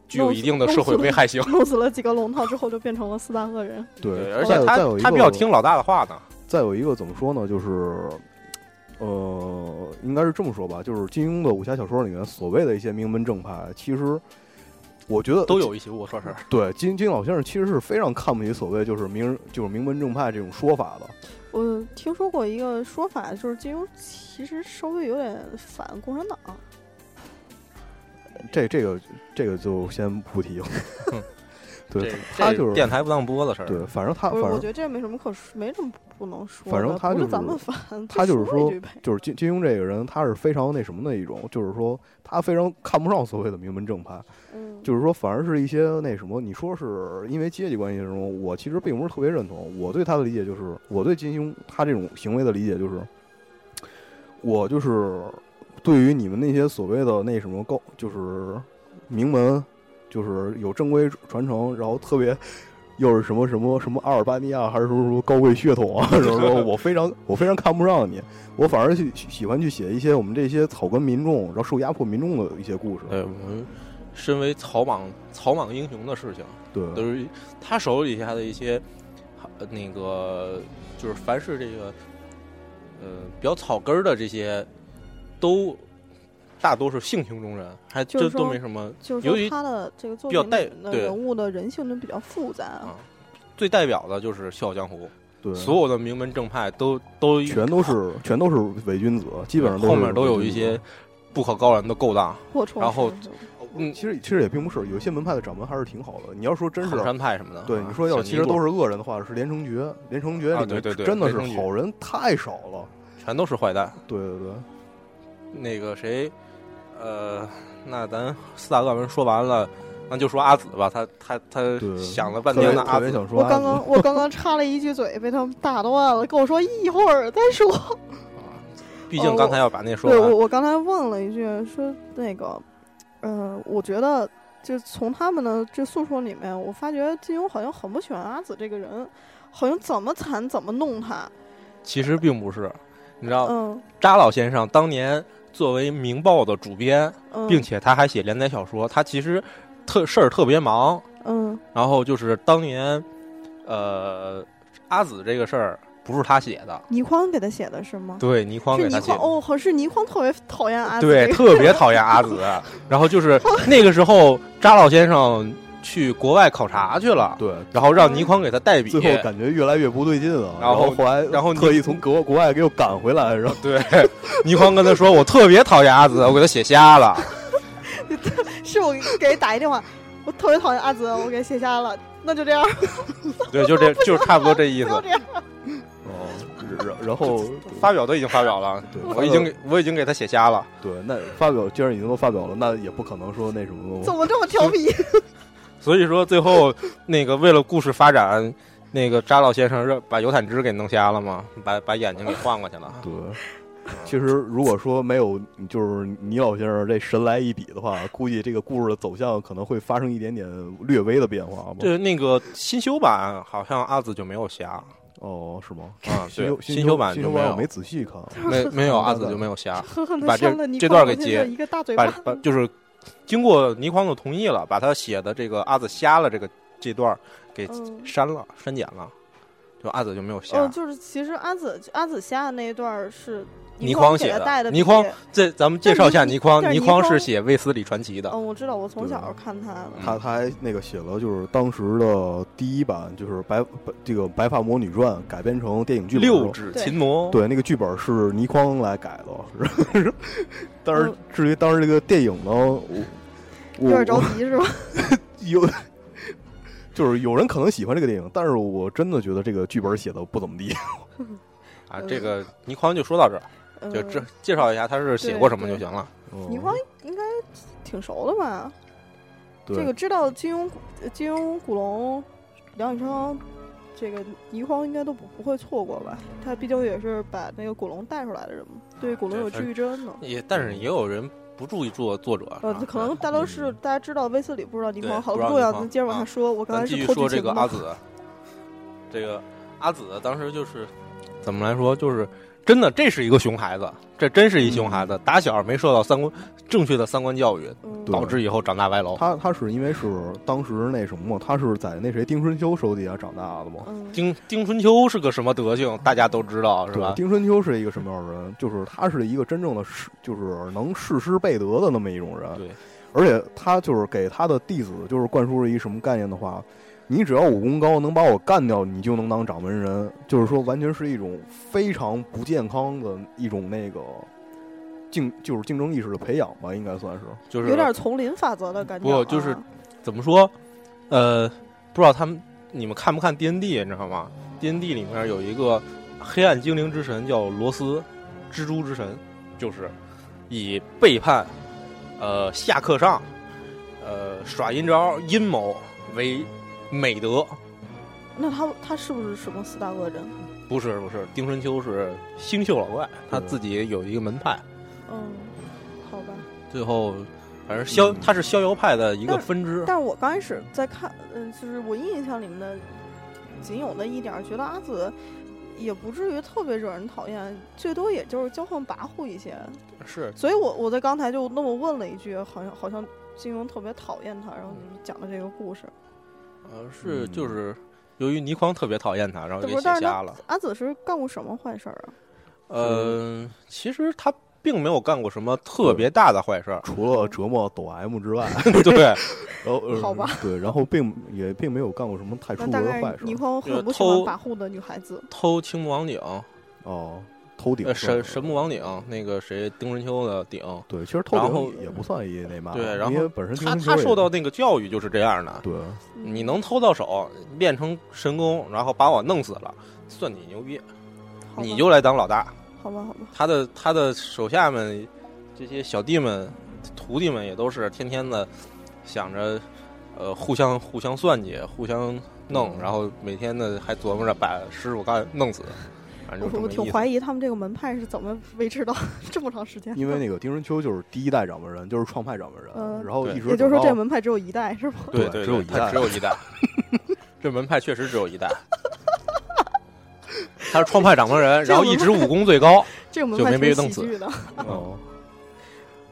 Speaker 3: 具有
Speaker 1: 弄
Speaker 3: 一
Speaker 1: 死
Speaker 3: 定的
Speaker 1: 弄
Speaker 3: 社会
Speaker 1: 死
Speaker 3: 危害性。
Speaker 1: 弄死了几个龙套之后，就变成了四大恶人。
Speaker 2: 对，
Speaker 3: 而
Speaker 2: 再
Speaker 3: 且
Speaker 2: 有
Speaker 3: 他
Speaker 2: 再有一
Speaker 3: 他
Speaker 2: 个
Speaker 3: 比较听老大的话呢。
Speaker 2: 再有一个怎么说呢，就是。呃，应该是这么说吧，就是金庸的武侠小说里面所谓的一些名门正派，其实我觉得
Speaker 3: 都有一些龌龊事儿，
Speaker 2: *laughs* 对金金老先生其实是非常看不起所谓就是名就是名门正派这种说法的，
Speaker 1: 我听说过一个说法，就是金庸其实稍微有点反共产党。
Speaker 2: 这这个这个就先不提了。 *laughs* 对
Speaker 3: 这，
Speaker 2: 他
Speaker 3: 这
Speaker 2: 就是
Speaker 3: 电台不当播的事儿。
Speaker 2: 对，反正他
Speaker 1: 不
Speaker 2: 反
Speaker 1: 是，我
Speaker 2: 正
Speaker 1: 觉得这没什么可说，没什么不能说的。
Speaker 2: 反正他
Speaker 1: 不
Speaker 2: 就是是
Speaker 1: 咱们反，
Speaker 2: 他就是
Speaker 1: 一
Speaker 2: 说
Speaker 1: 句呗
Speaker 2: 就是金金庸这个人，他是非常那什么的一种，就是说他非常看不上所谓的名门正派，
Speaker 1: 嗯，
Speaker 2: 就是说反而是一些那什么，你说是因为阶级关系什么，我其实并不是特别认同。我对他的理解就是，我对金庸他这种行为的理解就是，我就是对于你们那些所谓的那什么高，就是名门，就是有正规传承，然后特别。又是什么什么什么阿尔巴尼啊亚，还是什么什么高贵血统啊？然后说我非常我非常看不上你，我反而去喜欢去写一些我们这些草根民众，然后受压迫民众的一些故事。
Speaker 3: 对，我们身为草莽草莽英雄的事情，
Speaker 2: 对，
Speaker 3: 都是他手底下的一些呃那个，就是凡是这个呃比较草根儿的这些，都大多是性情中人，还
Speaker 1: 就是
Speaker 3: 这都
Speaker 1: 说
Speaker 3: 没什么。
Speaker 1: 就是
Speaker 3: 由
Speaker 1: 说
Speaker 3: 于
Speaker 1: 他的这个作
Speaker 3: 比较
Speaker 1: 品里
Speaker 3: 带
Speaker 1: 面的
Speaker 3: 对
Speaker 1: 人物的人性就比较复杂。
Speaker 3: 啊最代表的就是《笑傲江湖
Speaker 2: 对》，
Speaker 3: *laughs* 所有的名门正派都都
Speaker 2: 全都是全都是伪君子，基本上都是
Speaker 3: 后面都有
Speaker 2: 伪
Speaker 3: 一
Speaker 2: 君子
Speaker 3: 些不可告人的勾当，
Speaker 1: 祸虫
Speaker 3: 然后
Speaker 1: 是不是
Speaker 3: 嗯，
Speaker 2: 其实其实也并不是，有些门派的掌门还是挺好的。你要说真是
Speaker 3: 衡，山派什么的。
Speaker 2: 对
Speaker 3: 啊
Speaker 2: 你说要是其实都是恶人的话，是连城诀，连城诀
Speaker 3: 啊
Speaker 2: 里
Speaker 3: 对
Speaker 2: 面
Speaker 3: 对对
Speaker 2: 真的是
Speaker 3: 连城诀
Speaker 2: 好人太少了。
Speaker 3: 全都是坏蛋。
Speaker 2: 对对对，
Speaker 3: 那个谁，呃，那咱四大恶人说完了，那就说阿紫吧。他他他
Speaker 2: 对
Speaker 3: 想了半
Speaker 2: 特别
Speaker 3: 天的阿
Speaker 2: 特别
Speaker 3: 紫，
Speaker 2: 想说
Speaker 1: 我
Speaker 2: 阿
Speaker 1: 刚
Speaker 2: 紫，
Speaker 1: 刚我刚刚插了一句嘴，被他们打断了，跟我说一会儿再说。
Speaker 3: 毕竟刚才要把那说
Speaker 1: 哦对
Speaker 3: 完
Speaker 1: 我，。我刚才问了一句，说那个，呃，我觉得就从他们的这诉说里面，我发觉金庸好像很不喜欢阿紫这个人，好像怎么惨怎么弄他，
Speaker 3: 其实并不是，你知道，
Speaker 1: 嗯
Speaker 3: 扎老先生当年作为《明报》的主编，
Speaker 1: 嗯，
Speaker 3: 并且他还写连载小说，他其实特事儿特别忙。
Speaker 1: 嗯
Speaker 3: 然后就是当年，呃，阿紫这个事儿，不是他写的，
Speaker 1: 倪匡给他写的是吗？
Speaker 3: 对，倪匡
Speaker 1: 是
Speaker 3: 给
Speaker 1: 倪
Speaker 3: 他写
Speaker 1: 匡
Speaker 3: 的。
Speaker 1: 哦，好是倪匡特别讨厌阿紫
Speaker 3: 对，
Speaker 1: 这个 *laughs*
Speaker 3: 特别讨厌阿紫。然后就是那个时候，扎老先生去国外考察去了，
Speaker 2: 对，
Speaker 3: 然后让倪匡给他代笔。
Speaker 2: 最后感觉越来越不对劲了，
Speaker 3: 然
Speaker 2: 然
Speaker 3: 后
Speaker 2: 后来，
Speaker 3: 然后你
Speaker 2: 特意从国国外给我赶回来，然后
Speaker 3: 对， *laughs* 倪匡跟他说：“我特别讨厌阿紫，我给他写瞎了。
Speaker 1: 是我给人打一电话，我特别讨厌阿紫，我给写下了。那就这样，”
Speaker 3: 对，就这，就是差不多这意
Speaker 1: 不要
Speaker 3: 思。
Speaker 1: 这样。
Speaker 2: 哦，然然后
Speaker 3: *laughs* 发表都已经发表了，
Speaker 2: 对
Speaker 3: 我已经给我已经给他写瞎了。
Speaker 2: 对那发表既然已经都发表了，那也不可能说那什么
Speaker 1: 怎么这么调皮？
Speaker 3: 所以说，最后那个为了故事发展，那个扎老先生让把尤坦之给弄瞎了嘛，把把眼睛给换过去了。
Speaker 2: 对。
Speaker 3: 啊
Speaker 2: 其实，如果说没有就是倪老先生这神来一笔的话，估计这个故事的走向可能会发生一点点略微的变化吧。
Speaker 3: 对，那个新修版好像阿紫就没有瞎啊，
Speaker 2: 哦，是吗？ *laughs* 新
Speaker 3: 对
Speaker 2: 修，
Speaker 3: 新修版
Speaker 2: 新
Speaker 3: 就
Speaker 2: 修
Speaker 3: 没
Speaker 2: 版
Speaker 3: 有嗯
Speaker 2: 我没仔细看，
Speaker 3: *laughs*
Speaker 2: 啊
Speaker 1: *laughs*
Speaker 3: 没没有
Speaker 2: 很大
Speaker 3: 阿紫
Speaker 2: 的
Speaker 3: 就没有瞎，
Speaker 1: 狠狠
Speaker 3: 把
Speaker 1: 的
Speaker 3: 这
Speaker 1: 扇了倪
Speaker 3: 这
Speaker 1: 匡
Speaker 3: 段给
Speaker 1: 老先
Speaker 3: 截
Speaker 1: 生一个大嘴
Speaker 3: 把
Speaker 1: 巴。
Speaker 3: 把就是经过倪匡的同意了，把他写的这个阿紫瞎了这个这段儿给
Speaker 1: 嗯
Speaker 3: 删了、删减了，就阿紫就没有瞎。
Speaker 1: 哦，就是其实阿紫阿紫下的那一段是
Speaker 3: 倪匡
Speaker 1: 匡
Speaker 3: 写
Speaker 1: 给
Speaker 3: 的
Speaker 1: 他带的笔，
Speaker 3: 倪匡这咱们介绍一下倪匡，
Speaker 1: 但
Speaker 3: 倪
Speaker 1: 是倪
Speaker 3: 匡是
Speaker 1: 匡
Speaker 3: 写《卫斯理传奇》的，
Speaker 1: 嗯，我知道，我从
Speaker 2: 对
Speaker 1: 小看他的。
Speaker 2: 他他还那个写了，就是当时的第一版，就是白白这个《白发魔女传》改编成电影剧本的时候
Speaker 3: 六指琴魔。
Speaker 2: 对，那个剧本是倪匡来改的。是但是至于当时这个电影呢，我
Speaker 1: 有
Speaker 3: 嗯
Speaker 2: 我
Speaker 1: 点着
Speaker 2: 我
Speaker 1: 急是吧？
Speaker 2: 有， *laughs* 就是有人可能喜欢这个电影，但是我真的觉得这个剧本写的不怎么地。
Speaker 3: 啊，这个倪匡就说到这儿，
Speaker 1: 嗯
Speaker 3: 就这介绍一下他是写过什么就行了。
Speaker 1: 倪匡应该挺熟的吧？
Speaker 2: 对
Speaker 1: 这个知道金庸、呃金庸、古龙、梁羽生，这个倪匡应该都不不会错过吧？他毕竟也是把那个古龙带出来的人嘛，对古龙
Speaker 3: 对
Speaker 1: 有
Speaker 3: 他
Speaker 1: 治愈之恩的。
Speaker 3: 也但是也有人不注意作作者，
Speaker 1: 呃，可能大多是大家知道威斯里，不知道倪
Speaker 3: 啊嗯对
Speaker 1: 匡，好
Speaker 3: 不知
Speaker 1: 不重
Speaker 3: 道
Speaker 1: 要。
Speaker 3: 倪匡
Speaker 1: 咱接着往
Speaker 3: 啊
Speaker 1: 下说，我刚
Speaker 3: 咱
Speaker 1: 才
Speaker 3: 继
Speaker 1: 是
Speaker 3: 续
Speaker 1: 扣
Speaker 3: 说
Speaker 1: 题
Speaker 3: 这
Speaker 1: 型
Speaker 3: 个
Speaker 1: 的
Speaker 3: 阿紫，这个阿紫当时就是怎么来说，就是真的，这是一个熊孩子，这真是一熊孩子，打小没受到三观正确的三观教育，
Speaker 1: 嗯
Speaker 2: 对
Speaker 3: *laughs* 导致以后长大歪楼。
Speaker 2: 他他是因为是当时那什么嘛，他是在那谁丁春秋手底下长大的嘛。
Speaker 1: 嗯，
Speaker 3: 丁丁春秋是个什么德性，大家都知道是
Speaker 2: 对，
Speaker 3: 吧？
Speaker 2: 丁春秋是一个什么样的人？就是他是一个真正的是，就是能誓师背德的那么一种人。
Speaker 3: 对，
Speaker 2: 而且他就是给他的弟子，就是灌输了一什么概念的话，你只要武功高，能把我干掉，你就能当掌门人。就是说，完全是一种非常不健康的一种那个竞，就是竞争意识的培养吧，应该算是。
Speaker 3: 就是
Speaker 1: 有点丛林法则的感觉啊。
Speaker 3: 不就是怎么说？呃，不知道他们你们看不看 D N D，你知道吗？D N D 里面有一个黑暗精灵之神叫罗斯，蜘蛛之神，就是以背叛、呃下课上、呃耍阴招、阴谋为美德。
Speaker 1: 那他他是不是什么四大恶人？
Speaker 3: 不是不是，丁春秋是星宿老怪，他
Speaker 2: 对
Speaker 3: 自己有一个门派，
Speaker 1: 嗯，好吧。
Speaker 3: 最后反正逍、
Speaker 2: 嗯
Speaker 3: 他是逍遥派的一个
Speaker 1: 但是
Speaker 3: 分支。
Speaker 1: 但是我刚开始在看，嗯、就是我印象里面的仅有的一点儿，觉得阿紫也不至于特别惹人讨厌，最多也就是骄横跋扈一些。
Speaker 3: 是
Speaker 1: 所以我我在刚才就那么问了一句，好像好像金庸特别讨厌他，然后
Speaker 3: 嗯
Speaker 1: 你讲的这个故事，
Speaker 3: 呃是
Speaker 2: 嗯，
Speaker 3: 就是由于倪匡特别讨厌他，然后
Speaker 1: 对
Speaker 3: 给
Speaker 1: 不是？
Speaker 3: 写
Speaker 1: 但是
Speaker 3: 瞎
Speaker 1: 他
Speaker 3: 了。
Speaker 1: 阿紫是干过什么坏事儿啊？
Speaker 3: 呃，其实他并没有干过什么特别大的坏事儿
Speaker 2: *laughs* 除了折磨抖 M 之外，
Speaker 3: 对，
Speaker 2: 然后、呃、
Speaker 1: 好吧
Speaker 2: *laughs* 对，然后并也并没有干过什么太
Speaker 1: 那
Speaker 2: 出格
Speaker 1: 大
Speaker 2: 的
Speaker 1: 概
Speaker 2: 坏事
Speaker 1: 倪匡很不喜
Speaker 3: 就是
Speaker 1: 欢跋
Speaker 3: 偷
Speaker 1: 扈的女孩子。
Speaker 3: 偷青木王鼎，
Speaker 2: 哦，头顶
Speaker 3: 呃，神
Speaker 2: 算是
Speaker 3: 神木王鼎，那个谁，丁春秋的鼎，
Speaker 2: 对，其实透
Speaker 3: 然后
Speaker 2: 顶也不算一那嘛，
Speaker 3: 对然后
Speaker 2: 因为本身
Speaker 3: 他
Speaker 2: 丁
Speaker 3: 他
Speaker 2: 香球也
Speaker 3: 受到那个教育就是这样的，
Speaker 2: 对，
Speaker 1: 嗯
Speaker 3: 你能偷到手，练成神功，然后把我弄死了，算你牛逼，
Speaker 1: 好
Speaker 3: 你
Speaker 1: 吧
Speaker 3: 就来当老大。
Speaker 1: 好吧好吧，
Speaker 3: 他的他的手下们，这些小弟们、徒弟们也都是天天的想着，呃，互相互相算计，互相弄，然后每天呢还琢磨着把师傅干弄死，反正就
Speaker 1: 我我
Speaker 3: 是这
Speaker 1: 挺
Speaker 3: 么意
Speaker 1: 怀
Speaker 3: 思。
Speaker 1: 疑他们这个门派是怎么维持到 *laughs* 这么长时 *laughs* 间的。
Speaker 2: 因为那个丁春秋就是第一代掌门人，就是创派掌门人，
Speaker 1: 嗯
Speaker 2: 然后一直
Speaker 1: 也就是说，
Speaker 2: 等
Speaker 1: 这
Speaker 2: 到
Speaker 1: 个门派只有一代是吗？
Speaker 3: 对
Speaker 2: 对
Speaker 3: 对，
Speaker 2: 只有一
Speaker 3: 他
Speaker 2: 代
Speaker 3: 只有一代，这门派确实只有一代。他是创派掌
Speaker 1: *laughs*
Speaker 3: 门人，
Speaker 1: 这
Speaker 3: 然
Speaker 1: 个
Speaker 3: 后
Speaker 1: 门派
Speaker 3: 一直武功最高，
Speaker 1: 这个门
Speaker 3: 就
Speaker 1: 派
Speaker 3: 没被
Speaker 1: 挺
Speaker 3: 弄
Speaker 1: 喜
Speaker 3: 死
Speaker 1: 剧的。
Speaker 2: 哦，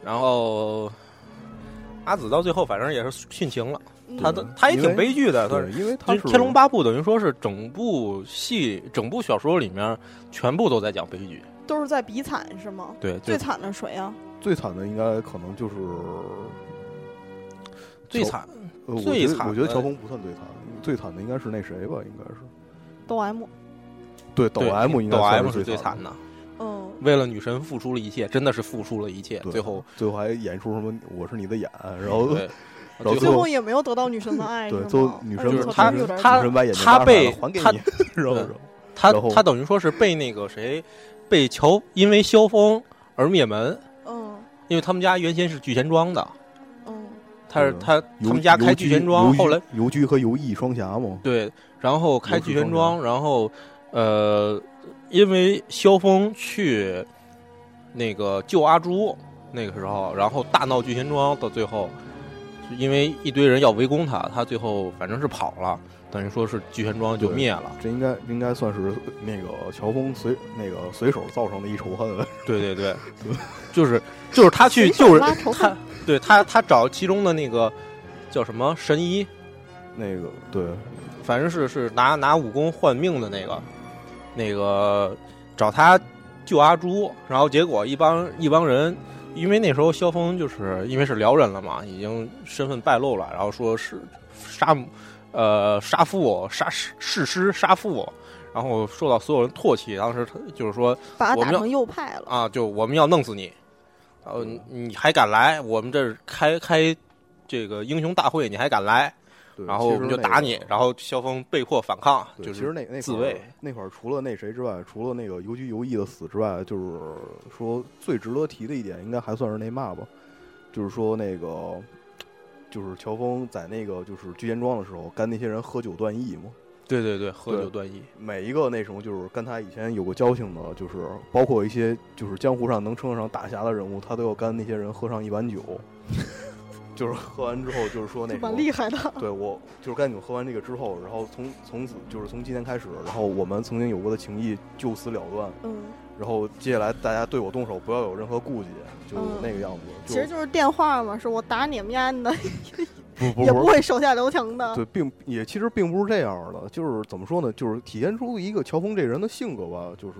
Speaker 3: 然后阿紫到最后反正也是殉情了，他的他也
Speaker 2: 因
Speaker 3: 挺
Speaker 2: 为
Speaker 3: 悲剧的，他
Speaker 2: 对，因为他
Speaker 3: 就是是《天龙八部》等于说是整部戏、整部小说里面全部都在讲悲剧。
Speaker 1: 都是在比惨是吗？
Speaker 3: 对，就
Speaker 1: 最惨的谁啊呀？
Speaker 2: 最惨的，应该可能就是
Speaker 3: 最惨，
Speaker 2: 呃，我
Speaker 3: 最
Speaker 2: 觉得
Speaker 3: 惨
Speaker 2: 我觉得
Speaker 3: 的
Speaker 2: 乔峰不算最惨，最惨的应该是那谁吧，应该是
Speaker 1: 都 M，
Speaker 2: 对抖
Speaker 3: 对
Speaker 2: M 应该
Speaker 3: 抖
Speaker 2: 算
Speaker 3: M 是
Speaker 2: 最
Speaker 3: 最惨
Speaker 2: 的，
Speaker 3: 的，
Speaker 1: 嗯，
Speaker 3: 为了女神付出了一切，真的是付出了一切，
Speaker 2: 对
Speaker 3: 最后
Speaker 2: 最后还演出什么我是你的眼，然后
Speaker 3: 对，
Speaker 2: 然后
Speaker 3: 就
Speaker 1: 最
Speaker 2: 最后
Speaker 1: 后也没有得到女神的爱，
Speaker 2: 对
Speaker 1: 是吗
Speaker 2: 最后女
Speaker 1: 哎
Speaker 2: 生
Speaker 1: 呦
Speaker 3: 就是
Speaker 1: 我
Speaker 3: 她
Speaker 1: 真有点
Speaker 3: 她
Speaker 1: 儿
Speaker 2: 人把眼睛
Speaker 3: 他
Speaker 2: 拉出来
Speaker 3: 被
Speaker 2: 了还给
Speaker 3: 他嗯
Speaker 2: 你， *laughs* 然后
Speaker 3: 对
Speaker 2: 然后
Speaker 3: 他
Speaker 2: 然后
Speaker 3: 他等于说是被那个谁，被乔因为萧峰而灭门，
Speaker 1: 嗯
Speaker 3: 因为他们家原先是聚贤庄的，
Speaker 1: 嗯
Speaker 3: 他是
Speaker 2: 嗯
Speaker 3: 他他
Speaker 2: 游
Speaker 3: 们家开
Speaker 2: 游
Speaker 3: 聚
Speaker 2: 击
Speaker 3: 贤庄，
Speaker 2: 游
Speaker 3: 后
Speaker 2: 击
Speaker 3: 来
Speaker 2: 游居和游艺双侠嘛，
Speaker 3: 对，然后开
Speaker 2: 游击
Speaker 3: 聚贤
Speaker 2: 双
Speaker 3: 庄，然后呃，因为萧峰去那个救阿朱那个时候，然后大闹聚贤庄，到最后是因为一堆人要围攻他，他最后反正是跑了，等于说是聚贤庄就
Speaker 2: 对
Speaker 3: 灭了。
Speaker 2: 这应该应该算是那个乔峰随那个随手造成的一仇恨，
Speaker 3: 对
Speaker 2: *laughs*
Speaker 3: 对对，就是就是他去救人
Speaker 1: 拉仇，恨
Speaker 3: 他对他他找其中的那个叫什么神医，
Speaker 2: 那个对
Speaker 3: 反正是是拿拿武功换命的那个，那个找他救阿朱，然后结果一帮一帮人，因为那时候萧峰就是因为是辽人了嘛，已经身份败露了，然后说是杀母，呃杀父杀弑弑师杀父，然后受到所有人唾弃，当时他就是说
Speaker 1: 把
Speaker 3: 我
Speaker 1: 他打
Speaker 3: 们要
Speaker 1: 成右派了，
Speaker 3: 啊，就我们要弄死你，呃，你你还敢来？我们这儿开开这个英雄大会，你还敢来？
Speaker 2: 对，
Speaker 3: 然后我们就打你，然后萧峰被迫反抗，
Speaker 2: 对，
Speaker 3: 就
Speaker 2: 其实
Speaker 3: 是
Speaker 2: 那那
Speaker 3: 自
Speaker 2: 会儿
Speaker 3: 卫
Speaker 2: 那会儿，除了那谁之外，除了那个游居游艺的死之外，就是说最值得提的一点，应该还算是那骂吧，就是说那个，就是乔峰在那个就是聚贤庄的时候，跟那些人喝酒断义嘛，
Speaker 3: 对对对，喝
Speaker 2: 对
Speaker 3: 酒断义，
Speaker 2: 每一个那什么，就是跟他以前有过交情的，就是包括一些就是江湖上能称得上大侠的人物，他都要跟那些人喝上一碗酒， *laughs* 就是喝完之后，就是说那
Speaker 1: *laughs* 就
Speaker 2: 什么
Speaker 1: 蛮厉害的。
Speaker 2: 对我就是跟你们喝完这个之后，然后从从此就是从今天开始，然后我们曾经有过的情谊就此了断，
Speaker 1: 嗯，
Speaker 2: 然后接下来大家对我动手不要有任何顾忌，就
Speaker 1: 嗯
Speaker 2: 那个样子。
Speaker 1: 其实
Speaker 2: 就
Speaker 1: 就是电话嘛，是我打你们家的，
Speaker 2: 不
Speaker 1: 也不会手下留情的。
Speaker 2: 对，并也其实并不是这样的，就是怎么说呢，就是体现出一个乔峰这人的性格吧，就是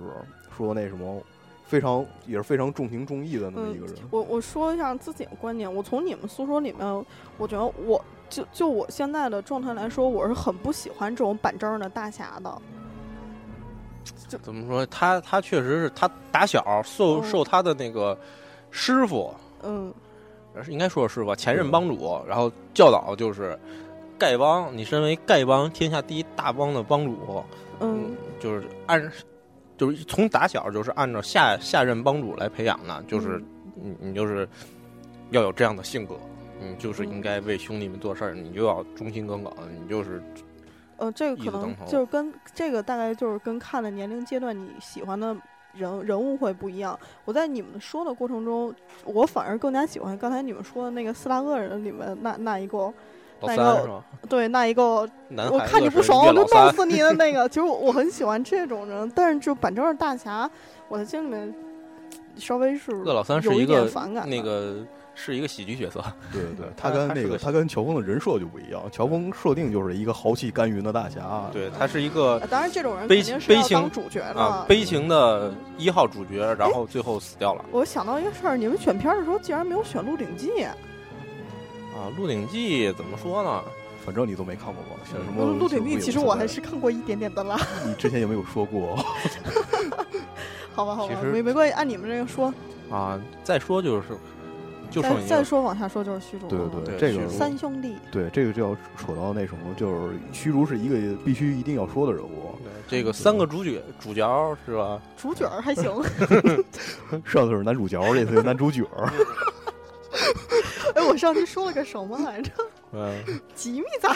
Speaker 2: 说那什么非常也是非常重情重义的那么一个人。
Speaker 1: 我我说一下自己的观点，我从你们诉说里面，我觉得我就就我现在的状态来说，我是很不喜欢这种板正儿的大侠的。
Speaker 3: 怎么说？他他确实是他打小受
Speaker 1: 嗯
Speaker 3: 受他的那个师傅，
Speaker 1: 嗯
Speaker 3: 应该说是吧，前任
Speaker 2: 对
Speaker 3: 帮主，然后教导就是丐帮，你身为丐帮天下第一大帮的帮主，
Speaker 1: 嗯，
Speaker 3: 就是按就是从打小就是按照下下任帮主来培养的，就是你你就是要有这样的性格，你就是应该为兄弟们做事儿，你就要忠心耿耿，你就是
Speaker 1: 呃，这个
Speaker 3: 一
Speaker 1: 可
Speaker 3: 直等
Speaker 1: 能
Speaker 3: 候
Speaker 1: 就是跟这个大概就是跟看的年龄阶段你喜欢的人人物会不一样。我在你们说的过程中，我反而更加喜欢刚才你们说的那个斯拉克人里面那那一个，
Speaker 3: 老
Speaker 1: 那
Speaker 3: 三
Speaker 1: 个
Speaker 3: 是吧？
Speaker 1: 对，那一个
Speaker 3: 男孩
Speaker 1: 我看你
Speaker 3: 子
Speaker 1: 不
Speaker 3: 是
Speaker 1: 爽，
Speaker 3: 越
Speaker 1: 我就
Speaker 3: 老
Speaker 1: 弄
Speaker 3: 三，
Speaker 1: 死你的
Speaker 3: *laughs*
Speaker 1: 那个。其实我很喜欢这种人，但是就板正儿大侠，我的心里面稍微是
Speaker 3: 恶老三是
Speaker 1: 有
Speaker 3: 一
Speaker 1: 一点
Speaker 3: 个
Speaker 1: 反感的
Speaker 3: 那个是一个喜剧角色，
Speaker 2: 对
Speaker 1: *laughs*
Speaker 2: 对对，
Speaker 3: 他
Speaker 2: 他跟
Speaker 3: 他是
Speaker 2: 那
Speaker 3: 个
Speaker 2: 个他跟乔峰的人设就不一样，乔峰设定就是一个豪气干云的大侠。
Speaker 3: *laughs* 嗯对他是一个
Speaker 1: 呃当然这种人
Speaker 3: 悲
Speaker 1: 肯定是
Speaker 3: 悲
Speaker 1: 要
Speaker 3: 情
Speaker 1: 当主角的。
Speaker 3: 啊悲情的一号主角，然后最后死掉了
Speaker 1: 我想到一个事儿，你们选片儿的时候竟然没有选《鹿鼎记》，
Speaker 3: 啊。《鹿鼎记》怎么说呢？
Speaker 2: 反正你都没看过吧？像什
Speaker 1: 《
Speaker 2: 么
Speaker 1: 鹿鹿
Speaker 3: 嗯
Speaker 1: 鼎
Speaker 2: 什
Speaker 1: 记
Speaker 2: 么》
Speaker 1: 其实
Speaker 2: 有
Speaker 1: 我
Speaker 2: 的
Speaker 1: 还是看过一点点的啦。 *laughs*
Speaker 2: 你之前也没有说过。
Speaker 3: *laughs*
Speaker 1: 好吧，好吧
Speaker 3: 其，实
Speaker 1: 没没关系，按你们这个说。
Speaker 3: 啊，再说就是就剩
Speaker 1: 再
Speaker 3: 一
Speaker 1: 再
Speaker 3: 个
Speaker 1: 说往下说就是虚竹
Speaker 2: 对
Speaker 1: 了。
Speaker 3: 对
Speaker 2: 这
Speaker 3: 虚
Speaker 2: 个
Speaker 3: 竹
Speaker 1: 三兄弟，
Speaker 2: 对，这个就要扯到那什么，就是虚竹是一个必须一定要说的人 *laughs* 物。
Speaker 3: 对这个三个主角主角是吧？
Speaker 1: 主角儿还
Speaker 3: *laughs*
Speaker 1: 行。
Speaker 2: 上次是男主角，这次是男主角。 *laughs*
Speaker 1: 哎，我上期说了个什么来着？
Speaker 3: 嗯，
Speaker 1: 吉米
Speaker 3: *laughs*
Speaker 1: 咋？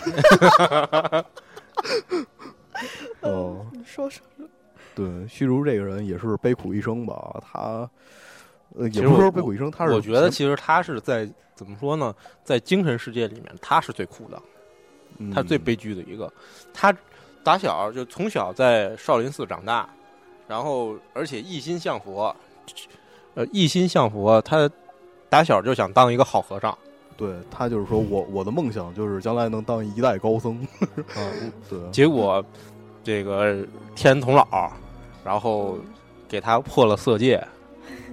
Speaker 2: 嗯，
Speaker 1: 你说说。
Speaker 2: 对，虚竹这个人也是悲苦一生吧，他。呃，
Speaker 3: 其
Speaker 2: 也
Speaker 3: 实
Speaker 2: 不是
Speaker 3: 我
Speaker 2: 说悲苦一生，他是
Speaker 3: 我觉得
Speaker 2: 前，
Speaker 3: 其实他是在怎么说呢，在精神世界里面，他是最酷的，
Speaker 2: 嗯
Speaker 3: 他是最悲剧的一个。他打小就从小在少林寺长大，然后而且一心向佛，呃，一心向佛，他打小就想当一个好和尚，
Speaker 2: 对他就是说我我的梦想就是将来能当一代高
Speaker 3: *laughs*
Speaker 2: 僧，对，
Speaker 3: 啊结果这个天童姥，然后给他破了色戒，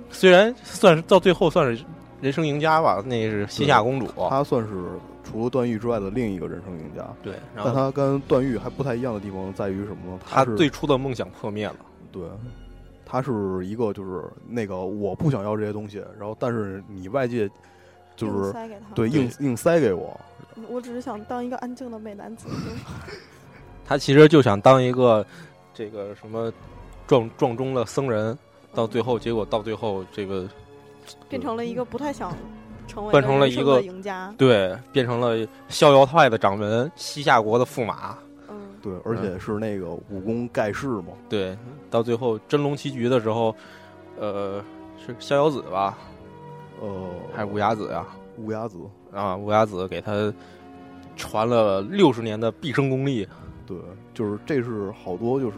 Speaker 3: 虽然算是到最后算是人生赢家吧，那是西夏公主，
Speaker 2: 他算是除了段誉之外的另一个人生赢家。
Speaker 3: 对，然
Speaker 2: 但
Speaker 3: 后
Speaker 2: 他跟段誉还不太一样的地方在于什么呢？
Speaker 3: 他
Speaker 2: 是
Speaker 3: 最初的梦想破灭了，
Speaker 2: 对，他是一个就是那个我不想要这些东西，然后但是你外界就
Speaker 1: 硬
Speaker 2: 是
Speaker 1: 塞给他。
Speaker 2: 对硬硬塞给我，
Speaker 1: 我只是想当一个安静的美
Speaker 3: *laughs*
Speaker 1: 男子。
Speaker 3: 他其实就想当一个这个什么撞撞钟的僧人，到最后结果到最后这个
Speaker 1: 变成了一个不太想成为
Speaker 3: 变成了
Speaker 1: 人生
Speaker 3: 一个
Speaker 1: 的赢家。
Speaker 3: 对变成了逍遥派的掌门，西夏国的驸马，
Speaker 1: 嗯，
Speaker 2: 对，而且是那个武功盖世嘛，
Speaker 3: 对，到最后真龙棋局的时候，呃，是逍遥子吧，
Speaker 2: 呃，
Speaker 3: 还是无崖子呀、
Speaker 2: 无崖子，
Speaker 3: 啊，无崖子给他传了六十年的毕生功力，
Speaker 2: 对，就是这是好多就是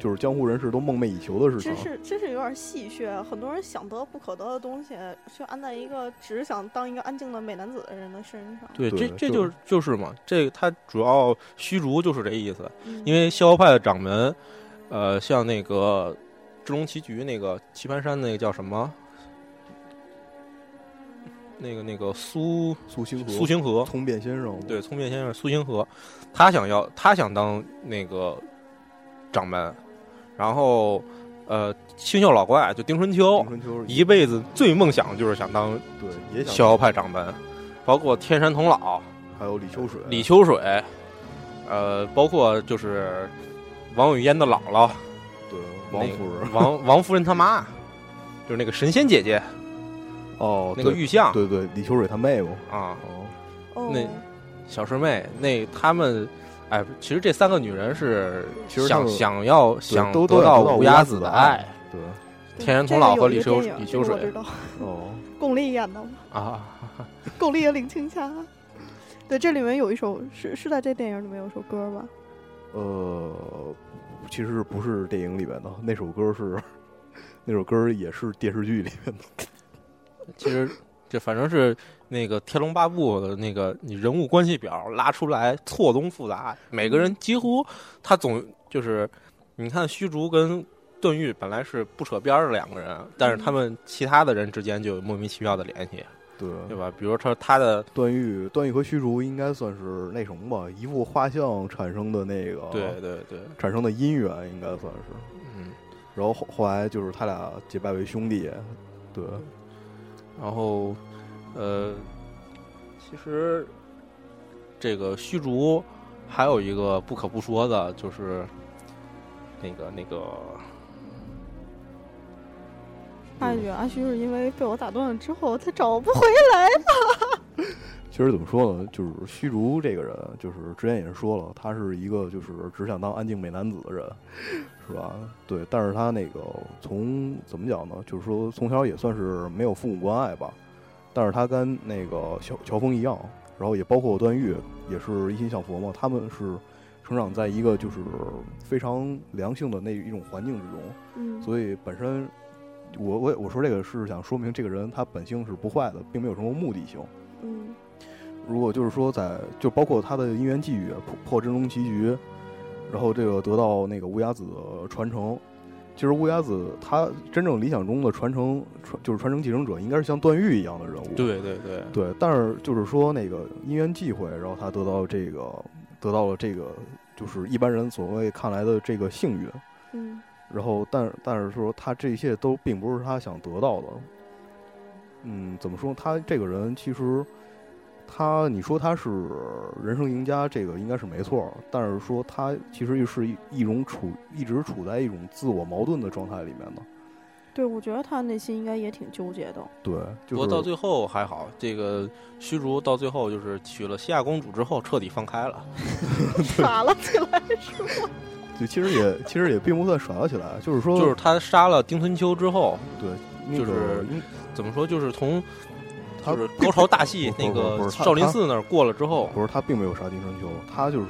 Speaker 2: 就是江湖人士都梦寐以求的事
Speaker 1: 真
Speaker 2: 情，
Speaker 1: 是真是有点戏谑。啊很多人想得不可得的东西，却安在一个只是想当一个安静的美男子的人的身上。
Speaker 3: 对，
Speaker 2: 对
Speaker 3: 这这
Speaker 2: 就
Speaker 3: 就是就是嘛，这个他主要虚竹就是这意思，
Speaker 1: 嗯
Speaker 3: 因为逍遥派的掌门，呃，像那个智龙棋局那个棋盘山那个叫什么，那个那个苏
Speaker 2: 苏星河、
Speaker 3: 苏星河，
Speaker 2: 通变先生，
Speaker 3: 对，聪变先生苏星河，他想要他想当那个掌门，然后呃，清秀老怪就丁春秋
Speaker 2: 咏春秋
Speaker 3: 一辈子最梦想就是想当
Speaker 2: 对也想
Speaker 3: 逍遥派掌门，包括天山童姥、
Speaker 2: 还有李秋水，
Speaker 3: 李秋水，呃，包括就是王语嫣的姥姥
Speaker 2: 对王夫人，
Speaker 3: *laughs* 王王夫人他妈，就是那个神仙姐姐
Speaker 2: 哦，
Speaker 3: 那个
Speaker 2: 对
Speaker 3: 玉像
Speaker 2: 对对，李秋水他妹夫，
Speaker 3: 啊，
Speaker 2: 哦，
Speaker 1: 哦，
Speaker 3: 那小师妹那他们。哎，其实这三个女人是
Speaker 2: 其实她
Speaker 3: 想
Speaker 2: 们
Speaker 3: 想要想
Speaker 2: 都都
Speaker 3: 得
Speaker 2: 要
Speaker 3: 到
Speaker 2: 得到
Speaker 3: 无
Speaker 2: 无
Speaker 3: 崖
Speaker 2: 崖
Speaker 3: 子
Speaker 2: 子
Speaker 3: 的
Speaker 2: 的
Speaker 3: 爱
Speaker 2: 对，
Speaker 3: 天然
Speaker 1: 这
Speaker 3: 童
Speaker 1: 个
Speaker 3: 姥
Speaker 1: 有
Speaker 3: 和
Speaker 1: 一
Speaker 3: 李
Speaker 1: 个
Speaker 3: 秋
Speaker 1: 电影
Speaker 3: 李
Speaker 1: 这
Speaker 3: 秋
Speaker 1: 个我
Speaker 3: 水
Speaker 1: 知道，
Speaker 2: 哦，
Speaker 1: 巩俐演的嘛，
Speaker 3: 啊， *laughs*
Speaker 1: 巩俐和林青霞。对，这里面有一首是是在这电影里面有一首歌吧？
Speaker 2: 呃，其实不是电影里面的，那首歌是 *laughs* 那首歌也是电视剧里面的。
Speaker 3: 其实这反正是那个《天龙八部》的那个你人物关系表拉出来错综复杂，每个人几乎他总就是你看虚竹跟段誉本来是不扯边儿的两个人，但是他们其他的人之间就有莫名其妙的联系，对
Speaker 2: 对，
Speaker 3: 吧？比如说他的
Speaker 2: 段誉段誉和虚竹应该算是那什么吧，一幅画像产生的那个
Speaker 3: 对对对，
Speaker 2: 产生的姻缘应该算是。
Speaker 3: 嗯，
Speaker 2: 然后后后来就是他俩结拜为兄弟，对，
Speaker 3: 然后，呃，其实这个虚竹还有一个不可不说的，就是那个那个，
Speaker 1: 阿
Speaker 3: 嗯
Speaker 1: 宇，阿虚是因为被我打断了之后，他找不回。
Speaker 2: 其实怎么说呢，就是虚竹这个人，就是之前也是说了，他是一个就是只想当安静美男子的人，是吧？对，但是他那个从怎么讲呢？就是说从小也算是没有父母关爱吧，但是他跟那个乔乔峰一样，然后也包括段誉，也是一心向佛嘛，他们是成长在一个就是非常良性的那一种环境之中，
Speaker 1: 嗯，
Speaker 2: 所以本身我我我说这个是想说明这个人他本性是不坏的，并没有什么目的性。
Speaker 1: 嗯
Speaker 2: 如果就是说在就包括他的姻缘际遇破破真龙棋局，然后这个得到那个乌鸦子的传承。其实乌鸦子他真正理想中的传承传就是传承继承者，应该是像段誉一样的人物。
Speaker 3: 对对对，
Speaker 2: 对，但是就是说那个因缘际会，然后他得到这个得到了这个就是一般人所谓看来的这个幸运。
Speaker 1: 嗯，
Speaker 2: 然后但但是说他这一切都并不是他想得到的。嗯，怎么说？他这个人其实，他你说他是人生赢家，这个应该是没错儿。但是说他其实又是一一种处一直处在一种自我矛盾的状态里面的。
Speaker 1: 对，我觉得他内心应该也挺纠
Speaker 2: *laughs*
Speaker 1: 结的。
Speaker 2: 对，
Speaker 3: 不
Speaker 2: 就
Speaker 3: 过
Speaker 2: 是
Speaker 3: 到最后还好，这个虚竹到最后就是娶了西亚公主之后彻底放开了，
Speaker 1: 耍了起来是吗？
Speaker 2: 就其实也其实也并不算耍得起来，就是说
Speaker 3: 就是他杀了丁春秋之后，
Speaker 2: 对，那
Speaker 3: 就是嗯
Speaker 2: 个因
Speaker 3: 怎么说就是从
Speaker 2: 他
Speaker 3: 就是高潮大戏
Speaker 2: 不
Speaker 3: 那
Speaker 2: 不不
Speaker 3: 个
Speaker 2: 不是他
Speaker 3: 少林
Speaker 2: 他
Speaker 3: 寺那儿过了之后，
Speaker 2: 不是他并没有杀丁春秋，他就是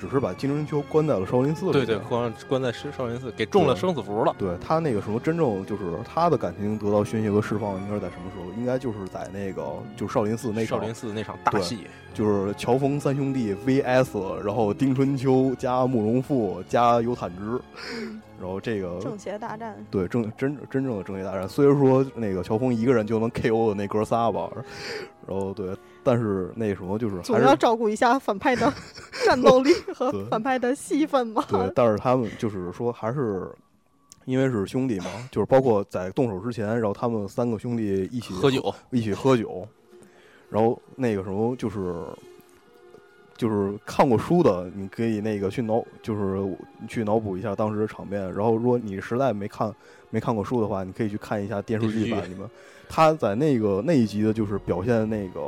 Speaker 2: 只是把精灵球关在了少林寺里。
Speaker 3: 对对，关关在少林寺给中了生死符了。
Speaker 2: 对他那个什么，真正就是他的感情得到宣泄和释放，应该是在什么时候？应该就是在那个就是少林寺那
Speaker 3: 少
Speaker 2: 场
Speaker 3: 林寺那场大
Speaker 2: 对
Speaker 3: 戏，
Speaker 2: 就是乔峰三兄弟 VS，然后丁春秋加慕容复加尤坦之，然后这个
Speaker 1: 正邪大战，
Speaker 2: 对正真真正的正义大战。虽然说那个乔峰一个人就能 KO 的那哥仨吧，然后对，但是那什么就是
Speaker 1: 总
Speaker 2: 还
Speaker 1: 要
Speaker 2: 是
Speaker 1: 照顾一下反派
Speaker 2: *laughs*
Speaker 1: 的战斗力和
Speaker 2: 对
Speaker 1: 反派的戏份吧。
Speaker 2: 对，但是他们就是说还是。因为是兄弟嘛，就是包括在动手之前，然后他们三个兄弟一起
Speaker 3: 喝酒，
Speaker 2: 一起喝酒，然后那个时候就是就是看过书的，你可以那个去脑就是去脑补一下当时的场面。然后如果你实在没看没看过书的话，你可以去看一下电视剧
Speaker 3: 电视
Speaker 2: 版里面，他在那个那一集的就是表现那个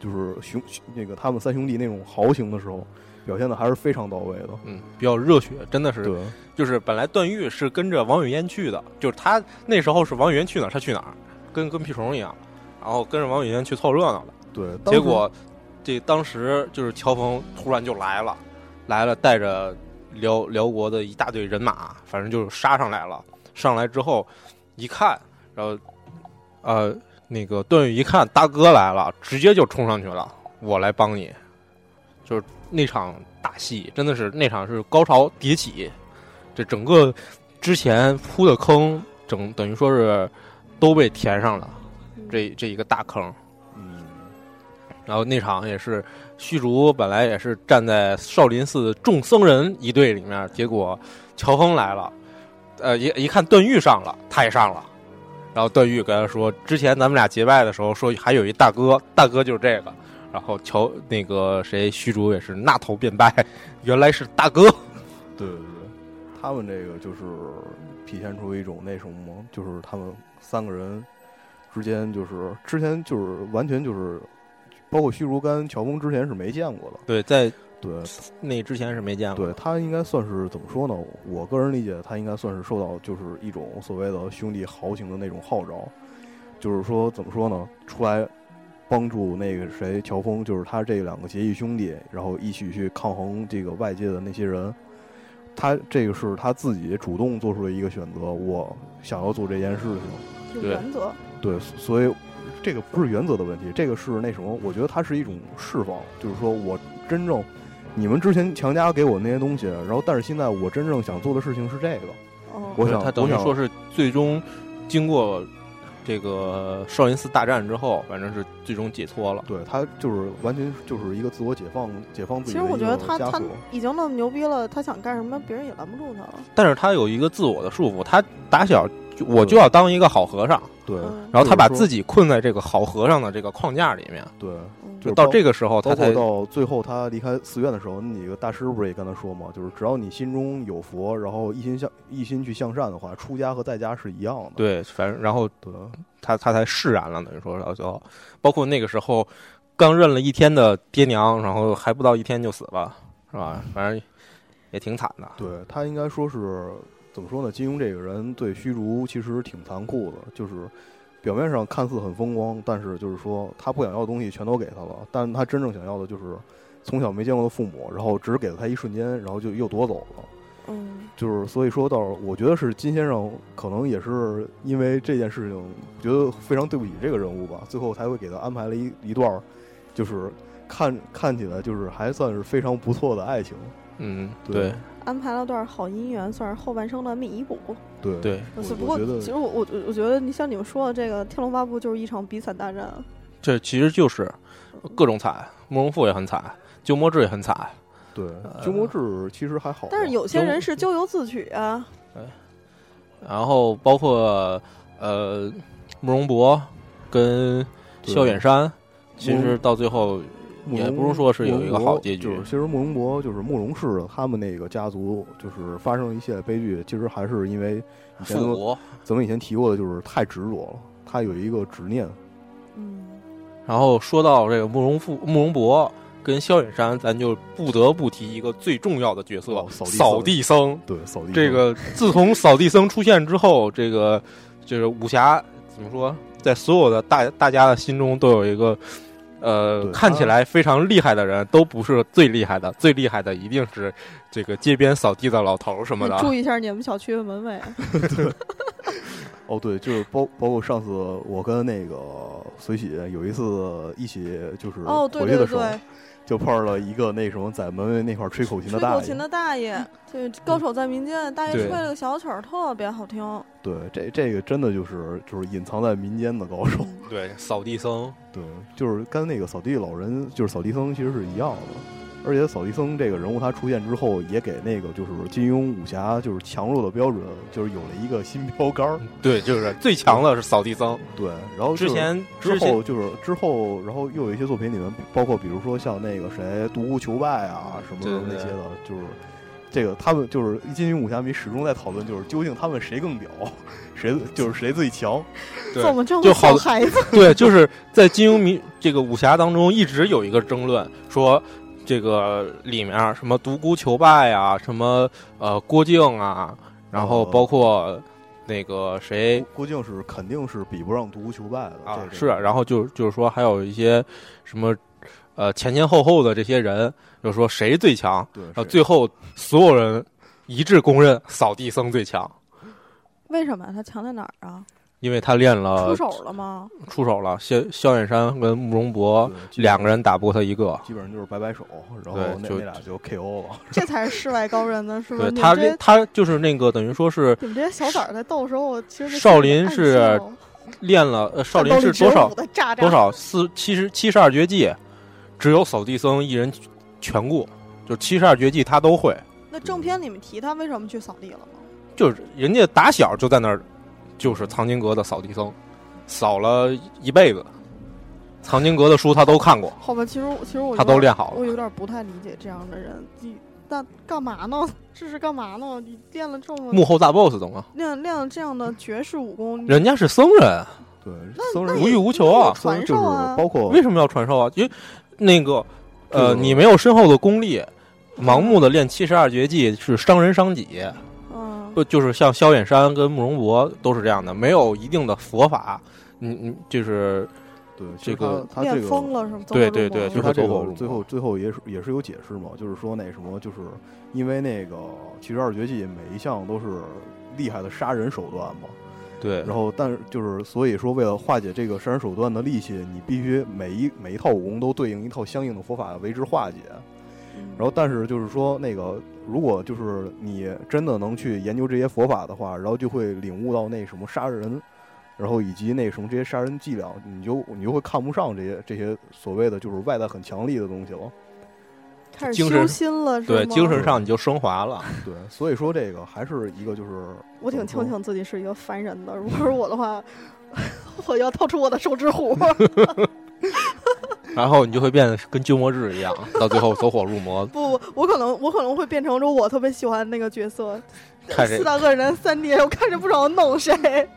Speaker 2: 就是兄那个他们三兄弟那种豪情的时候，表现的还是非常到位的。
Speaker 3: 嗯，比较热血，真的是，
Speaker 2: 对，
Speaker 3: 就是本来段誉是跟着王语嫣去的，就是他那时候是王语嫣去哪儿，他去哪儿，跟跟屁虫一样，然后跟着王语嫣去凑热闹了。
Speaker 2: 对，当
Speaker 3: 结
Speaker 2: 时
Speaker 3: 果这当时就是乔峰突然就来了，来了带着辽辽国的一大队人马，反正就是杀上来了。上来之后一看，然后呃那个段誉一看大哥来了，直接就冲上去了，我来帮你。就是那场大戏，真的是那场是高潮迭起，这整个之前铺的坑，整等于说是都被填上了，
Speaker 1: 嗯
Speaker 3: 这这一个大坑。
Speaker 2: 嗯，
Speaker 3: 然后那场也是虚竹本来也是站在少林寺众僧人一队里面，结果乔峰来了，呃，一一看段誉上了，他也上了。然后段誉跟他说：“之前咱们俩结拜的时候，说还有一大哥，大哥就是这个。”然后乔那个谁虚竹也是纳头便拜，原来是大哥。
Speaker 2: 对对对，他们这个就是体现出一种那什么嘛，就是他们三个人之间就是之前就是完全就是，包括虚竹跟乔峰之前是没见过的。
Speaker 3: 对，在
Speaker 2: 对
Speaker 3: 那之前是没见过。
Speaker 2: 对，他应该算是怎么说呢？我个人理解，他应该算是受到就是一种所谓的兄弟豪情的那种号召，就是说怎么说呢？出来。帮助那个谁乔峰，就是他这两个结义兄弟，然后一起去抗衡这个外界的那些人，他这个是他自己主动做出的一个选择，我想要做这件事情。
Speaker 1: 有
Speaker 3: 对
Speaker 1: 原则，
Speaker 2: 对，所以这个不是原则的问题，这个是那什么？我觉得它是一种释放，就是说我真正你们之前强加给我那些东西，然后但是现在我真正想做的事情是这个。
Speaker 1: 哦，
Speaker 2: 我想
Speaker 3: 他等于
Speaker 2: 我想
Speaker 3: 说是最终经过这个少林寺大战之后，反正是最终解脱了。
Speaker 2: 对他就是完全就是一个自我解放，解放自
Speaker 1: 其
Speaker 2: 己
Speaker 1: 实
Speaker 2: 的一
Speaker 1: 我
Speaker 2: 个
Speaker 1: 觉得他
Speaker 2: 枷
Speaker 1: 他
Speaker 2: 锁。
Speaker 1: 已经那么牛逼了，他想干什么，别人也拦不住他了。
Speaker 3: 但是他有一个自我的束缚，他打小就我就要当一个好和尚，
Speaker 2: 对
Speaker 1: 嗯，
Speaker 3: 然后他把
Speaker 2: 就是说
Speaker 3: 自己困在这个好和尚的这个框架里面，
Speaker 2: 对，
Speaker 1: 嗯
Speaker 2: 就是
Speaker 3: 到
Speaker 2: 包
Speaker 3: 这个时候他
Speaker 2: 包
Speaker 3: 才
Speaker 2: 括到最后他离开寺院的时候，那几个大师不是也跟他说嘛，就是只要你心中有佛，然后一心向一心去向善的话，出家和在家是一样的。
Speaker 3: 对，反正然后
Speaker 2: 对
Speaker 3: 他他才释然了，等于说到最后，包括那个时候刚认了一天的爹娘，然后还不到一天就死了，是吧？反正也挺惨的。
Speaker 2: 对，他应该说是怎么说呢？金庸这个人对虚竹其实挺残酷的，就是表面上看似很风光，但是就是说他不想要的东西全都给他了，但他真正想要的就是从小没见过的父母，然后只给了他一瞬间，然后就又夺走了。
Speaker 1: 嗯，
Speaker 2: 就是所以说到，我觉得是金先生可能也是因为这件事情，觉得非常对不起这个人物吧，最后才会给他安排了一一段儿，就是看看起来就是还算是非常不错的爱情。
Speaker 3: 嗯，
Speaker 2: 对
Speaker 3: 对
Speaker 1: 安排了段好姻缘，算是后半生的弥补。
Speaker 2: 对
Speaker 3: 对，
Speaker 2: 我
Speaker 1: 是不
Speaker 2: 我
Speaker 1: 过，
Speaker 2: 觉得
Speaker 1: 其实我我我觉得你像你们说的这个《天龙八部》就是一场比惨大战。啊
Speaker 3: 这其实就是各种惨，慕容复也很惨，鸠摩智也很惨，
Speaker 2: 对，
Speaker 3: 呃
Speaker 2: 鸠摩智其实还好吧，
Speaker 1: 但是有些人是咎由自取啊，
Speaker 3: 然后包括呃慕容博跟
Speaker 2: 对
Speaker 3: 萧远山，
Speaker 2: 慕
Speaker 3: 其
Speaker 2: 容
Speaker 3: 实到最后
Speaker 2: 慕
Speaker 3: 也
Speaker 2: 容
Speaker 3: 不是说是有一个
Speaker 2: 慕容博
Speaker 3: 好结局
Speaker 2: 就是其实慕容博就是慕容氏的他们那个家族，就是发生了一系列悲剧，其实还是因为以前
Speaker 3: 复国，
Speaker 2: 咱们以前提过的，就是太执着了，他有一个执念。
Speaker 1: 嗯，
Speaker 3: 然后说到这个慕容复、慕容博跟萧远山，咱就不得不提一个最重要的角色
Speaker 2: 哦
Speaker 3: ——
Speaker 2: 扫地僧
Speaker 3: 扫
Speaker 2: 对，
Speaker 3: 地僧。
Speaker 2: 扫地僧
Speaker 3: 这个自从扫地僧出现之后，这个就是武侠怎么说，在所有的大大家的心中都有一个呃
Speaker 2: 对，
Speaker 3: 看起来非常厉害的人都不是最厉害的，最厉害的一定是这个街边扫地的老头儿什么
Speaker 1: 你
Speaker 3: 的。
Speaker 1: 注意一下你们小区的门卫。
Speaker 2: 哦，对，就是包包括上次我跟那个随喜有一次一起就是
Speaker 1: 哦，对
Speaker 2: 回去
Speaker 1: 对
Speaker 2: 的时候，
Speaker 1: 对，
Speaker 2: 就碰上了一个那什么在门卫那块儿吹口琴的
Speaker 1: 吹
Speaker 2: 大
Speaker 1: 口
Speaker 2: 爷
Speaker 1: 琴。的大爷，
Speaker 3: *laughs*
Speaker 1: 对，高手在民间，大爷
Speaker 3: 对
Speaker 1: 吹了个小曲儿，特别好听。
Speaker 2: 对，这这个真的就是就是隐藏在民间的高手。
Speaker 3: 对，扫地僧，
Speaker 2: 对，就是跟那个扫地老人，就是扫地僧其实是一样的。而且扫地僧这个人物他出现之后，也给那个就是金庸武侠就是强弱的标准，就是有了一个新标杆儿。
Speaker 3: 对，就是最强的是扫地僧。
Speaker 2: 对，然后就
Speaker 3: 嗯之
Speaker 2: 是
Speaker 3: 前
Speaker 2: 之
Speaker 3: 之前
Speaker 2: 后就是之后，然后又有一些作品里面，包括比如说像那个谁独孤求败啊什么什
Speaker 3: 对
Speaker 2: 么
Speaker 3: 对
Speaker 2: 那
Speaker 3: 对
Speaker 2: 些的，就是这个他们就是金庸武侠迷始终在讨论，就是究竟他们谁更屌，谁就是谁最强。
Speaker 3: 对
Speaker 1: 怎么这么
Speaker 3: 就好
Speaker 1: 小孩
Speaker 3: *laughs*
Speaker 1: 子？
Speaker 3: 对，就是在金庸迷这个武侠当中，一直有一个争论，说这个里面儿什么独孤求败啊，什么呃郭靖啊，然后包括那个谁
Speaker 2: 郭郭靖是肯定是比不上独孤求败的
Speaker 3: 哎啊
Speaker 2: 这个
Speaker 3: 是，然后就就是说还有一些什么呃前前后后的这些人，就说谁最强，
Speaker 2: 对
Speaker 3: 然后
Speaker 2: 是
Speaker 3: 最后所有人一致公认扫地僧最强，
Speaker 1: 为什么呀他强在哪儿啊？
Speaker 3: 因为他练了
Speaker 1: 出手了吗？
Speaker 3: 出手了，萧萧远山跟慕容博
Speaker 2: 对基本
Speaker 3: 两个人打不过他一个。
Speaker 2: 基本上就是摆摆手，然后
Speaker 3: 对
Speaker 2: 那
Speaker 3: 就
Speaker 2: 那俩就 KO 了。
Speaker 1: 这才是世外高人呢，是吧？
Speaker 3: 对
Speaker 1: 你
Speaker 3: 他
Speaker 1: 们
Speaker 3: 这
Speaker 1: 这
Speaker 3: 他就是那个等于说是
Speaker 1: 你们这些小崽儿在斗的时候，其实是
Speaker 3: 少林是
Speaker 1: 暗笑
Speaker 3: 练了呃少林
Speaker 1: 战斗
Speaker 3: 是
Speaker 1: 力只
Speaker 3: 多
Speaker 1: 有
Speaker 3: 少
Speaker 1: 五的炸炸
Speaker 3: 多少四七十七十二绝技，只有扫地僧一人全顾，就七十二绝技他都会，
Speaker 1: 那正
Speaker 3: 嗯
Speaker 1: 片里面提他为什么去扫地了吗？
Speaker 3: 就是人家打小就在那儿，就是藏经阁的扫地僧，扫了一辈子，藏经阁的书他都看过，
Speaker 1: 好吧，其实我其实我
Speaker 3: 他
Speaker 1: 有点
Speaker 3: 都练好
Speaker 1: 我
Speaker 3: 了。
Speaker 1: 有点不太理解这样的人，你那干嘛呢？这是干嘛呢？你练了这么
Speaker 3: 幕后大 boss 懂吗？
Speaker 1: 练练了这样的绝世武功，你
Speaker 3: 人家是僧人，
Speaker 2: 对，僧人
Speaker 3: 无欲无求啊，
Speaker 2: 僧人
Speaker 1: 传
Speaker 2: 就
Speaker 1: 授
Speaker 2: 是
Speaker 1: 啊，
Speaker 2: 包括
Speaker 3: 为什么要传授啊？因为那个呃，
Speaker 2: 就是
Speaker 3: 你没有深厚的功力，盲目的练七十二绝技是伤人伤己。
Speaker 1: 嗯，
Speaker 3: 不就是像萧远山跟慕容博都是这样的，没有一定的佛法，你你就是
Speaker 2: 对
Speaker 3: 这
Speaker 2: 其实
Speaker 3: 个
Speaker 2: 他他这
Speaker 1: 练
Speaker 2: 个
Speaker 1: 疯了是吗？
Speaker 3: 对
Speaker 1: 走火入
Speaker 3: 对
Speaker 1: 魔
Speaker 3: 对
Speaker 1: 了
Speaker 2: 就是他这
Speaker 3: 最后
Speaker 2: 个最后最后也是也是有解释嘛，就是说那什么，就是因为那个其实二绝技每一项都是厉害的杀人手段嘛，
Speaker 3: 对
Speaker 2: 然后但是就是所以说为了化解这个杀人手段的戾气，你必须每一每一套武功都对应一套相应的佛法为之化解。
Speaker 1: 嗯
Speaker 2: 然后但是就是说那个如果就是你真的能去研究这些佛法的话，然后就会领悟到那什么杀人。然后以及那什么这些杀人伎俩，你就你就会看不上这些这些所谓的就是外在很强力的东
Speaker 1: *laughs*
Speaker 2: 西了。
Speaker 1: 开始
Speaker 3: 精
Speaker 1: 修
Speaker 3: 神
Speaker 1: 心了，是
Speaker 3: 对
Speaker 1: 吗
Speaker 3: 精神上你就升华了。
Speaker 2: 对，所以说这个还是一个就是
Speaker 1: 我挺
Speaker 2: 怎么
Speaker 1: 庆
Speaker 2: 说
Speaker 1: 幸自己是一个凡人的，
Speaker 3: 嗯
Speaker 1: 如果是我的话， *laughs* 我要掏出我的手指虎。。
Speaker 3: 然后你就会变得跟鸠摩智一样，到最后走火入魔
Speaker 1: 不，我可能我可能会变成说我特别喜欢那个角色，
Speaker 3: 看
Speaker 1: 四
Speaker 3: 这
Speaker 1: 大恶人三 D，我看着不着弄谁。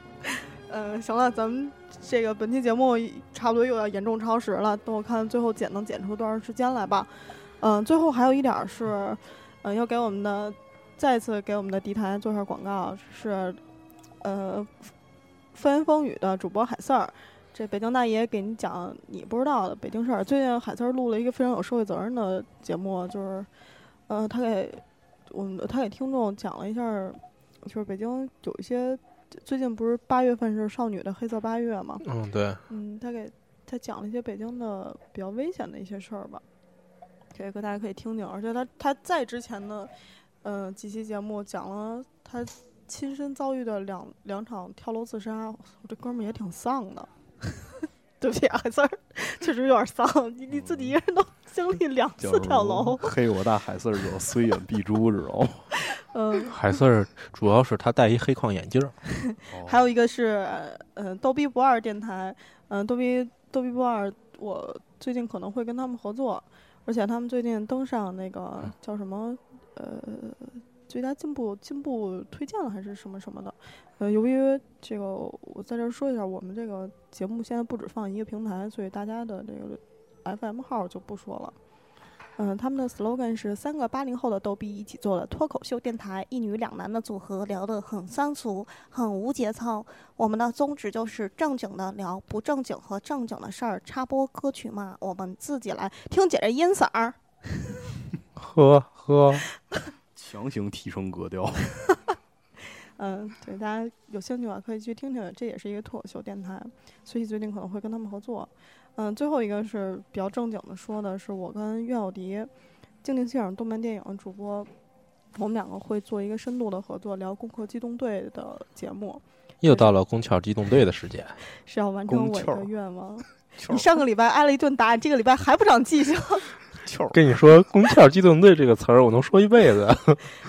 Speaker 1: 嗯，行了，咱们这个本期节目差不多又要严重超时了，等我看最后剪能剪出多长时间来吧。嗯，最后还有一点儿是，嗯，要给我们的再次给我们的敌台做一下广告，是呃，风言风语的主播海瑟儿。这北京大爷给你讲你不知道的北京事儿。最近海瑟儿录了一个非常有社会责任的节目，就是，呃，他给我们他给听众讲了一下儿，就是北京有一些最近不是八月份是少女的黑色八月嘛，
Speaker 3: 嗯，对，
Speaker 1: 嗯，他给他讲了一些北京的比较危险的一些事儿吧，这个大家可以听听。而且他他在之前的，呃，几期节目讲了他亲身遭遇的两两场跳楼自杀，我操这哥们儿也挺丧的。 *laughs* 对不起啊，海四儿，确实有点丧。你你自己一个人都经历两次
Speaker 2: 叫什
Speaker 1: 跳
Speaker 2: 么
Speaker 1: 楼，
Speaker 2: 黑我大海四者，虽远必诛，知道吗？
Speaker 1: 嗯，
Speaker 3: 海瑟儿主要是他戴一黑框眼镜儿，
Speaker 2: 哦
Speaker 1: 还有一个是呃逗逼不二电台，嗯、逗逼逗逼不二，我最近可能会跟他们合作，而且他们最近登上那个叫什么呃最佳进步进步推荐了还是什么什么的，呃，由于这个我在这儿说一下，我们这个节目现在不只放一个平台，所以大家的这个 FM 号就不说了。嗯、他们的 slogan 是三个八零后的逗逼一起做了脱口秀电台，一女两男的组合聊得很三俗，很无节操。我们的宗旨就是正经的聊不正经和正经的事儿，插播歌曲嘛，我们自己来。听姐这音色儿，
Speaker 3: 呵呵，
Speaker 2: 强行提升格 *laughs* 调。
Speaker 1: 嗯、对，大家有兴趣的话可以去听听，这也是一个脱口秀电台，所以最近可能会跟他们合作。嗯、最后一个是比较正经的，说的是我跟岳小迪，静静欣赏动漫电影主播，我们两个会做一个深度的合作，聊《攻壳机动队》的节目，
Speaker 5: 又到了宫壳机动队的时间。
Speaker 1: 是要完成
Speaker 2: 宫
Speaker 1: 我一
Speaker 2: 壳
Speaker 1: 个
Speaker 2: 儿
Speaker 1: 愿望。 *laughs*
Speaker 2: 球
Speaker 1: 你上个礼拜挨了一顿打，你这个礼拜还不长记性。
Speaker 2: 球儿，
Speaker 5: 跟你说，宫壳机动队这个词儿，我能说一辈子。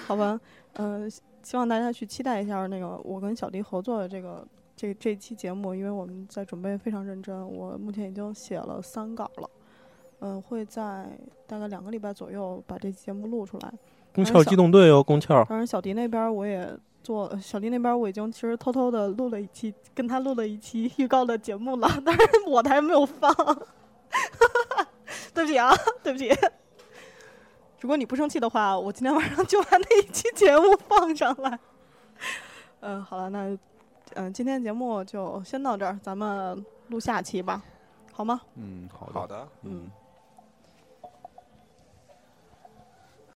Speaker 1: 好吧，嗯、希希望大家去期待一下那个我跟小迪合作的这个这这期节目，因为我们在准备非常认真，我目前已经写了三稿了，嗯、会在大概两个礼拜左右把这期节目录出来。
Speaker 5: *laughs* 宫壳机动队哦，宫壳。
Speaker 1: 当然，小迪那边儿我也做，呃小迪那边儿我已经其实偷偷的录了一期，跟他录了一期预告的节目了，但是我的还没有放， *laughs* 对不起啊，对不起。如果你不生气的话，我今天晚上就把那一期节目放上来。嗯，好了，那嗯、今天节目就先到这儿，咱们录下期吧，好吗？
Speaker 2: 嗯，好的，
Speaker 3: 好的，
Speaker 2: 嗯，